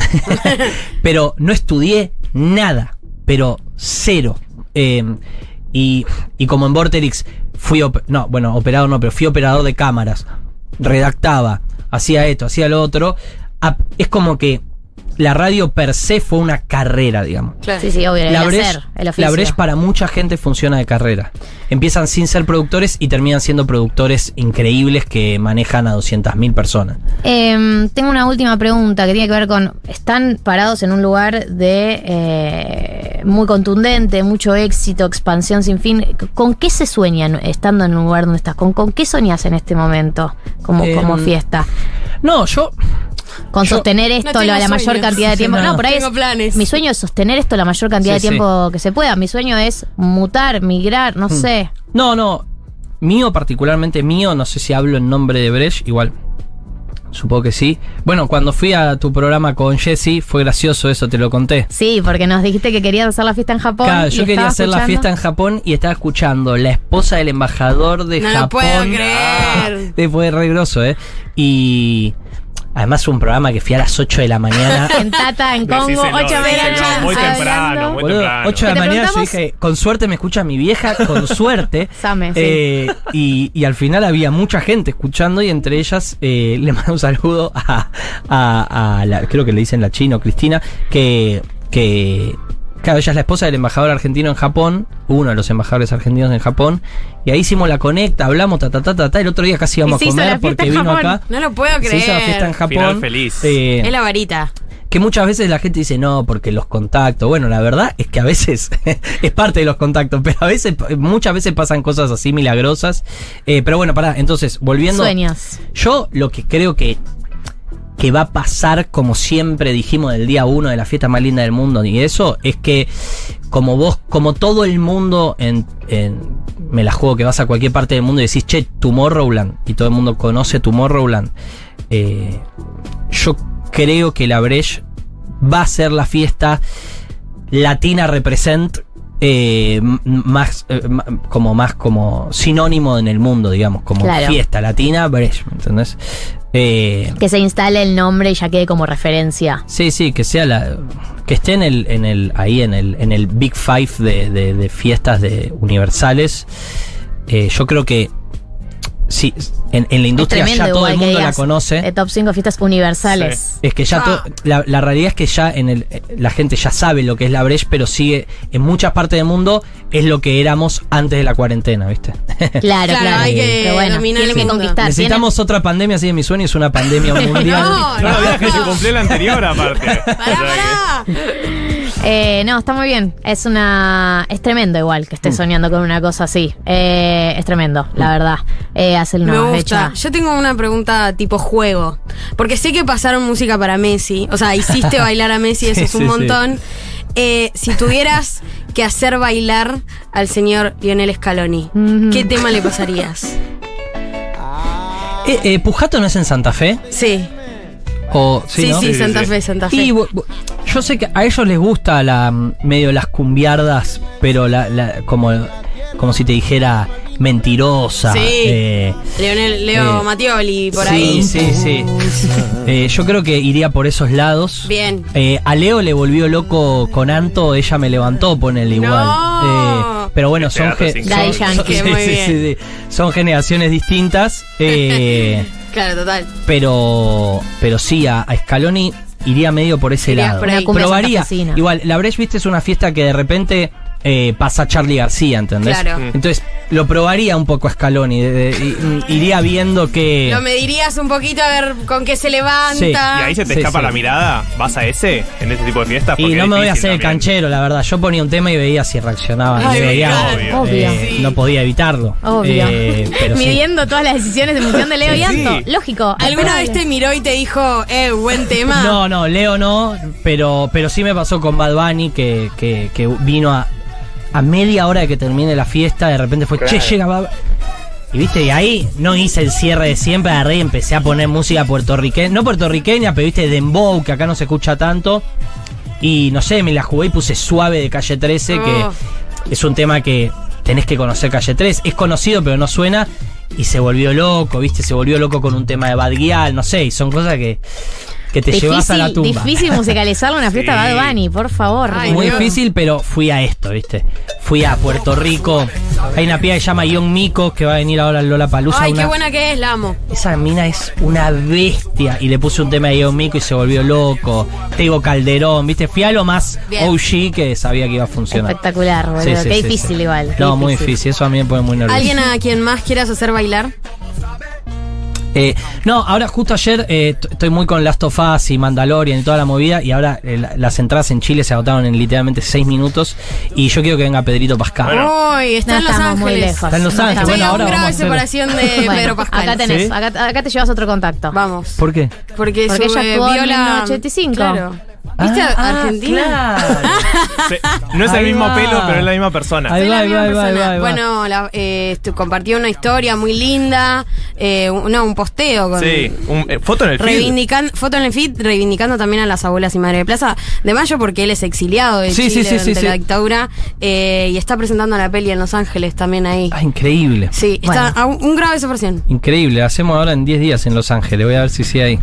Speaker 17: pero no estudié nada, pero cero. Eh, y, y como en Vorterix fui, op- no, bueno, operador no, pero fui operador de cámaras, redactaba, hacía esto, hacía lo otro. Ap- es como que la radio per se fue una carrera, digamos.
Speaker 3: Sí, sí, obvio, el
Speaker 17: Breche-
Speaker 3: hacer, el oficio.
Speaker 17: la Breche para mucha gente funciona de carrera. Empiezan sin ser productores y terminan siendo productores increíbles que manejan a 200.000 personas.
Speaker 3: Em, tengo una última pregunta que tiene que ver con, están parados en un lugar de eh, muy contundente, mucho éxito, expansión sin fin. ¿Con qué se sueñan estando en un lugar donde estás? ¿Con, con qué soñás en este momento como,
Speaker 17: Em,
Speaker 3: como fiesta?
Speaker 17: No, yo...
Speaker 3: Con
Speaker 17: yo-
Speaker 3: sostener esto
Speaker 1: tengo
Speaker 3: la, la mayor
Speaker 1: sueños.
Speaker 3: cantidad de tiempo.
Speaker 17: Sí,
Speaker 3: no,
Speaker 17: no.
Speaker 3: por ahí es- Mi sueño es sostener esto la mayor cantidad
Speaker 17: Sí,
Speaker 3: de tiempo que se pueda. Mi sueño es mutar, migrar, no
Speaker 17: Mm.
Speaker 3: sé.
Speaker 17: No, no. Mío, particularmente mío, no sé si hablo en nombre de Brecht, igual. Supongo que sí. Bueno, cuando fui a tu programa con Jesse, fue gracioso eso, te lo conté.
Speaker 3: Sí, porque nos dijiste que querías hacer la fiesta en Japón.
Speaker 17: Claro,
Speaker 3: y
Speaker 17: yo quería
Speaker 3: estaba
Speaker 17: hacer la
Speaker 3: escuchando-
Speaker 17: fiesta en Japón y estaba escuchando la esposa del embajador de
Speaker 1: No
Speaker 17: Japón.
Speaker 1: lo puedo creer.
Speaker 17: Te fue re groso, ¿eh? Y además un programa que fui a las 8 de la mañana.
Speaker 3: En Tata, en Congo,
Speaker 4: Decíselo,
Speaker 3: 8 de la
Speaker 4: decíselo,
Speaker 3: mañana.
Speaker 4: muy
Speaker 3: hablando.
Speaker 4: temprano, muy
Speaker 17: Boludo,
Speaker 4: temprano.
Speaker 17: 8 de
Speaker 3: Que
Speaker 17: la
Speaker 3: te
Speaker 17: mañana yo
Speaker 3: preguntamos-
Speaker 17: dije, con suerte me escucha mi vieja, con suerte.
Speaker 3: Same, sí.
Speaker 17: Eh, y, y al final había mucha gente escuchando y entre ellas eh, le mando un saludo a, a- a la- creo que le dicen la chino, Cristina, que, que, claro, ella es la esposa del embajador argentino en Japón, uno de los embajadores argentinos en Japón, y ahí hicimos la conecta, hablamos, ta, ta, ta, ta, ta, el otro día casi íbamos
Speaker 1: Y
Speaker 17: a
Speaker 1: se hizo la
Speaker 17: comer
Speaker 1: fiesta
Speaker 17: porque
Speaker 1: en
Speaker 17: vino
Speaker 1: Japón.
Speaker 17: acá.
Speaker 1: No lo puedo creer.
Speaker 17: Se hizo la fiesta en Japón.
Speaker 4: Final feliz.
Speaker 17: Eh,
Speaker 1: Es la varita.
Speaker 17: que muchas veces la gente dice, no, porque los contactos. Bueno, la verdad es que a veces es parte de los contactos, pero a veces, muchas veces pasan cosas así milagrosas. Eh, pero bueno, pará, entonces, volviendo.
Speaker 3: Sueños.
Speaker 17: Yo lo que creo que, que va a pasar, como siempre dijimos del día uno de la fiesta más linda del mundo, y eso, es que como vos, como todo el mundo en, en- me la juego que vas a cualquier parte del mundo y decís, che, Tomorrowland, y todo el mundo conoce Tomorrowland, eh, yo creo que la Breche va a ser la fiesta latina represent eh, m- más eh, ma- como más como sinónimo en el mundo, digamos, como
Speaker 3: Claro.
Speaker 17: fiesta latina Breche, ¿me entendés? Eh,
Speaker 3: Que se instale el nombre y ya quede como referencia.
Speaker 17: Sí, sí, que sea la. que esté en el, en el, ahí en el, en el Big Five de, de- de fiestas de universales. Eh, yo creo que sí, en, en la industria
Speaker 3: Tremendo
Speaker 17: ya todo
Speaker 3: igual
Speaker 17: el
Speaker 3: que
Speaker 17: mundo la
Speaker 3: digas,
Speaker 17: conoce.
Speaker 3: eh, ah. top 5 fiestas universales.
Speaker 17: Es que ya to- la, la realidad es que ya en el, eh, la gente ya sabe lo que es la Breche, pero sigue en muchas partes del mundo es lo que éramos antes de la cuarentena, ¿viste?
Speaker 3: Claro, claro.
Speaker 1: Claro, hay que
Speaker 3: pero bueno,
Speaker 1: dominar
Speaker 3: tienen
Speaker 1: el
Speaker 3: que
Speaker 1: mundo.
Speaker 3: conquistar. tienen-
Speaker 17: Necesitamos otra pandemia, así que mi sueño es una pandemia mundial.
Speaker 3: No,
Speaker 4: No, mira que se cumplió la anterior, aparte. O sea que-
Speaker 3: Eh, no, está muy bien. Es una. Es tremendo igual
Speaker 17: Mm.
Speaker 3: que esté soñando con una cosa así. Eh, es tremendo, la verdad. Eh, hacer una
Speaker 1: Me
Speaker 3: fecha.
Speaker 1: gusta. Yo tengo una pregunta tipo juego. Porque sé que pasaron música para Messi. O sea, hiciste bailar a Messi, eso
Speaker 3: Sí,
Speaker 1: es un
Speaker 3: sí,
Speaker 1: montón. Eh, si tuvieras que hacer bailar al señor Lionel Scaloni, ¿qué tema le pasarías?
Speaker 17: Eh, eh, ¿Pujato no es en Santa Fe?
Speaker 1: Sí.
Speaker 17: O,
Speaker 1: Sí,
Speaker 17: ¿no?
Speaker 1: sí, Sí, sí, Santa Ah, sí. Fe, Santa Fe.
Speaker 17: Y bu- bu- yo sé que a ellos les gusta la mm, medio las cumbiardas, pero la, la- como, como si te dijera mentirosa.
Speaker 1: Sí.
Speaker 17: eh,
Speaker 1: Leonel, Leo
Speaker 17: Eh,
Speaker 1: Mattioli, por
Speaker 17: sí,
Speaker 1: ahí.
Speaker 17: Sí, sí, Eh, yo creo que iría por esos lados.
Speaker 1: Bien.
Speaker 17: Eh, a Leo le volvió loco con Anto, ella me levantó, ponele igual. Eh, pero bueno, son,
Speaker 4: Teatro
Speaker 17: ge-
Speaker 4: sin
Speaker 17: son-
Speaker 4: Daddy
Speaker 17: son-
Speaker 4: Yankee,
Speaker 17: sí,
Speaker 4: muy
Speaker 17: sí,
Speaker 4: bien.
Speaker 17: sí, sí. son generaciones distintas. eh,
Speaker 1: Claro, total.
Speaker 17: pero, pero sí, a, a Scaloni iría medio por ese
Speaker 3: Irías
Speaker 17: lado.
Speaker 3: por ahí. Una cumbia
Speaker 17: Probaría.
Speaker 3: santafesina.
Speaker 17: Igual, la Breche, viste, es una fiesta que de repente eh, pasa Charlie García, ¿entendés?
Speaker 1: Claro. Mm.
Speaker 17: Entonces, lo probaría un poco a Scaloni. de- de- y- y- iría viendo que.
Speaker 1: Lo medirías un poquito a ver con qué se
Speaker 4: Sí. Y
Speaker 1: levanta.
Speaker 4: ahí se te
Speaker 17: Sí,
Speaker 4: escapa
Speaker 17: sí.
Speaker 4: la mirada. ¿Vas a ese? ¿En ese tipo de fiestas?
Speaker 17: Y
Speaker 4: Porque
Speaker 17: no
Speaker 4: es
Speaker 17: me voy a hacer
Speaker 4: difícil
Speaker 17: el canchero, la verdad. Yo ponía un tema y veía si reaccionaba.
Speaker 4: Ay,
Speaker 17: Y veía,
Speaker 4: obvio.
Speaker 3: Obvio.
Speaker 17: eh, No podía evitarlo.
Speaker 3: Obvio.
Speaker 17: Eh, pero sí.
Speaker 3: Midiendo todas las decisiones en función de Leo y
Speaker 17: Sí.
Speaker 3: Anto. Lógico.
Speaker 1: ¿Alguna
Speaker 3: esperable.
Speaker 1: vez te miró y te dijo, eh, buen tema?
Speaker 17: No, no, Leo no, pero, pero sí me pasó con Bad Bunny que, que- que vino a, a media hora de que termine la fiesta, de repente fue, che,
Speaker 18: Claro.
Speaker 17: llega Bad Bunny". Y viste, y ahí no hice el cierre de siempre, agarré y empecé a poner música puertorriqueña, no puertorriqueña, pero viste, Dembow, que acá no se escucha tanto. Y no sé, me la jugué y puse suave de calle 13,
Speaker 18: Oh.
Speaker 17: que es un tema que tenés que conocer calle 13. Es conocido, pero no suena. Y se volvió loco, viste, se volvió loco con un tema de Bad Gyal, no sé, y son cosas que, que te llevas a la tumba.
Speaker 3: difícil musicalizarlo en una fiesta
Speaker 17: Sí.
Speaker 3: de Bad Bunny, por favor.
Speaker 17: Muy
Speaker 3: boludo.
Speaker 17: difícil, pero fui a esto, ¿viste? Fui a Puerto Rico. Hay una piba que se llama Ion Mico que va a venir ahora a Lola Palusa.
Speaker 1: Ay, qué buena que es, la amo.
Speaker 17: Esa mina es una bestia. Y le puse un tema de Ion Mico y se volvió loco. Tego Calderón, ¿viste? Fui a lo más
Speaker 3: Bien.
Speaker 17: OG que sabía que iba a funcionar.
Speaker 3: Espectacular, Ah, boludo.
Speaker 17: Sí, sí,
Speaker 3: Qué
Speaker 17: sí,
Speaker 3: difícil
Speaker 17: sí.
Speaker 3: igual. qué
Speaker 17: No, muy difícil. Eso a mí me pone muy nervioso.
Speaker 1: ¿Alguien a quien más quieras hacer bailar?
Speaker 17: Eh, no, ahora justo ayer eh, t- estoy muy con Last of Us y Mandalorian y toda la movida y ahora eh, la- las entradas en Chile se agotaron en literalmente 6 minutos y yo quiero que venga Pedrito Pascal.
Speaker 1: Uy, está
Speaker 3: No
Speaker 1: en Los
Speaker 3: estamos muy
Speaker 1: Ángeles.
Speaker 3: lejos.
Speaker 17: Está en Los Ángeles,
Speaker 1: Estoy
Speaker 17: bueno,
Speaker 1: a
Speaker 17: ahora
Speaker 1: un grado de
Speaker 17: vamos a hacer-
Speaker 1: separación de
Speaker 3: Bueno,
Speaker 1: Pedro Pascal.
Speaker 3: Acá tenés,
Speaker 17: ¿Sí?
Speaker 3: acá, acá te llevas otro contacto.
Speaker 1: Vamos.
Speaker 17: ¿Por qué?
Speaker 1: Porque,
Speaker 3: Porque
Speaker 1: su,
Speaker 3: ella
Speaker 1: eh,
Speaker 3: actuó en
Speaker 1: viola-
Speaker 3: 1985.
Speaker 1: Claro. ¿Viste a
Speaker 3: Ah,
Speaker 1: Argentina?
Speaker 4: No es el
Speaker 17: Ahí
Speaker 4: mismo
Speaker 17: va.
Speaker 4: pelo, pero es la misma persona.
Speaker 17: Ahí va, ahí va, ahí va, ahí
Speaker 1: persona.
Speaker 17: va, ahí va.
Speaker 1: Bueno, la- eh, tu- compartió una historia muy linda, eh, un, no, un posteo con...
Speaker 4: Sí, un- eh, foto en el feed.
Speaker 1: Reivindicando, foto en el feed, reivindicando también a las abuelas y madre de plaza de mayo porque él es exiliado de
Speaker 17: Sí, sí, sí,
Speaker 1: Chile
Speaker 17: sí,
Speaker 1: durante la
Speaker 17: sí.
Speaker 1: dictadura eh, y está presentando la peli en Los Ángeles también ahí.
Speaker 17: Ah, increíble.
Speaker 1: Sí, está a un, un grado de separación.
Speaker 17: Increíble, la hacemos ahora en 10 días en Los Ángeles. Voy a ver si sí hay.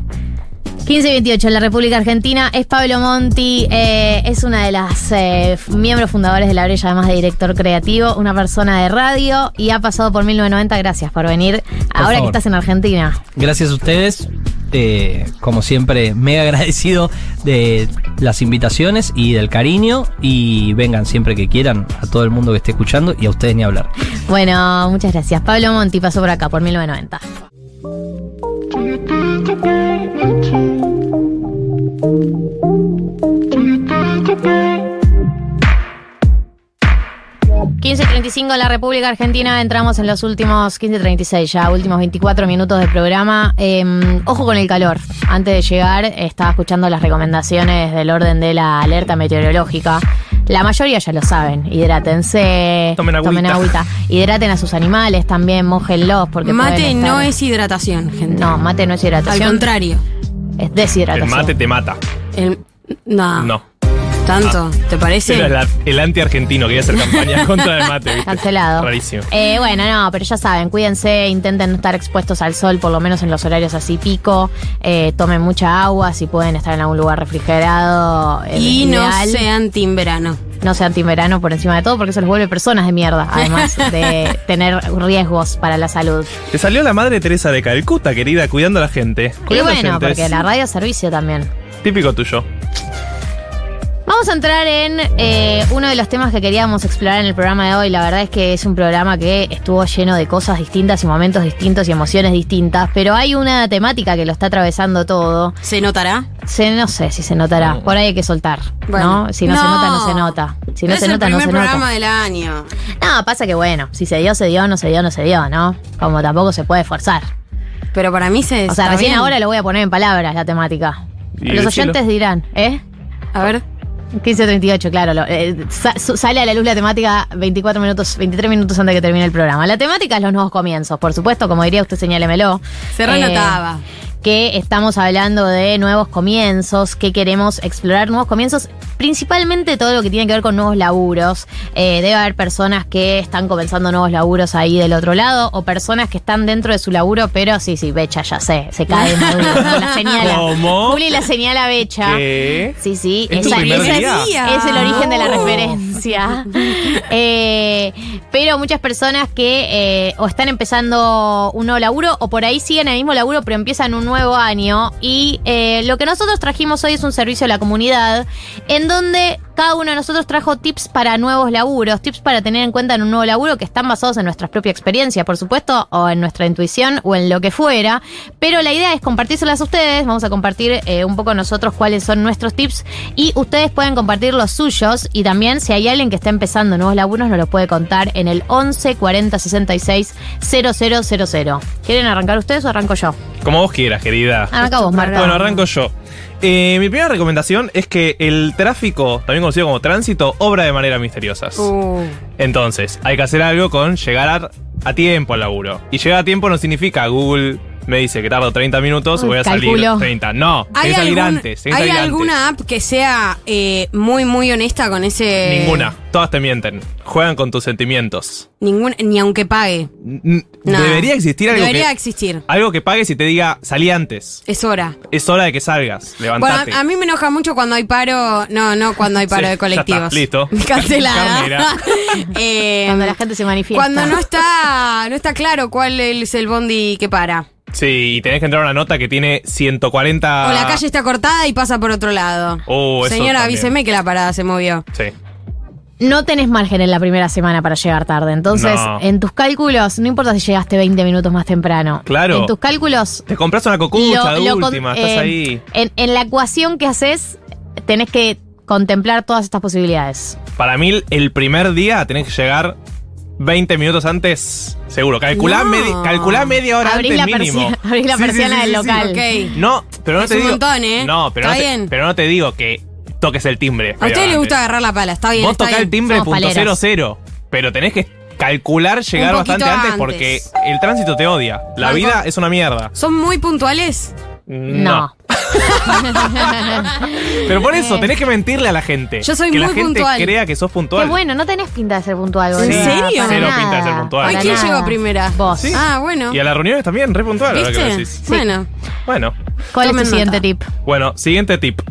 Speaker 3: 15 y 28 en la República Argentina es Pablo Monti, eh, es una de las eh, f- miembros fundadores de La Brella, además de director creativo, una persona de radio y ha pasado por 1990. Gracias por venir. Ahora que
Speaker 17: favor.
Speaker 3: estás en Argentina.
Speaker 17: Gracias a ustedes. eh, como siempre, mega agradecido de las invitaciones y del cariño. Y vengan siempre que quieran a todo el mundo que esté escuchando y a ustedes ni hablar.
Speaker 3: Bueno, muchas gracias. Pablo Monti pasó por acá por 1990. ...15.35 en la República Argentina... ...entramos en los últimos 15.36 ya... ...últimos 24 minutos de programa... Eh, ...ojo con el calor... ...antes de llegar estaba escuchando las recomendaciones... ...del orden de la alerta meteorológica... ...la mayoría ya lo saben... ...hidrátense...
Speaker 1: Tomen agüita.
Speaker 3: ...hidraten a sus animales también... ...mójenlos porque
Speaker 1: Mate
Speaker 3: pueden
Speaker 1: no
Speaker 3: estar-
Speaker 1: es hidratación, gente.
Speaker 3: No, mate no es hidratación.
Speaker 1: Al contrario.
Speaker 3: Es deshidratación.
Speaker 4: El mate te mata.
Speaker 1: El-
Speaker 3: Ah.
Speaker 1: no,
Speaker 4: No.
Speaker 1: tanto, ¿te parece?
Speaker 4: Era la- el anti-argentino quería hacer campaña contra el mate. ¿viste?
Speaker 3: Cancelado.
Speaker 4: Rarísimo.
Speaker 3: Eh, bueno, no, pero ya saben, cuídense, intenten no estar expuestos al sol, por lo menos en los horarios así pico. eh, tomen mucha agua, si pueden estar en algún lugar refrigerado. eh,
Speaker 1: Y no
Speaker 3: ideal.
Speaker 1: sean team verano.
Speaker 3: No sean team verano por encima de todo, porque eso los vuelve personas de mierda, además de tener riesgos para la salud.
Speaker 4: Te salió la madre Teresa de Calcuta, querida, cuidando a la gente.
Speaker 3: Y
Speaker 4: Cuidando
Speaker 3: bueno,
Speaker 4: oyentes.
Speaker 3: porque la radio es servicio también.
Speaker 4: Típico tuyo.
Speaker 3: Vamos a entrar en eh, uno de los temas que queríamos explorar en el programa de hoy. La verdad es que es un programa que estuvo lleno de cosas distintas y momentos distintos y emociones distintas, pero hay una temática que lo está atravesando todo.
Speaker 1: ¿Se notará?
Speaker 3: Se, no sé si se notará. Por ahí hay que soltar.
Speaker 1: Bueno.
Speaker 3: ¿no? Si no, se
Speaker 1: No.
Speaker 3: nota, no se nota. Si no
Speaker 1: es
Speaker 3: se
Speaker 1: el
Speaker 3: nota, no
Speaker 1: primer
Speaker 3: se
Speaker 1: programa
Speaker 3: nota.
Speaker 1: del año.
Speaker 3: No, pasa que bueno, si se dio, se dio, no se dio, no se dio, ¿no? Como tampoco se puede forzar.
Speaker 1: Pero para mí se.
Speaker 3: O sea,
Speaker 1: está
Speaker 3: recién
Speaker 1: bien.
Speaker 3: ahora lo voy a poner en palabras la temática.
Speaker 1: Y
Speaker 3: Los
Speaker 1: decilo.
Speaker 3: oyentes dirán, ¿eh?
Speaker 1: A ver.
Speaker 3: 15.38, claro. lo- eh, sa- su- sale a la luz la temática 24 minutos, 23 minutos antes de que termine el programa. La temática es los nuevos comienzos, por supuesto, como diría usted, señálemelo. Eh,
Speaker 1: Se renotaba.
Speaker 3: que estamos hablando de nuevos comienzos, que queremos explorar nuevos comienzos, principalmente todo lo que tiene que ver con nuevos laburos. Eh, debe haber personas que están comenzando nuevos laburos ahí del otro lado, o personas que están dentro de su laburo, pero sí, sí, Becha, ya sé, se cae Maduro, la señala.
Speaker 4: ¿Cómo?
Speaker 3: Juli la señala Becha.
Speaker 4: ¿Qué?
Speaker 3: Sí, sí.
Speaker 4: ¿Es tu
Speaker 3: esa-
Speaker 4: primer
Speaker 3: esa-
Speaker 4: día?
Speaker 3: es el origen de la
Speaker 4: No.
Speaker 3: referencia. Eh, pero muchas personas que eh, o están empezando un nuevo laburo o por ahí siguen el mismo laburo pero empiezan un nuevo año. Y eh, lo que nosotros trajimos hoy es un servicio a la comunidad en donde cada uno de nosotros trajo tips para nuevos laburos, tips para tener en cuenta en un nuevo laburo que están basados en nuestra propia experiencia, por supuesto, o en nuestra intuición o en lo que fuera. Pero la idea es compartírselas a ustedes. Vamos a compartir eh, un poco nosotros cuáles son nuestros tips y ustedes pueden compartir los suyos. Y también, si hay alguien que está empezando nuevos laburos, nos los puede contar en el 11 40 66 000. ¿Quieren arrancar ustedes o arranco yo?
Speaker 4: Como vos quieras, querida.
Speaker 3: Arranca vos, Marta.
Speaker 4: Bueno, arranco yo. Eh, mi primera recomendación es que el tráfico, también conocido como tránsito, obra de manera misteriosas.
Speaker 1: Uh.
Speaker 4: Entonces, hay que hacer algo con llegar a, a tiempo al laburo. Y llegar a tiempo no significa Google me dice que tardo 30 minutos,
Speaker 3: Uy,
Speaker 4: voy a
Speaker 3: calculo.
Speaker 4: salir 30. No, tenés
Speaker 1: ¿Hay,
Speaker 4: que salir
Speaker 1: algún-
Speaker 4: antes. tenés que
Speaker 1: ¿hay
Speaker 4: salir antes.
Speaker 1: alguna app que sea eh, muy, muy honesta con ese.
Speaker 4: Ninguna. Todas te mienten. Juegan con tus sentimientos.
Speaker 1: Ninguna, ni aunque pague.
Speaker 4: N-
Speaker 1: No.
Speaker 4: Debería existir algo,
Speaker 1: Debería
Speaker 4: que,
Speaker 1: existir.
Speaker 4: algo que pagues y te diga, salí antes.
Speaker 1: Es hora.
Speaker 4: Es hora de que salgas.
Speaker 1: Bueno,
Speaker 4: Levantate.
Speaker 1: a, a mí me enoja mucho cuando hay paro. No, no cuando hay paro
Speaker 4: Sí,
Speaker 1: de
Speaker 4: ya
Speaker 1: colectivos.
Speaker 4: está, listo.
Speaker 1: Cancelada.
Speaker 4: Carnera.
Speaker 1: Eh,
Speaker 3: Cuando la gente se manifiesta.
Speaker 1: cuando no está, no está claro cuál es el bondi que para.
Speaker 4: Sí, y tenés que entrar a una nota que tiene 140.
Speaker 1: O la calle está cortada y pasa por otro lado.
Speaker 4: Ah. Oh, eso
Speaker 1: Señora,
Speaker 4: también.
Speaker 1: avíseme que la parada se movió.
Speaker 4: Sí.
Speaker 3: No tenés margen en la primera semana para llegar tarde. Entonces,
Speaker 4: No.
Speaker 3: en tus cálculos, no importa si llegaste 20 minutos más temprano.
Speaker 4: Claro.
Speaker 3: En tus cálculos,
Speaker 4: Te compras una cocucha
Speaker 3: Lo-
Speaker 4: de
Speaker 3: lo con-
Speaker 4: última, estás
Speaker 3: eh,
Speaker 4: ahí.
Speaker 3: En, en la ecuación que haces, tenés que contemplar todas estas posibilidades.
Speaker 4: Para mí, el primer día tenés que llegar 20 minutos antes, seguro. Calculá,
Speaker 3: No.
Speaker 4: medi- calculá media hora
Speaker 3: Abrís la
Speaker 4: antes mínimo.
Speaker 3: persi- abrís la
Speaker 4: Sí, sí,
Speaker 3: persiana
Speaker 4: sí,
Speaker 3: del
Speaker 4: sí, sí.
Speaker 3: local.
Speaker 4: No, pero no
Speaker 1: Es
Speaker 4: te
Speaker 1: un
Speaker 4: digo.
Speaker 1: montón, ¿eh?
Speaker 4: No, pero
Speaker 1: Está
Speaker 4: no, te,
Speaker 1: bien.
Speaker 4: pero no te digo que toques el timbre.
Speaker 1: A usted le gusta agarrar la pala, está bien.
Speaker 4: Vos
Speaker 1: está
Speaker 4: tocás
Speaker 1: bien.
Speaker 4: el timbre punto cero cero, pero tenés que calcular llegar
Speaker 1: Un
Speaker 4: bastante
Speaker 1: poquito
Speaker 4: antes,
Speaker 1: antes.
Speaker 4: porque el tránsito te odia. La
Speaker 1: Banco.
Speaker 4: vida es una mierda.
Speaker 1: ¿Son muy puntuales?
Speaker 4: No. Pero por eso, tenés que mentirle a la gente.
Speaker 3: Eh. Yo soy
Speaker 4: que la
Speaker 3: muy
Speaker 4: gente
Speaker 3: puntual.
Speaker 4: crea que sos puntual.
Speaker 3: Qué bueno, no tenés pinta de ser puntual.
Speaker 4: Sí,
Speaker 3: boluda,
Speaker 4: ¿En serio?
Speaker 3: para
Speaker 4: cero
Speaker 3: nada,
Speaker 4: pinta de ser puntual.
Speaker 1: Ay,
Speaker 3: para
Speaker 1: ¿quién
Speaker 3: nada.
Speaker 1: llegó primera?
Speaker 3: Vos.
Speaker 1: Ah, bueno.
Speaker 4: Y a las reuniones también, re puntual, ahora que lo
Speaker 1: ¿Viste?
Speaker 4: decís.
Speaker 1: Bueno.
Speaker 4: Bueno.
Speaker 3: ¿Cuál es tu
Speaker 1: Tomen
Speaker 3: siguiente tip?
Speaker 4: Bueno, siguiente tip.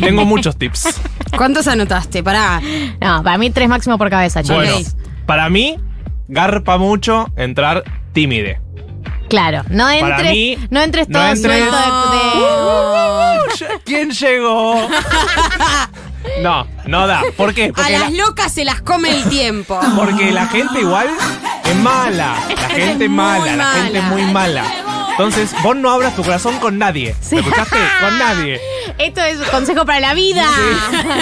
Speaker 4: Tengo muchos tips.
Speaker 1: ¿Cuántos anotaste? Pará.
Speaker 3: No, para mí tres máximo por cabeza, chicos.
Speaker 4: Bueno, para mí, garpa mucho entrar tímide.
Speaker 3: Claro, no
Speaker 4: Para
Speaker 3: entres,
Speaker 4: mí,
Speaker 3: no entres
Speaker 4: no
Speaker 3: todo
Speaker 4: entres-
Speaker 3: suelto de-
Speaker 4: de- ¿Quién llegó? No, no da. ¿Por qué?
Speaker 1: A
Speaker 4: Porque la,
Speaker 1: las locas se las come el tiempo.
Speaker 4: porque la gente igual es mala. La
Speaker 1: gente
Speaker 4: gente
Speaker 1: es
Speaker 4: es mala,
Speaker 1: muy
Speaker 4: la gente es
Speaker 1: mala.
Speaker 4: muy mala. Entonces, vos no abras tu corazón con nadie. ¿Me escuchaste? Con nadie.
Speaker 3: Esto es un consejo para la vida.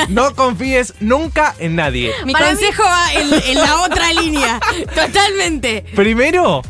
Speaker 4: No confíes nunca en nadie.
Speaker 1: Mi
Speaker 3: Para mí-
Speaker 1: consejo va en, en la otra línea. Totalmente.
Speaker 4: Primero,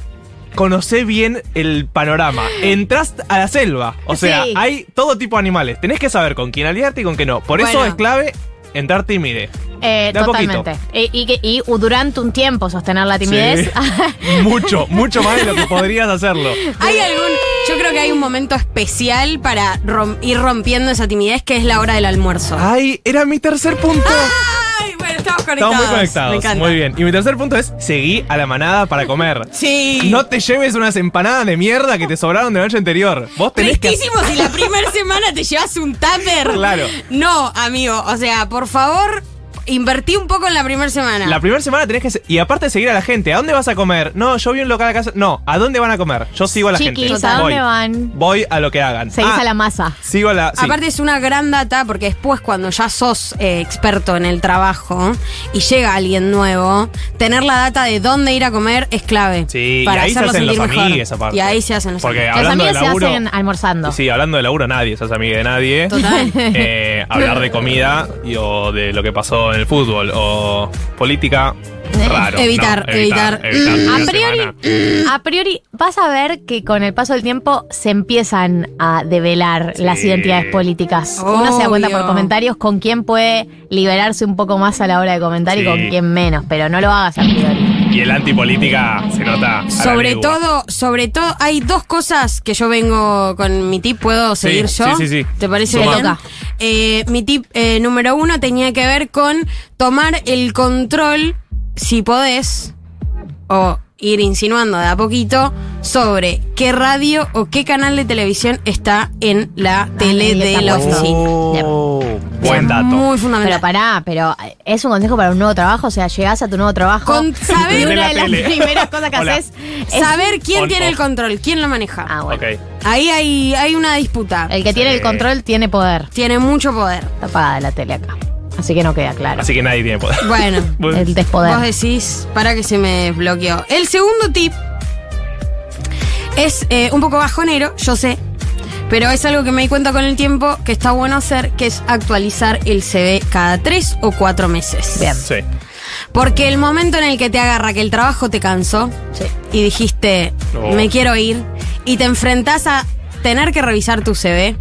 Speaker 4: conocé bien el panorama. Entrás a la selva. O sea,
Speaker 1: Sí.
Speaker 4: hay todo tipo de animales. Tenés que saber con quién aliarte y con qué no. Por eso
Speaker 1: Bueno.
Speaker 4: es clave entrar timide.
Speaker 3: Eh,
Speaker 4: De a poquito.
Speaker 3: totalmente. Y, y que- y durante un tiempo sostener la timidez.
Speaker 4: mucho, mucho más de lo que podrías hacerlo.
Speaker 1: ¿Hay algún.? Yo creo que hay un momento especial para rom- ir rompiendo esa timidez que es la hora del almuerzo.
Speaker 4: ¡Ay! Era mi tercer punto.
Speaker 1: ¡Ay! Bueno, estamos conectados.
Speaker 4: Estamos muy
Speaker 1: Me
Speaker 4: conectados.
Speaker 1: encanta.
Speaker 4: Muy bien. Y mi tercer punto es seguí a la manada para comer.
Speaker 1: Sí.
Speaker 4: No te lleves unas empanadas de mierda que te sobraron de la noche anterior. Vos tenés que.
Speaker 1: Tristísimo si la primera semana te llevas un tupper.
Speaker 4: Claro.
Speaker 1: No, amigo. O sea, por favor, invertí un poco en la primera semana.
Speaker 4: La primera semana tenés que. se- Y aparte seguir a la gente. ¿A dónde vas a comer? No, yo vi un local acá. No, ¿a dónde van a comer? Yo sigo a la gente.
Speaker 3: Chiquis, ¿a
Speaker 4: Voy.
Speaker 3: dónde van?
Speaker 4: Voy a lo que hagan.
Speaker 3: Seguís
Speaker 4: Ah,
Speaker 3: a la masa.
Speaker 4: Sigo a la. sí.
Speaker 1: Aparte es una gran data porque después cuando ya sos eh, experto en el trabajo y llega alguien nuevo, tener la data de dónde ir a comer es clave.
Speaker 4: Sí,
Speaker 1: para
Speaker 4: y ahí se
Speaker 1: hacerlo
Speaker 4: hacen los
Speaker 1: sentir mejor.
Speaker 4: amigues aparte.
Speaker 1: Y ahí se hacen los
Speaker 4: Porque
Speaker 1: amigues.
Speaker 3: Las
Speaker 4: hablando de
Speaker 3: amigas se
Speaker 4: laburo.
Speaker 3: hacen almorzando.
Speaker 4: Sí, hablando de laburo, nadie se hace amiga de nadie.
Speaker 3: Total.
Speaker 4: Eh, hablar de comida y, o de lo que pasó en el fútbol o política.
Speaker 3: Eh,
Speaker 4: Raro.
Speaker 1: Evitar,
Speaker 4: no,
Speaker 1: evitar.
Speaker 4: evitar.
Speaker 1: Mm.
Speaker 4: Una
Speaker 3: A priori,
Speaker 4: semana.
Speaker 3: a priori vas a ver que con el paso del tiempo se empiezan a develar las identidades políticas. Uno se da cuenta
Speaker 1: Obvio.
Speaker 3: por comentarios con quién puede liberarse un poco más a la hora de comentar y
Speaker 4: Sí.
Speaker 3: con quién menos, pero no lo hagas a priori.
Speaker 4: Y el antipolítica se nota. a la
Speaker 1: Sobre
Speaker 4: legua.
Speaker 1: todo, sobre todo, hay dos cosas que yo vengo con mi tip, ¿puedo
Speaker 4: Sí,
Speaker 1: seguir yo?
Speaker 4: sí, sí, sí.
Speaker 1: ¿Te parece
Speaker 4: Suma.
Speaker 1: bien?
Speaker 4: Toca.
Speaker 1: Eh, mi tip eh, número uno tenía que ver con tomar el control, si podés, o ir insinuando de a poquito, sobre qué radio o qué canal de televisión está en la tele
Speaker 3: Ah, ahí
Speaker 1: de
Speaker 3: está
Speaker 1: la
Speaker 3: puesto.
Speaker 1: oficina.
Speaker 4: Oh, Buen dato.
Speaker 1: Muy fundamental.
Speaker 3: Pero pará, pero es un consejo para un nuevo trabajo, o sea, llegás a tu nuevo trabajo.
Speaker 1: Con saber-
Speaker 3: y
Speaker 1: De la
Speaker 3: una de las
Speaker 1: tele.
Speaker 3: primeras cosas que
Speaker 1: Hola.
Speaker 3: haces es
Speaker 1: Saber quién
Speaker 3: On,
Speaker 1: tiene el
Speaker 3: off.
Speaker 1: control, quién lo maneja.
Speaker 3: Ah, Eh. bueno.
Speaker 4: Ok.
Speaker 1: Ahí hay, hay una disputa.
Speaker 3: El que tiene el control tiene poder.
Speaker 1: Tiene mucho poder.
Speaker 3: Está apagada la tele acá. Así que no queda claro.
Speaker 4: Así que nadie tiene poder.
Speaker 1: Bueno,
Speaker 3: El despoder.
Speaker 1: vos decís, para que se me desbloqueó. El segundo tip es eh, un poco bajonero, yo sé, pero es algo que me di cuenta con el tiempo que está bueno hacer, que es actualizar el CV cada tres o cuatro meses.
Speaker 4: Sí.
Speaker 1: Porque el momento en el que te agarra que el trabajo te cansó y dijiste,
Speaker 4: Oh.
Speaker 1: me quiero ir, y te enfrentás a tener que revisar tu CV.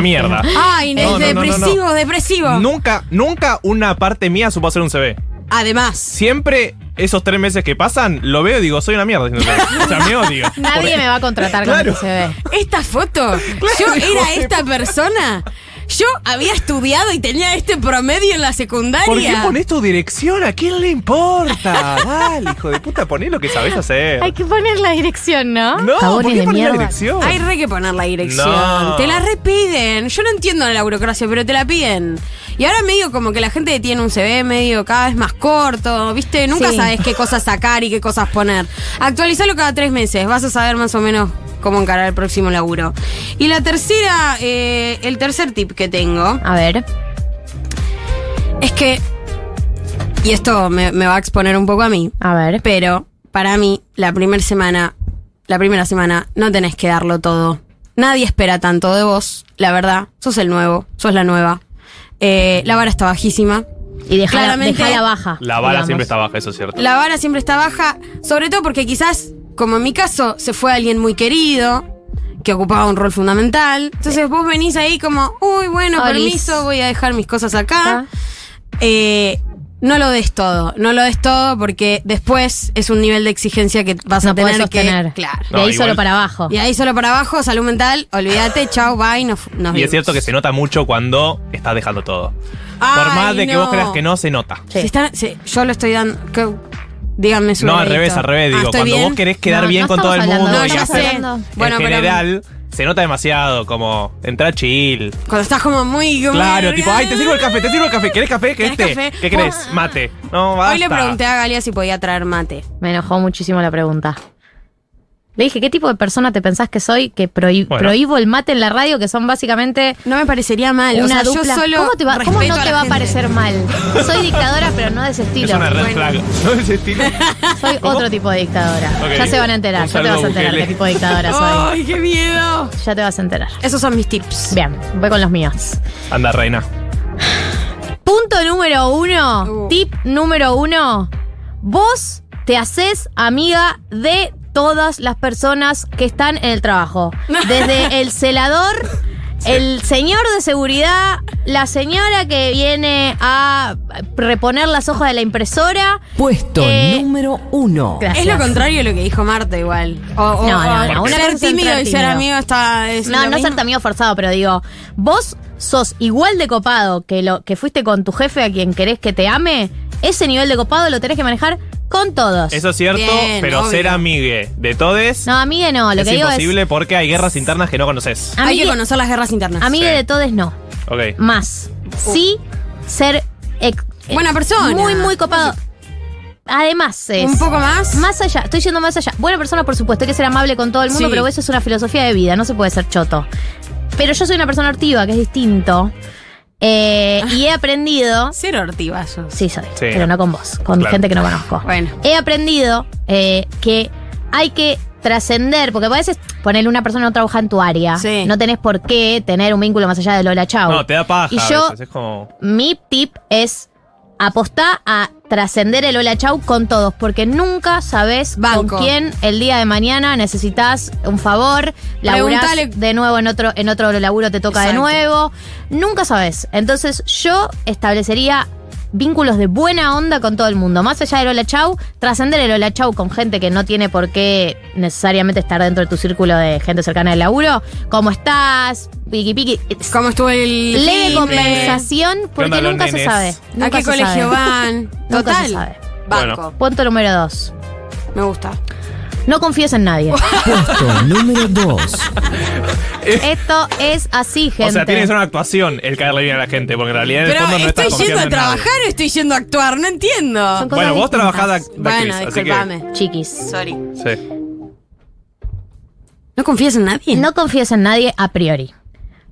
Speaker 4: mierda.
Speaker 1: Ay,
Speaker 4: No, no,
Speaker 1: es
Speaker 4: no, no, no.
Speaker 1: depresivo, depresivo.
Speaker 4: Nunca, nunca una parte mía supo hacer un CV.
Speaker 1: Además.
Speaker 4: Siempre esos tres meses que pasan, lo veo y digo, soy una mierda. haciendo CV. O sea, me odio.
Speaker 3: Nadie me va a contratar con
Speaker 4: Claro.
Speaker 3: el CV.
Speaker 1: esta foto, yo
Speaker 3: hijo
Speaker 1: era
Speaker 3: de
Speaker 1: esta persona. Yo había estudiado y tenía este promedio en la secundaria.
Speaker 4: ¿Por qué pones tu dirección? ¿A quién le importa? Dale, hijo de puta, poné lo que sabés hacer.
Speaker 3: Hay que poner la dirección, ¿no?
Speaker 4: No, ¿por qué poner la dirección?
Speaker 1: Hay re que poner la dirección.
Speaker 4: No.
Speaker 1: Te la repiden. Yo no entiendo la burocracia, pero te la piden. Y ahora medio como que la gente tiene un CV medio cada vez más corto, ¿viste? Nunca
Speaker 3: Sí.
Speaker 1: sabes qué cosas sacar y qué cosas poner. Actualizalo cada tres meses. Vas a saber más o menos cómo encarar el próximo laburo. Y la tercera, eh, el tercer tip que tengo.
Speaker 3: A ver.
Speaker 1: Es que. Y esto me, me va a exponer un poco a mí.
Speaker 3: A ver.
Speaker 1: Pero para mí, la primera semana. La primera semana no tenés que darlo todo. Nadie espera tanto de vos, la verdad. Sos el nuevo, sos la nueva. Eh, la vara está bajísima.
Speaker 3: Y dejala,
Speaker 1: Claramente-
Speaker 3: dejala baja.
Speaker 4: La vara
Speaker 3: digamos.
Speaker 4: siempre está baja, eso es cierto.
Speaker 1: La vara siempre está baja, sobre todo porque quizás, como en mi caso, se fue alguien muy querido, que ocupaba un rol fundamental. Entonces vos venís ahí como, uy, bueno,
Speaker 3: Olis.
Speaker 1: permiso, voy a dejar mis cosas acá. Eh, no lo des todo, no lo des todo porque después es un nivel de exigencia que vas
Speaker 3: No
Speaker 1: a
Speaker 3: podés
Speaker 1: tener
Speaker 3: sostener.
Speaker 1: que... Claro.
Speaker 3: De
Speaker 4: No,
Speaker 3: ahí
Speaker 4: igual-
Speaker 3: solo para abajo.
Speaker 1: Y ahí solo para abajo, salud mental,
Speaker 3: Ah.
Speaker 1: olvídate, chao, bye, nos, nos
Speaker 4: Y
Speaker 1: vimos.
Speaker 4: es cierto que se nota mucho cuando estás dejando todo. Por
Speaker 1: Ay,
Speaker 4: más de que vos
Speaker 1: no.
Speaker 4: creas que no, se nota.
Speaker 1: Si están- si- yo lo estoy dando... que- díganme su
Speaker 4: No, al
Speaker 1: veredicto.
Speaker 4: revés, al revés.
Speaker 1: Ah,
Speaker 4: Digo,
Speaker 1: ¿estoy
Speaker 4: cuando
Speaker 1: bien?
Speaker 4: vos querés quedar
Speaker 1: No,
Speaker 4: bien
Speaker 1: no
Speaker 4: con todo el
Speaker 1: estamos
Speaker 4: mundo
Speaker 1: hablando de
Speaker 4: y
Speaker 1: eso.
Speaker 4: hacer-
Speaker 1: Ya sé.
Speaker 4: en
Speaker 1: Bueno, pero-
Speaker 4: general, se nota demasiado, como entrar chill.
Speaker 1: Cuando estás como muy... como-
Speaker 4: Claro, tipo, ay, te sirvo el café, te sirvo el café. ¿Querés café? ¿Querés,
Speaker 1: ¿Querés
Speaker 4: té?
Speaker 1: café?
Speaker 4: ¿Qué querés? Mate. No, basta.
Speaker 1: Hoy le pregunté a Galia si podía traer mate.
Speaker 3: Me enojó muchísimo la pregunta. Le dije, ¿qué tipo de persona te pensás que soy que prohi-
Speaker 1: Bueno.
Speaker 3: prohíbo el mate en la radio? Que son básicamente.
Speaker 1: No me parecería mal.
Speaker 3: Una
Speaker 1: o sea, yo
Speaker 3: dupla.
Speaker 1: solo
Speaker 3: ¿Cómo, te va- cómo
Speaker 1: respeto
Speaker 3: no
Speaker 1: a la
Speaker 3: te va a
Speaker 1: gente.
Speaker 3: parecer mal? Soy dictadora, pero no de ese estilo.
Speaker 4: Es una red
Speaker 3: Bueno,
Speaker 4: flag. ¿No es estilo?
Speaker 3: soy otro tipo de dictadora.
Speaker 4: Ok.
Speaker 3: Ya se van a enterar,
Speaker 4: Un
Speaker 3: ya te
Speaker 4: saludo,
Speaker 3: vas a enterar
Speaker 4: Bukele.
Speaker 3: qué tipo de dictadora soy.
Speaker 1: ¡Ay, qué miedo!
Speaker 3: Ya te vas a enterar.
Speaker 1: Esos son mis tips.
Speaker 3: Bien, voy con los míos.
Speaker 4: Anda, reina.
Speaker 3: Punto número
Speaker 1: Uh.
Speaker 3: uno. Tip número uno. Vos te haces amiga de todas las personas que están en el trabajo. Desde el celador El señor de seguridad, la señora que viene a reponer las hojas de la impresora.
Speaker 2: Puesto
Speaker 3: Eh,
Speaker 2: número uno.
Speaker 1: Es lo contrario de lo que dijo Marta igual. O- o-
Speaker 3: no, no, no.
Speaker 1: o
Speaker 3: Una cosa
Speaker 1: Ser
Speaker 3: es ser
Speaker 1: tímido y ser
Speaker 3: tímido.
Speaker 1: amigo está. es
Speaker 3: No,
Speaker 1: lo
Speaker 3: no
Speaker 1: mismo.
Speaker 3: ser amigo forzado, pero digo, vos sos igual de copado que lo que fuiste con tu jefe a quien querés que te ame, ese nivel de copado lo tenés que manejar con todos.
Speaker 4: Eso es cierto,
Speaker 3: Bien,
Speaker 4: pero
Speaker 3: obvio.
Speaker 4: ser amigue de todes
Speaker 3: No, amigue no, lo
Speaker 4: es
Speaker 3: que digo Ah,
Speaker 4: imposible porque hay guerras internas que no conoces.
Speaker 3: es Hay que
Speaker 1: conocer las guerras internas.
Speaker 3: Amigue de todos no,
Speaker 4: Ok.
Speaker 3: más. Sí ser ex-
Speaker 1: Buena
Speaker 3: ex-
Speaker 1: persona.
Speaker 3: Muy muy copado. Además, es-
Speaker 1: Un poco más.
Speaker 3: Más allá, estoy yendo más allá. Buena persona, por supuesto, hay que ser amable con todo el mundo,
Speaker 1: Sí.
Speaker 3: pero eso es una filosofía de vida, no se puede ser choto. Pero yo soy una persona activa, que es distinto. eh,
Speaker 1: Ah.
Speaker 3: y he aprendido.
Speaker 1: Ser ortiva yo.
Speaker 3: Sí, soy. Pero no con vos, con
Speaker 1: Claro.
Speaker 3: gente que no conozco.
Speaker 1: Bueno.
Speaker 3: He aprendido eh, que hay que trascender, porque a veces ponerle una persona que no trabaja en tu área. No tenés por qué tener un vínculo más allá de Lola Chau.
Speaker 4: No, te da paja.
Speaker 3: Y
Speaker 4: a
Speaker 3: yo
Speaker 4: veces, es como.
Speaker 3: mi tip es apostá a trascender el hola chau con todos, porque nunca sabes
Speaker 1: Banco.
Speaker 3: con quién el día de mañana necesitas un favor, laburás
Speaker 1: Preguntale.
Speaker 3: de nuevo en otro, en otro laburo te toca de
Speaker 1: Exacto.
Speaker 3: nuevo. Nunca sabes. Entonces yo establecería vínculos de buena onda con todo el mundo. Más allá del hola chau, trascender el hola chau con gente que no tiene por qué necesariamente estar dentro de tu círculo de gente cercana del laburo. ¿Cómo estás? Piqui piqui.
Speaker 1: ¿Cómo estuvo el
Speaker 3: Leve
Speaker 1: fin?
Speaker 3: conversación
Speaker 4: onda
Speaker 3: porque
Speaker 4: los
Speaker 3: nunca se
Speaker 4: nenes?
Speaker 3: sabe.
Speaker 1: ¿A
Speaker 3: Nunca
Speaker 1: qué
Speaker 3: se
Speaker 1: colegio
Speaker 3: sabe.
Speaker 1: van?
Speaker 3: Nunca
Speaker 1: Total.
Speaker 3: se sabe.
Speaker 1: Banco.
Speaker 3: Punto número dos.
Speaker 1: Me gusta.
Speaker 3: No confíes en nadie.
Speaker 2: Puesto número dos.
Speaker 3: Esto es así, gente.
Speaker 4: O sea, tiene que ser una actuación el caerle bien a la gente, porque en realidad en el
Speaker 1: Pero
Speaker 4: fondo no estás
Speaker 1: estoy yendo
Speaker 4: confiando
Speaker 1: a
Speaker 4: en nadie.
Speaker 1: trabajar o estoy yendo a actuar, no entiendo.
Speaker 4: cosas Bueno, vos distintas. trabajás de- de
Speaker 1: Bueno,
Speaker 4: actriz, así que-
Speaker 1: disculpame.
Speaker 3: Chiquis.
Speaker 1: Sorry.
Speaker 4: Sí.
Speaker 3: No confíes en nadie. No confíes en nadie a priori.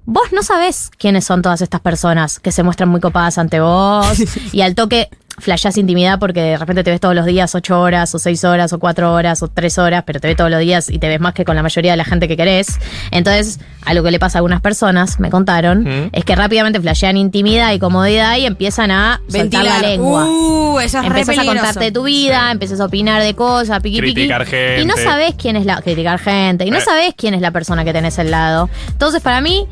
Speaker 3: Vos no sabés quiénes son todas estas personas que se muestran muy copadas ante vos y al toque flashás intimidad porque de repente te ves todos los días ocho horas o seis horas o cuatro horas o tres horas, pero te ves todos los días y te ves más que con la mayoría de la gente que querés. Entonces, a lo que le pasa a algunas personas, me contaron,
Speaker 1: Mm.
Speaker 3: es que rápidamente flashean intimidad y comodidad y empiezan a soltar la
Speaker 1: Ventilar.
Speaker 3: lengua.
Speaker 1: Uh, eso es re
Speaker 3: empiezas a
Speaker 1: peligroso.
Speaker 3: contarte de tu vida, empiezas a opinar de cosas, piqui piqui.
Speaker 4: Criticar gente.
Speaker 3: Y no sabés quién es la. Criticar gente. Y no
Speaker 4: Eh.
Speaker 3: sabés quién es la persona que tenés al lado. Entonces, para mí.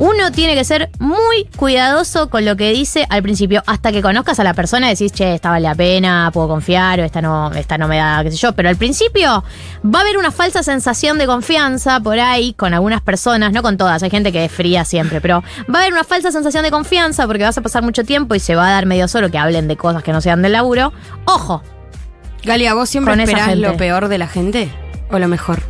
Speaker 3: Uno tiene que ser muy cuidadoso con lo que dice al principio, hasta que conozcas a la persona y decís, che, esta vale la pena, puedo confiar, o esta no, esta no me da, qué sé yo. Pero al principio va a haber una falsa sensación de confianza por ahí con algunas personas, no con todas, hay gente que es fría siempre, pero va a haber una falsa sensación de confianza porque vas a pasar mucho tiempo y se va a dar medio solo que hablen de cosas que no sean del laburo. Ojo,
Speaker 1: Galia, ¿vos siempre
Speaker 3: Con esa
Speaker 1: esperás
Speaker 3: gente.
Speaker 1: lo peor de la gente? ¿O lo mejor?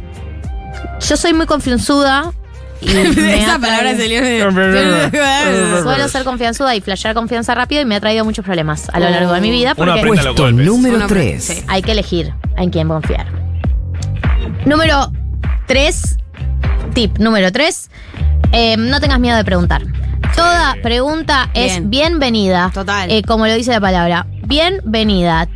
Speaker 3: yo soy muy confianzuda. Y me
Speaker 1: Esa
Speaker 3: ha
Speaker 1: palabra
Speaker 3: traído-
Speaker 1: salió
Speaker 3: Suelo ser confianzuda y flashear confianza rápido y me ha traído muchos problemas a lo largo
Speaker 1: Oh,
Speaker 3: de mi vida.
Speaker 2: Uno
Speaker 3: Porque
Speaker 2: aprende a los Puesto golpes. número tres.
Speaker 3: sí, Hay que elegir en quién confiar. Número 3. Tip número 3. no tengas miedo de preguntar. Toda pregunta es bienvenida. Total. como lo dice la palabra. Bienvenida.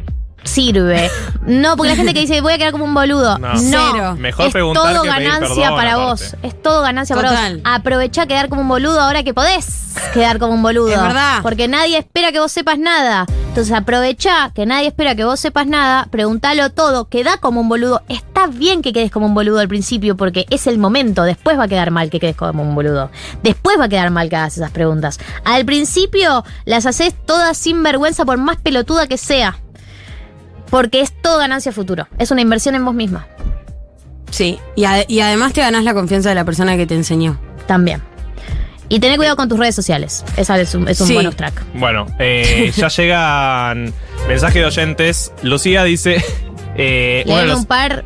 Speaker 3: Sirve. No, porque la gente que dice voy a quedar como un boludo.
Speaker 4: No.
Speaker 3: No.
Speaker 4: Cero. Mejor
Speaker 3: es
Speaker 4: preguntar
Speaker 3: todo
Speaker 4: que pedir
Speaker 3: ganancia
Speaker 4: perdón,
Speaker 3: para
Speaker 4: aparte.
Speaker 3: vos. Es todo ganancia
Speaker 1: Total.
Speaker 3: para vos. Aprovecha quedar como un boludo ahora que podés quedar como un boludo.
Speaker 1: Es verdad.
Speaker 3: Porque nadie espera que vos sepas nada. Entonces aprovecha que nadie espera que vos sepas nada, preguntalo todo, queda como un boludo. Está bien que quedes como un boludo al principio porque es el momento, después va a quedar mal que quedes como un boludo. Después va a quedar mal que hagas esas preguntas. Al principio las haces todas sin vergüenza por más pelotuda que sea. Porque es todo ganancia a futuro. Es una inversión en vos misma.
Speaker 1: Sí. Y, ade- y además te ganás la confianza de la persona que te enseñó.
Speaker 3: También. Y tener cuidado con tus redes sociales. Esa es un, es un
Speaker 1: Sí.
Speaker 3: bonus track.
Speaker 4: Bueno, eh, ya llegan mensajes de oyentes. Lucía dice. Eh, uno de
Speaker 3: Leeme
Speaker 4: los-
Speaker 3: un par,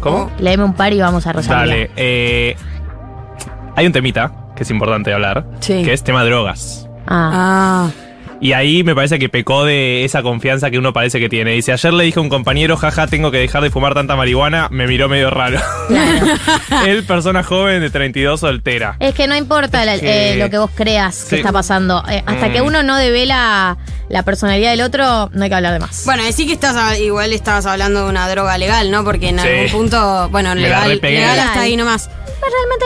Speaker 4: ¿Cómo?
Speaker 3: leeme un par y vamos a Rosalía.
Speaker 4: Dale. eh, hay un temita que es importante hablar, que es tema drogas.
Speaker 1: Ah.
Speaker 4: Y ahí me parece que pecó de esa confianza que uno parece que tiene. Dice, ayer le dije a un compañero, jaja, tengo que dejar de fumar tanta marihuana, me miró medio raro. Él, persona joven de 32, soltera.
Speaker 3: Es que no importa la-
Speaker 4: que-
Speaker 3: eh, lo que vos creas
Speaker 4: Sí.
Speaker 3: que está pasando. Eh, hasta
Speaker 4: Mm.
Speaker 3: que uno no devela la personalidad del otro, no hay que hablar de más.
Speaker 1: Bueno, decí que estás a- igual estabas hablando de una droga legal, ¿no? Porque en
Speaker 4: Sí.
Speaker 1: algún punto, bueno,
Speaker 4: Me la
Speaker 1: legal,
Speaker 4: repegué.
Speaker 1: legal hasta
Speaker 4: Legal.
Speaker 1: ahí nomás.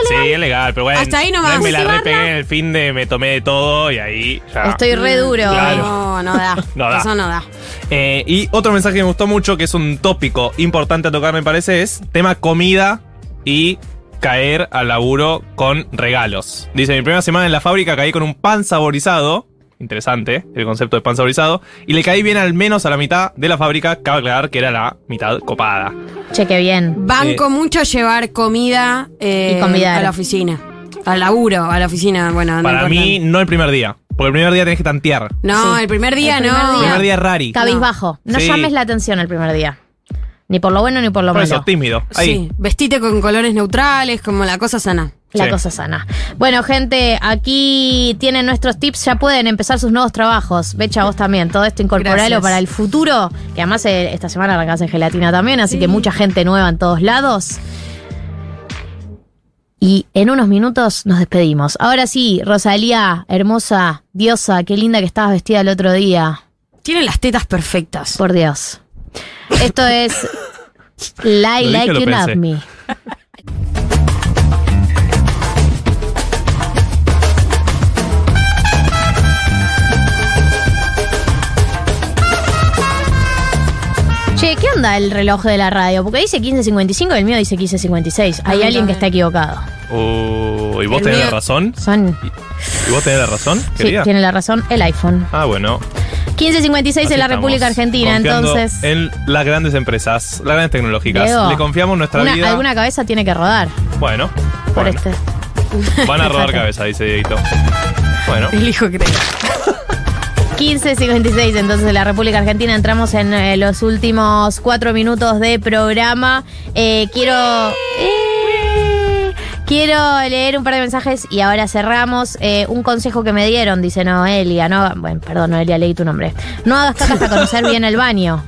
Speaker 4: Sí, es legal, pero bueno.
Speaker 1: Hasta ahí nomás.
Speaker 4: una vez Me la
Speaker 1: Llevarla.
Speaker 4: repegué en el fin de, me tomé de todo y ahí ya.
Speaker 3: Estoy
Speaker 4: Mm.
Speaker 3: re duro.
Speaker 4: Claro.
Speaker 1: No, no da.
Speaker 4: No da.
Speaker 1: Eso no da.
Speaker 4: Eh, y otro mensaje que me gustó mucho, que es un tópico importante a tocar, me parece, es tema comida y caer al laburo con regalos. Dice, mi primera semana en la fábrica caí con un pan saborizado. Interesante el concepto de pan saborizado. Y le caí bien al menos a la mitad de la fábrica. Cabe aclarar que era la mitad copada.
Speaker 3: Che, qué bien.
Speaker 1: Banco mucho llevar comida eh,
Speaker 3: Y comida.
Speaker 1: a la oficina. Al laburo, a la oficina.
Speaker 3: Ah,
Speaker 1: Bueno, no
Speaker 4: Para
Speaker 1: importa.
Speaker 4: mí, no el primer día. Porque el primer día tenés que tantear.
Speaker 1: No,
Speaker 3: Sí.
Speaker 1: el primer día
Speaker 3: El
Speaker 1: no.
Speaker 3: primer
Speaker 4: El primer día es rari.
Speaker 3: Cabizbajo. No
Speaker 4: Sí.
Speaker 3: llames la atención el primer día. Ni por lo bueno ni por lo
Speaker 4: Por
Speaker 3: malo.
Speaker 4: eso, tímido. Ahí.
Speaker 1: Sí, vestite con colores neutrales, como la cosa sana.
Speaker 3: La
Speaker 4: Sí.
Speaker 3: cosa sana. Bueno, gente, aquí tienen nuestros tips. Ya pueden empezar sus nuevos trabajos. Becha, vos también. Todo esto incorporalo
Speaker 1: Gracias.
Speaker 3: para el futuro. Que además eh, esta semana arrancás en gelatina también, así que mucha gente nueva en todos lados. Y en unos minutos nos despedimos. Ahora sí, Rosalía, hermosa, diosa, qué linda que estabas vestida el otro día.
Speaker 1: Tiene las tetas perfectas.
Speaker 3: Por Dios. Esto es Lie
Speaker 1: Lo dije,
Speaker 3: Like
Speaker 1: lo
Speaker 3: You
Speaker 1: pensé.
Speaker 3: Love Me. Che, ¿qué onda el reloj de la radio? Porque dice 15.55 y el mío dice 15.56. Hay alguien que está equivocado.
Speaker 4: Uh, ¿Y vos
Speaker 3: El
Speaker 4: tenés la
Speaker 3: mío-
Speaker 4: razón?
Speaker 3: Son,
Speaker 4: ¿Y vos tenés la razón,
Speaker 3: sí,
Speaker 4: querida?
Speaker 3: tiene la razón el iPhone.
Speaker 4: Ah, bueno.
Speaker 3: 15.56 en la
Speaker 4: Así
Speaker 3: República
Speaker 4: estamos,
Speaker 3: Argentina,
Speaker 4: confiando
Speaker 3: entonces.
Speaker 4: En las grandes empresas, las grandes tecnológicas.
Speaker 3: Diego,
Speaker 4: Le confiamos nuestra
Speaker 3: una-
Speaker 4: vida.
Speaker 3: Alguna cabeza tiene que rodar
Speaker 4: Bueno,
Speaker 3: por
Speaker 4: bueno.
Speaker 3: este.
Speaker 4: van a rodar
Speaker 3: Fíjate.
Speaker 4: cabeza, dice Dieguito. Bueno.
Speaker 1: Elijo creer.
Speaker 3: 15.56 entonces de la República Argentina. Entramos en eh, los últimos cuatro minutos de programa. Eh, quiero... eh, Quiero leer un par de mensajes y ahora cerramos. Eh, un consejo que me dieron, dice Noelia. No, bueno, perdón, Noelia, leí tu nombre. No hagas caca hasta conocer bien el baño.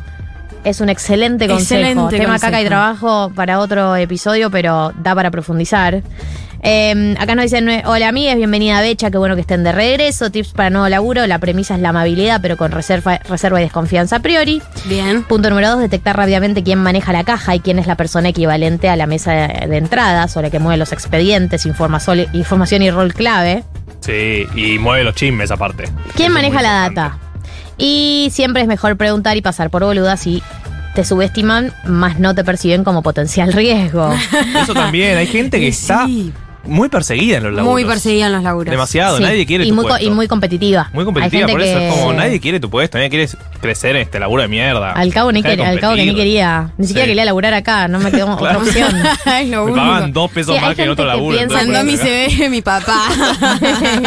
Speaker 3: Es un excelente consejo.
Speaker 1: Excelente
Speaker 3: Tema caca y
Speaker 1: consejo.
Speaker 3: trabajo para otro episodio, pero da para profundizar. Eh, acá nos dicen, eh, hola amigas, bienvenida a Becha, qué bueno que estén de regreso, tips para nuevo laburo, la premisa es la amabilidad, pero con reserva, reserva y desconfianza a priori.
Speaker 1: Bien.
Speaker 3: Punto número dos, detectar rápidamente quién maneja la caja y quién es la persona equivalente a la mesa de, de entrada, sobre la que mueve los expedientes, informa- soli- información y rol clave.
Speaker 4: Sí, y mueve los chismes aparte.
Speaker 3: ¿Quién maneja la data? Y siempre es mejor preguntar y pasar por boluda si te subestiman, más no te perciben como potencial riesgo.
Speaker 4: Eso también, hay gente que está muy perseguida en los laburos.
Speaker 3: Muy perseguida en los laburos.
Speaker 4: Demasiado,
Speaker 3: Sí,
Speaker 4: nadie quiere
Speaker 3: y
Speaker 4: tu
Speaker 3: muy, co-
Speaker 4: puesto.
Speaker 3: y muy competitiva.
Speaker 4: Muy competitiva,
Speaker 3: Hay
Speaker 4: por
Speaker 3: gente
Speaker 4: eso es
Speaker 3: que-
Speaker 4: como nadie quiere tu puesto, nadie quiere crecer en este laburo de mierda.
Speaker 3: Al cabo, ni
Speaker 4: Deja de
Speaker 3: quería- al cabo que ni
Speaker 4: competir.
Speaker 3: quería, ni siquiera
Speaker 4: Sí.
Speaker 3: quería laburar acá, no me quedó otra
Speaker 4: Claro.
Speaker 3: opción.
Speaker 1: es lo
Speaker 4: Me
Speaker 1: único.
Speaker 4: pagaban dos pesos
Speaker 3: Sí, hay
Speaker 4: más que en otro
Speaker 3: gente que
Speaker 4: laburo. entonces
Speaker 1: Cuando a mí
Speaker 4: por eso
Speaker 1: se ve mi papá.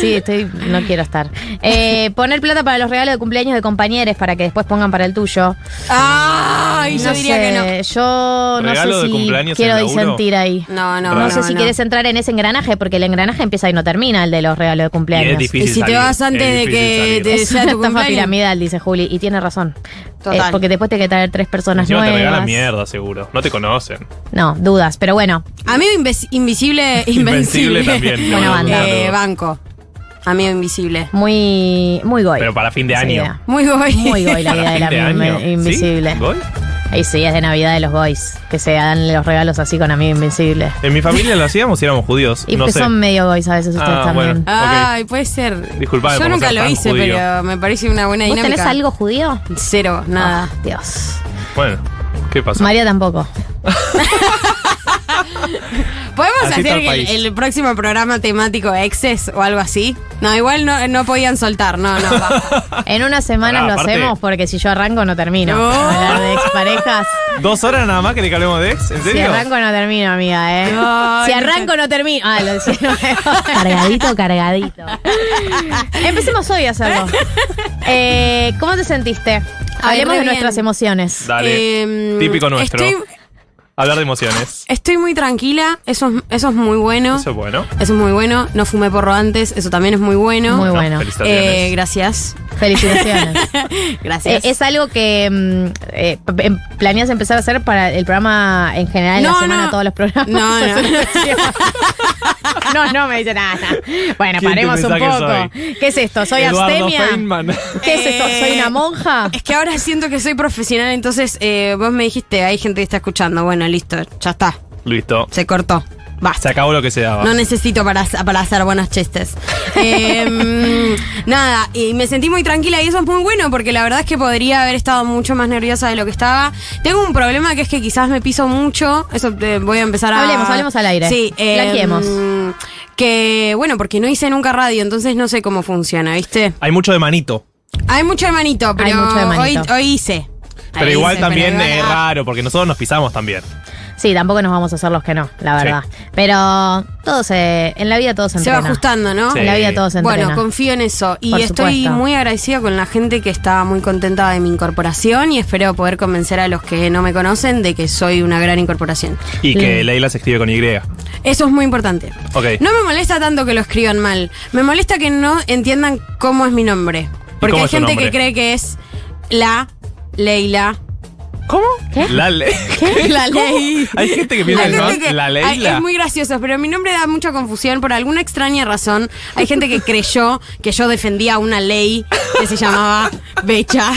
Speaker 3: sí, estoy, no quiero estar. Eh, poner plata para los regalos de cumpleaños de compañeros para que después pongan para el tuyo.
Speaker 1: Ay, yo diría que no.
Speaker 3: Yo no
Speaker 4: ¿Regalo
Speaker 3: sé
Speaker 4: de
Speaker 3: si
Speaker 4: cumpleaños
Speaker 3: quiero
Speaker 4: en laburo?
Speaker 3: disentir ahí.
Speaker 1: No, no,
Speaker 3: No,
Speaker 1: no.
Speaker 3: sé si
Speaker 1: no.
Speaker 3: quieres entrar en ese engranaje, porque el engranaje empieza y no termina el de los regalos de cumpleaños.
Speaker 4: Y es difícil Y si te salir, vas antes es de que difícil te salir.
Speaker 3: es
Speaker 4: sea
Speaker 3: una
Speaker 4: tu
Speaker 3: estafa
Speaker 4: cumpleaños.
Speaker 3: piramidal, dice Juli, y tiene razón.
Speaker 1: Total.
Speaker 3: Eh, porque después te que traer tres personas
Speaker 4: Encima te regalan
Speaker 3: nuevas.
Speaker 4: mierda, seguro. No te conocen.
Speaker 3: No, dudas, pero bueno.
Speaker 1: Amigo inves- invisible, invencible.
Speaker 4: Invencible también, le
Speaker 3: Buena
Speaker 4: mando un
Speaker 3: banda.
Speaker 4: saludo.
Speaker 1: Eh, banco. Amigo invisible.
Speaker 3: Muy, muy goy.
Speaker 4: Pero para fin de
Speaker 3: esa
Speaker 4: año.
Speaker 3: idea.
Speaker 1: Muy goy.
Speaker 3: Muy goy la idea de la
Speaker 4: Fin de
Speaker 3: amiga
Speaker 4: año. ¿Sí?
Speaker 3: invisible.
Speaker 4: ¿Goy?
Speaker 3: Ahí sí, es de Navidad de los goys, que se dan los regalos así con amigo invencible.
Speaker 4: En mi familia lo hacíamos y éramos judíos.
Speaker 3: Y
Speaker 4: no
Speaker 3: que
Speaker 4: sé.
Speaker 3: son medio goys a veces ustedes
Speaker 4: Ah,
Speaker 3: también.
Speaker 4: bueno.
Speaker 1: Ay, puede ser.
Speaker 4: Disculpame
Speaker 1: Yo
Speaker 4: por no
Speaker 1: nunca
Speaker 4: ser
Speaker 1: lo
Speaker 4: tan
Speaker 1: hice,
Speaker 4: judío.
Speaker 1: pero me parece una buena
Speaker 3: ¿Vos
Speaker 1: dinámica.
Speaker 3: tenés algo judío? Ah,
Speaker 1: Cero, nada.
Speaker 3: Dios.
Speaker 4: Bueno, ¿qué pasó?
Speaker 3: María tampoco. Ah.
Speaker 1: ¿Podemos
Speaker 4: Así está
Speaker 1: hacer
Speaker 4: el
Speaker 1: que el,
Speaker 4: país.
Speaker 1: el próximo programa temático exes o algo así? No, igual no, no podían soltar, no, no. va.
Speaker 3: En unas semanas
Speaker 4: Pará,
Speaker 3: lo
Speaker 4: aparte-
Speaker 3: hacemos porque si yo arranco no termino.
Speaker 1: No.
Speaker 3: Hablar de exparejas.
Speaker 4: ¿Dos horas nada más que le que hablemos de ex? ¿En
Speaker 3: Si
Speaker 4: serio?
Speaker 3: arranco no termino, amiga, ¿eh?
Speaker 1: No,
Speaker 3: si
Speaker 1: no
Speaker 3: arranco no termino. Ah, lo decía. cargadito, cargadito. Empecemos hoy a hacerlo. Eh, ¿Cómo te sentiste? Hablemos
Speaker 1: re
Speaker 3: de
Speaker 1: bien.
Speaker 3: nuestras emociones.
Speaker 4: Dale.
Speaker 1: Em,
Speaker 4: Típico nuestro.
Speaker 1: Estoy,
Speaker 4: Hablar de emociones.
Speaker 1: estoy muy tranquila, eso es, eso es muy bueno.
Speaker 4: Eso es bueno.
Speaker 1: Eso es muy bueno. No fumé porro antes, eso también es muy bueno.
Speaker 3: Muy bueno.
Speaker 4: Ah, felicitaciones.
Speaker 1: Eh, gracias.
Speaker 3: Felicitaciones.
Speaker 1: Gracias.
Speaker 3: Eh, es algo que mm, eh, p- em- planeas empezar a hacer para el programa en general,
Speaker 1: No,
Speaker 3: la semana,
Speaker 1: no.
Speaker 3: todos los programas.
Speaker 1: No, no.
Speaker 3: no, no, me dice nada. nada. Bueno,
Speaker 4: ¿Quién te
Speaker 3: paremos un
Speaker 4: pensás que
Speaker 3: poco. ¿Qué es esto? ¿Soy
Speaker 4: Eduardo
Speaker 3: abstemia?
Speaker 4: Feynman.
Speaker 1: Eh.
Speaker 3: ¿Qué es esto? ¿Soy una monja?
Speaker 1: Es que ahora siento que soy profesional, entonces eh, vos me dijiste, hay gente que está escuchando. Bueno, listo, ya está.
Speaker 4: Listo.
Speaker 1: Se cortó.
Speaker 4: Se acabó lo que se
Speaker 3: Ah.
Speaker 4: daba.
Speaker 1: No necesito para, para hacer buenos chistes. Em, nada, y me sentí muy tranquila y eso es muy bueno porque la verdad es que podría haber estado mucho más nerviosa de lo que estaba. Tengo un problema que es que quizás me piso mucho. Eso te voy a empezar a.
Speaker 3: Hablemos, hablemos al aire.
Speaker 1: Sí, em,
Speaker 3: Blanqueemos.
Speaker 1: Que bueno, porque no hice nunca radio, entonces no sé cómo funciona, ¿viste?
Speaker 4: Hay mucho de manito.
Speaker 1: Hay mucho hermanito, pero
Speaker 3: Hay mucho de manito.
Speaker 1: Hoy, hoy hice.
Speaker 4: Pero
Speaker 1: Ahí
Speaker 4: igual
Speaker 1: dice,
Speaker 4: también
Speaker 1: pero
Speaker 3: eh,
Speaker 4: es
Speaker 1: igual-
Speaker 4: raro, porque nosotros nos pisamos también.
Speaker 3: Sí, tampoco nos vamos a hacer los que no, la
Speaker 4: Sí.
Speaker 3: verdad. Pero todo se, en la vida todo se
Speaker 1: Se va
Speaker 3: entrena.
Speaker 1: ajustando, ¿no?
Speaker 3: En la vida todo se entrena.
Speaker 1: Bueno, confío en eso. Y
Speaker 3: Por
Speaker 1: estoy
Speaker 3: supuesto.
Speaker 1: muy agradecida con la gente que está muy contenta de mi incorporación y espero poder convencer a los que no me conocen de que soy una gran incorporación.
Speaker 4: Y que
Speaker 1: Mm.
Speaker 4: Leila se escribe con Y.
Speaker 1: Eso es muy importante.
Speaker 4: Ok.
Speaker 1: No me molesta tanto que lo escriban mal. Me molesta que no entiendan cómo es mi nombre. Porque
Speaker 4: cómo
Speaker 1: hay
Speaker 4: es tu
Speaker 1: gente que
Speaker 4: nombre?
Speaker 1: cree que es la Leila. ¿Cómo?
Speaker 4: La ley.
Speaker 1: La ley.
Speaker 4: Hay gente que piensa
Speaker 1: Hay
Speaker 4: que
Speaker 1: gente
Speaker 4: son
Speaker 1: que-
Speaker 4: la
Speaker 1: hay-
Speaker 4: Leila.
Speaker 1: es muy gracioso, pero mi nombre da mucha confusión por alguna extraña razón. Hay gente que creyó que yo defendía una ley que se llamaba Becha.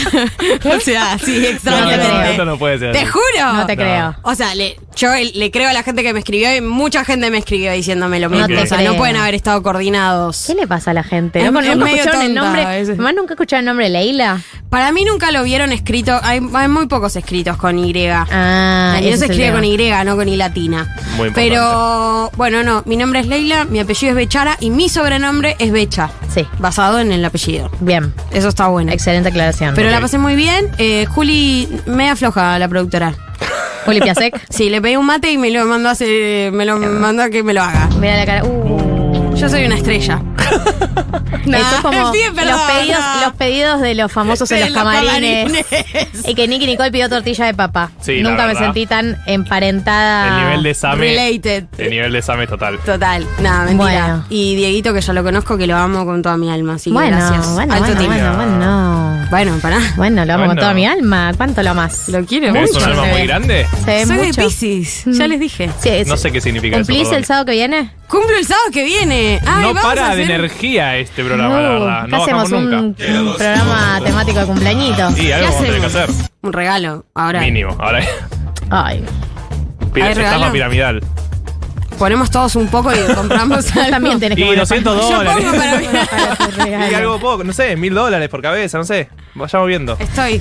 Speaker 1: O sea, sí,
Speaker 4: No, no,
Speaker 1: extrañamente.
Speaker 4: no, esto no puede ser.
Speaker 1: Te juro.
Speaker 4: No te creo.
Speaker 1: O sea, le, yo le creo a la gente que me escribió y mucha gente me escribió diciéndome lo
Speaker 3: No
Speaker 1: mismo.
Speaker 3: te
Speaker 1: o sea,
Speaker 3: creo.
Speaker 1: no pueden haber estado coordinados.
Speaker 3: ¿Qué le pasa a la gente?
Speaker 1: Es-
Speaker 3: ¿No,
Speaker 1: es
Speaker 3: nunca
Speaker 1: medio
Speaker 3: escucharon el
Speaker 1: tonta
Speaker 3: nombre?
Speaker 1: a veces.
Speaker 3: Además, nunca escucharon el nombre de Leila.
Speaker 1: Para mí nunca lo vieron escrito. Hay, hay muy pocos escritos con Y.
Speaker 3: Ah,
Speaker 1: El mío se
Speaker 3: ese es el
Speaker 1: escribe
Speaker 3: tema.
Speaker 1: con Y, no con I latina.
Speaker 3: Muy importante.
Speaker 1: Pero bueno, no. Mi nombre es Leila, mi apellido es Bechara y mi sobrenombre es Becha.
Speaker 3: Sí.
Speaker 1: Basado en el apellido.
Speaker 3: Bien.
Speaker 1: Eso está bueno.
Speaker 3: Excelente aclaración.
Speaker 1: Pero la pasé muy bien. Eh, Juli, me afloja la productora.
Speaker 3: Juli Piasek.
Speaker 1: sí, le pedí un mate y me lo mandó a, hacer- eh, me lo mandó a que me lo haga.
Speaker 3: Mira la cara.
Speaker 1: Yo soy una estrella.
Speaker 3: Eso es como
Speaker 1: pide
Speaker 3: los,
Speaker 1: perdón,
Speaker 3: pedidos,
Speaker 1: no.
Speaker 3: los pedidos de los famosos
Speaker 1: De
Speaker 3: en los
Speaker 1: los
Speaker 3: camarines. Y que Nicky Nicole pidió tortilla de papa.
Speaker 4: Sí, la
Speaker 3: Nunca me
Speaker 4: verdad.
Speaker 3: sentí tan emparentada.
Speaker 4: El nivel de Same.
Speaker 1: Related.
Speaker 4: El nivel de Same es total.
Speaker 1: Total, nada, mentira.
Speaker 3: Bueno.
Speaker 1: Y Dieguito, que ya lo conozco, que lo amo con toda mi alma, así que
Speaker 3: Bueno,
Speaker 1: gracias.
Speaker 3: bueno,
Speaker 1: Alto
Speaker 3: bueno,
Speaker 1: tip.
Speaker 3: bueno, bueno.
Speaker 1: Bueno, pará.
Speaker 3: Bueno, lo amo con
Speaker 1: Bueno.
Speaker 3: toda mi alma. ¿Cuánto lo amas?
Speaker 1: Lo quiero
Speaker 4: ¿Es un alma muy grande?
Speaker 3: Se ve
Speaker 1: Soy
Speaker 3: mucho.
Speaker 1: de Pisces, ya les dije.
Speaker 3: Sí, es-
Speaker 4: No sé qué significa eso.
Speaker 3: ¿Cumplís
Speaker 4: perdón.
Speaker 3: el sábado que viene?
Speaker 1: Cumplo el sábado que viene. Ay,
Speaker 4: no
Speaker 1: vamos a
Speaker 4: para de
Speaker 1: hacer-
Speaker 4: energía este programa, la
Speaker 3: Uh,
Speaker 4: verdad.
Speaker 3: ¿qué
Speaker 4: No
Speaker 3: hacemos
Speaker 4: bajamos
Speaker 3: un
Speaker 4: nunca.
Speaker 3: programa temático de cumpleañitos.
Speaker 4: Sí, algo vamos a tener que hacer.
Speaker 1: Un regalo, ahora.
Speaker 4: Mínimo. Ahora
Speaker 3: Ay.
Speaker 4: Pira-
Speaker 1: ¿Hay regalo?
Speaker 4: estafa piramidal.
Speaker 1: Ponemos todos un poco y compramos algo.
Speaker 3: También tenés
Speaker 4: Y 200 dólares.
Speaker 1: Yo pongo para mí.
Speaker 4: Y algo poco, no sé, mil dólares por cabeza, no sé. Vayamos viendo.
Speaker 1: Estoy.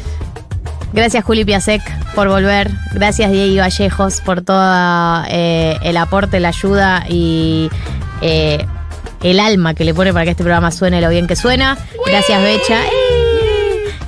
Speaker 3: Gracias Juli Piasek por volver. Gracias Diego Vallejos por todo eh, el aporte, la ayuda y eh, el alma que le pone para que este programa suene lo bien que suena. Gracias Becha. ¡Eh!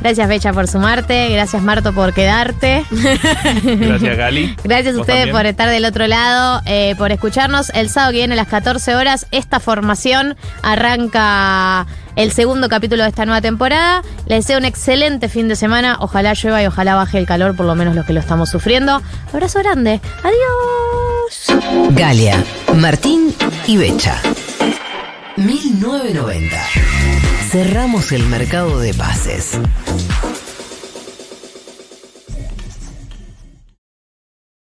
Speaker 3: Gracias Becha por sumarte. Gracias Marto por quedarte.
Speaker 4: Gracias, Gali.
Speaker 3: Gracias a
Speaker 4: Vos
Speaker 3: ustedes
Speaker 4: también.
Speaker 3: por estar del otro lado, eh, por escucharnos. El sábado que viene a las 14 horas, esta formación arranca el segundo capítulo de esta nueva temporada. Les deseo un excelente fin de semana. Ojalá llueva y ojalá baje el calor, por lo menos los que lo estamos sufriendo. Abrazo grande. Adiós.
Speaker 2: Galia, Martín y Becha. 1990. Cerramos el mercado de pases.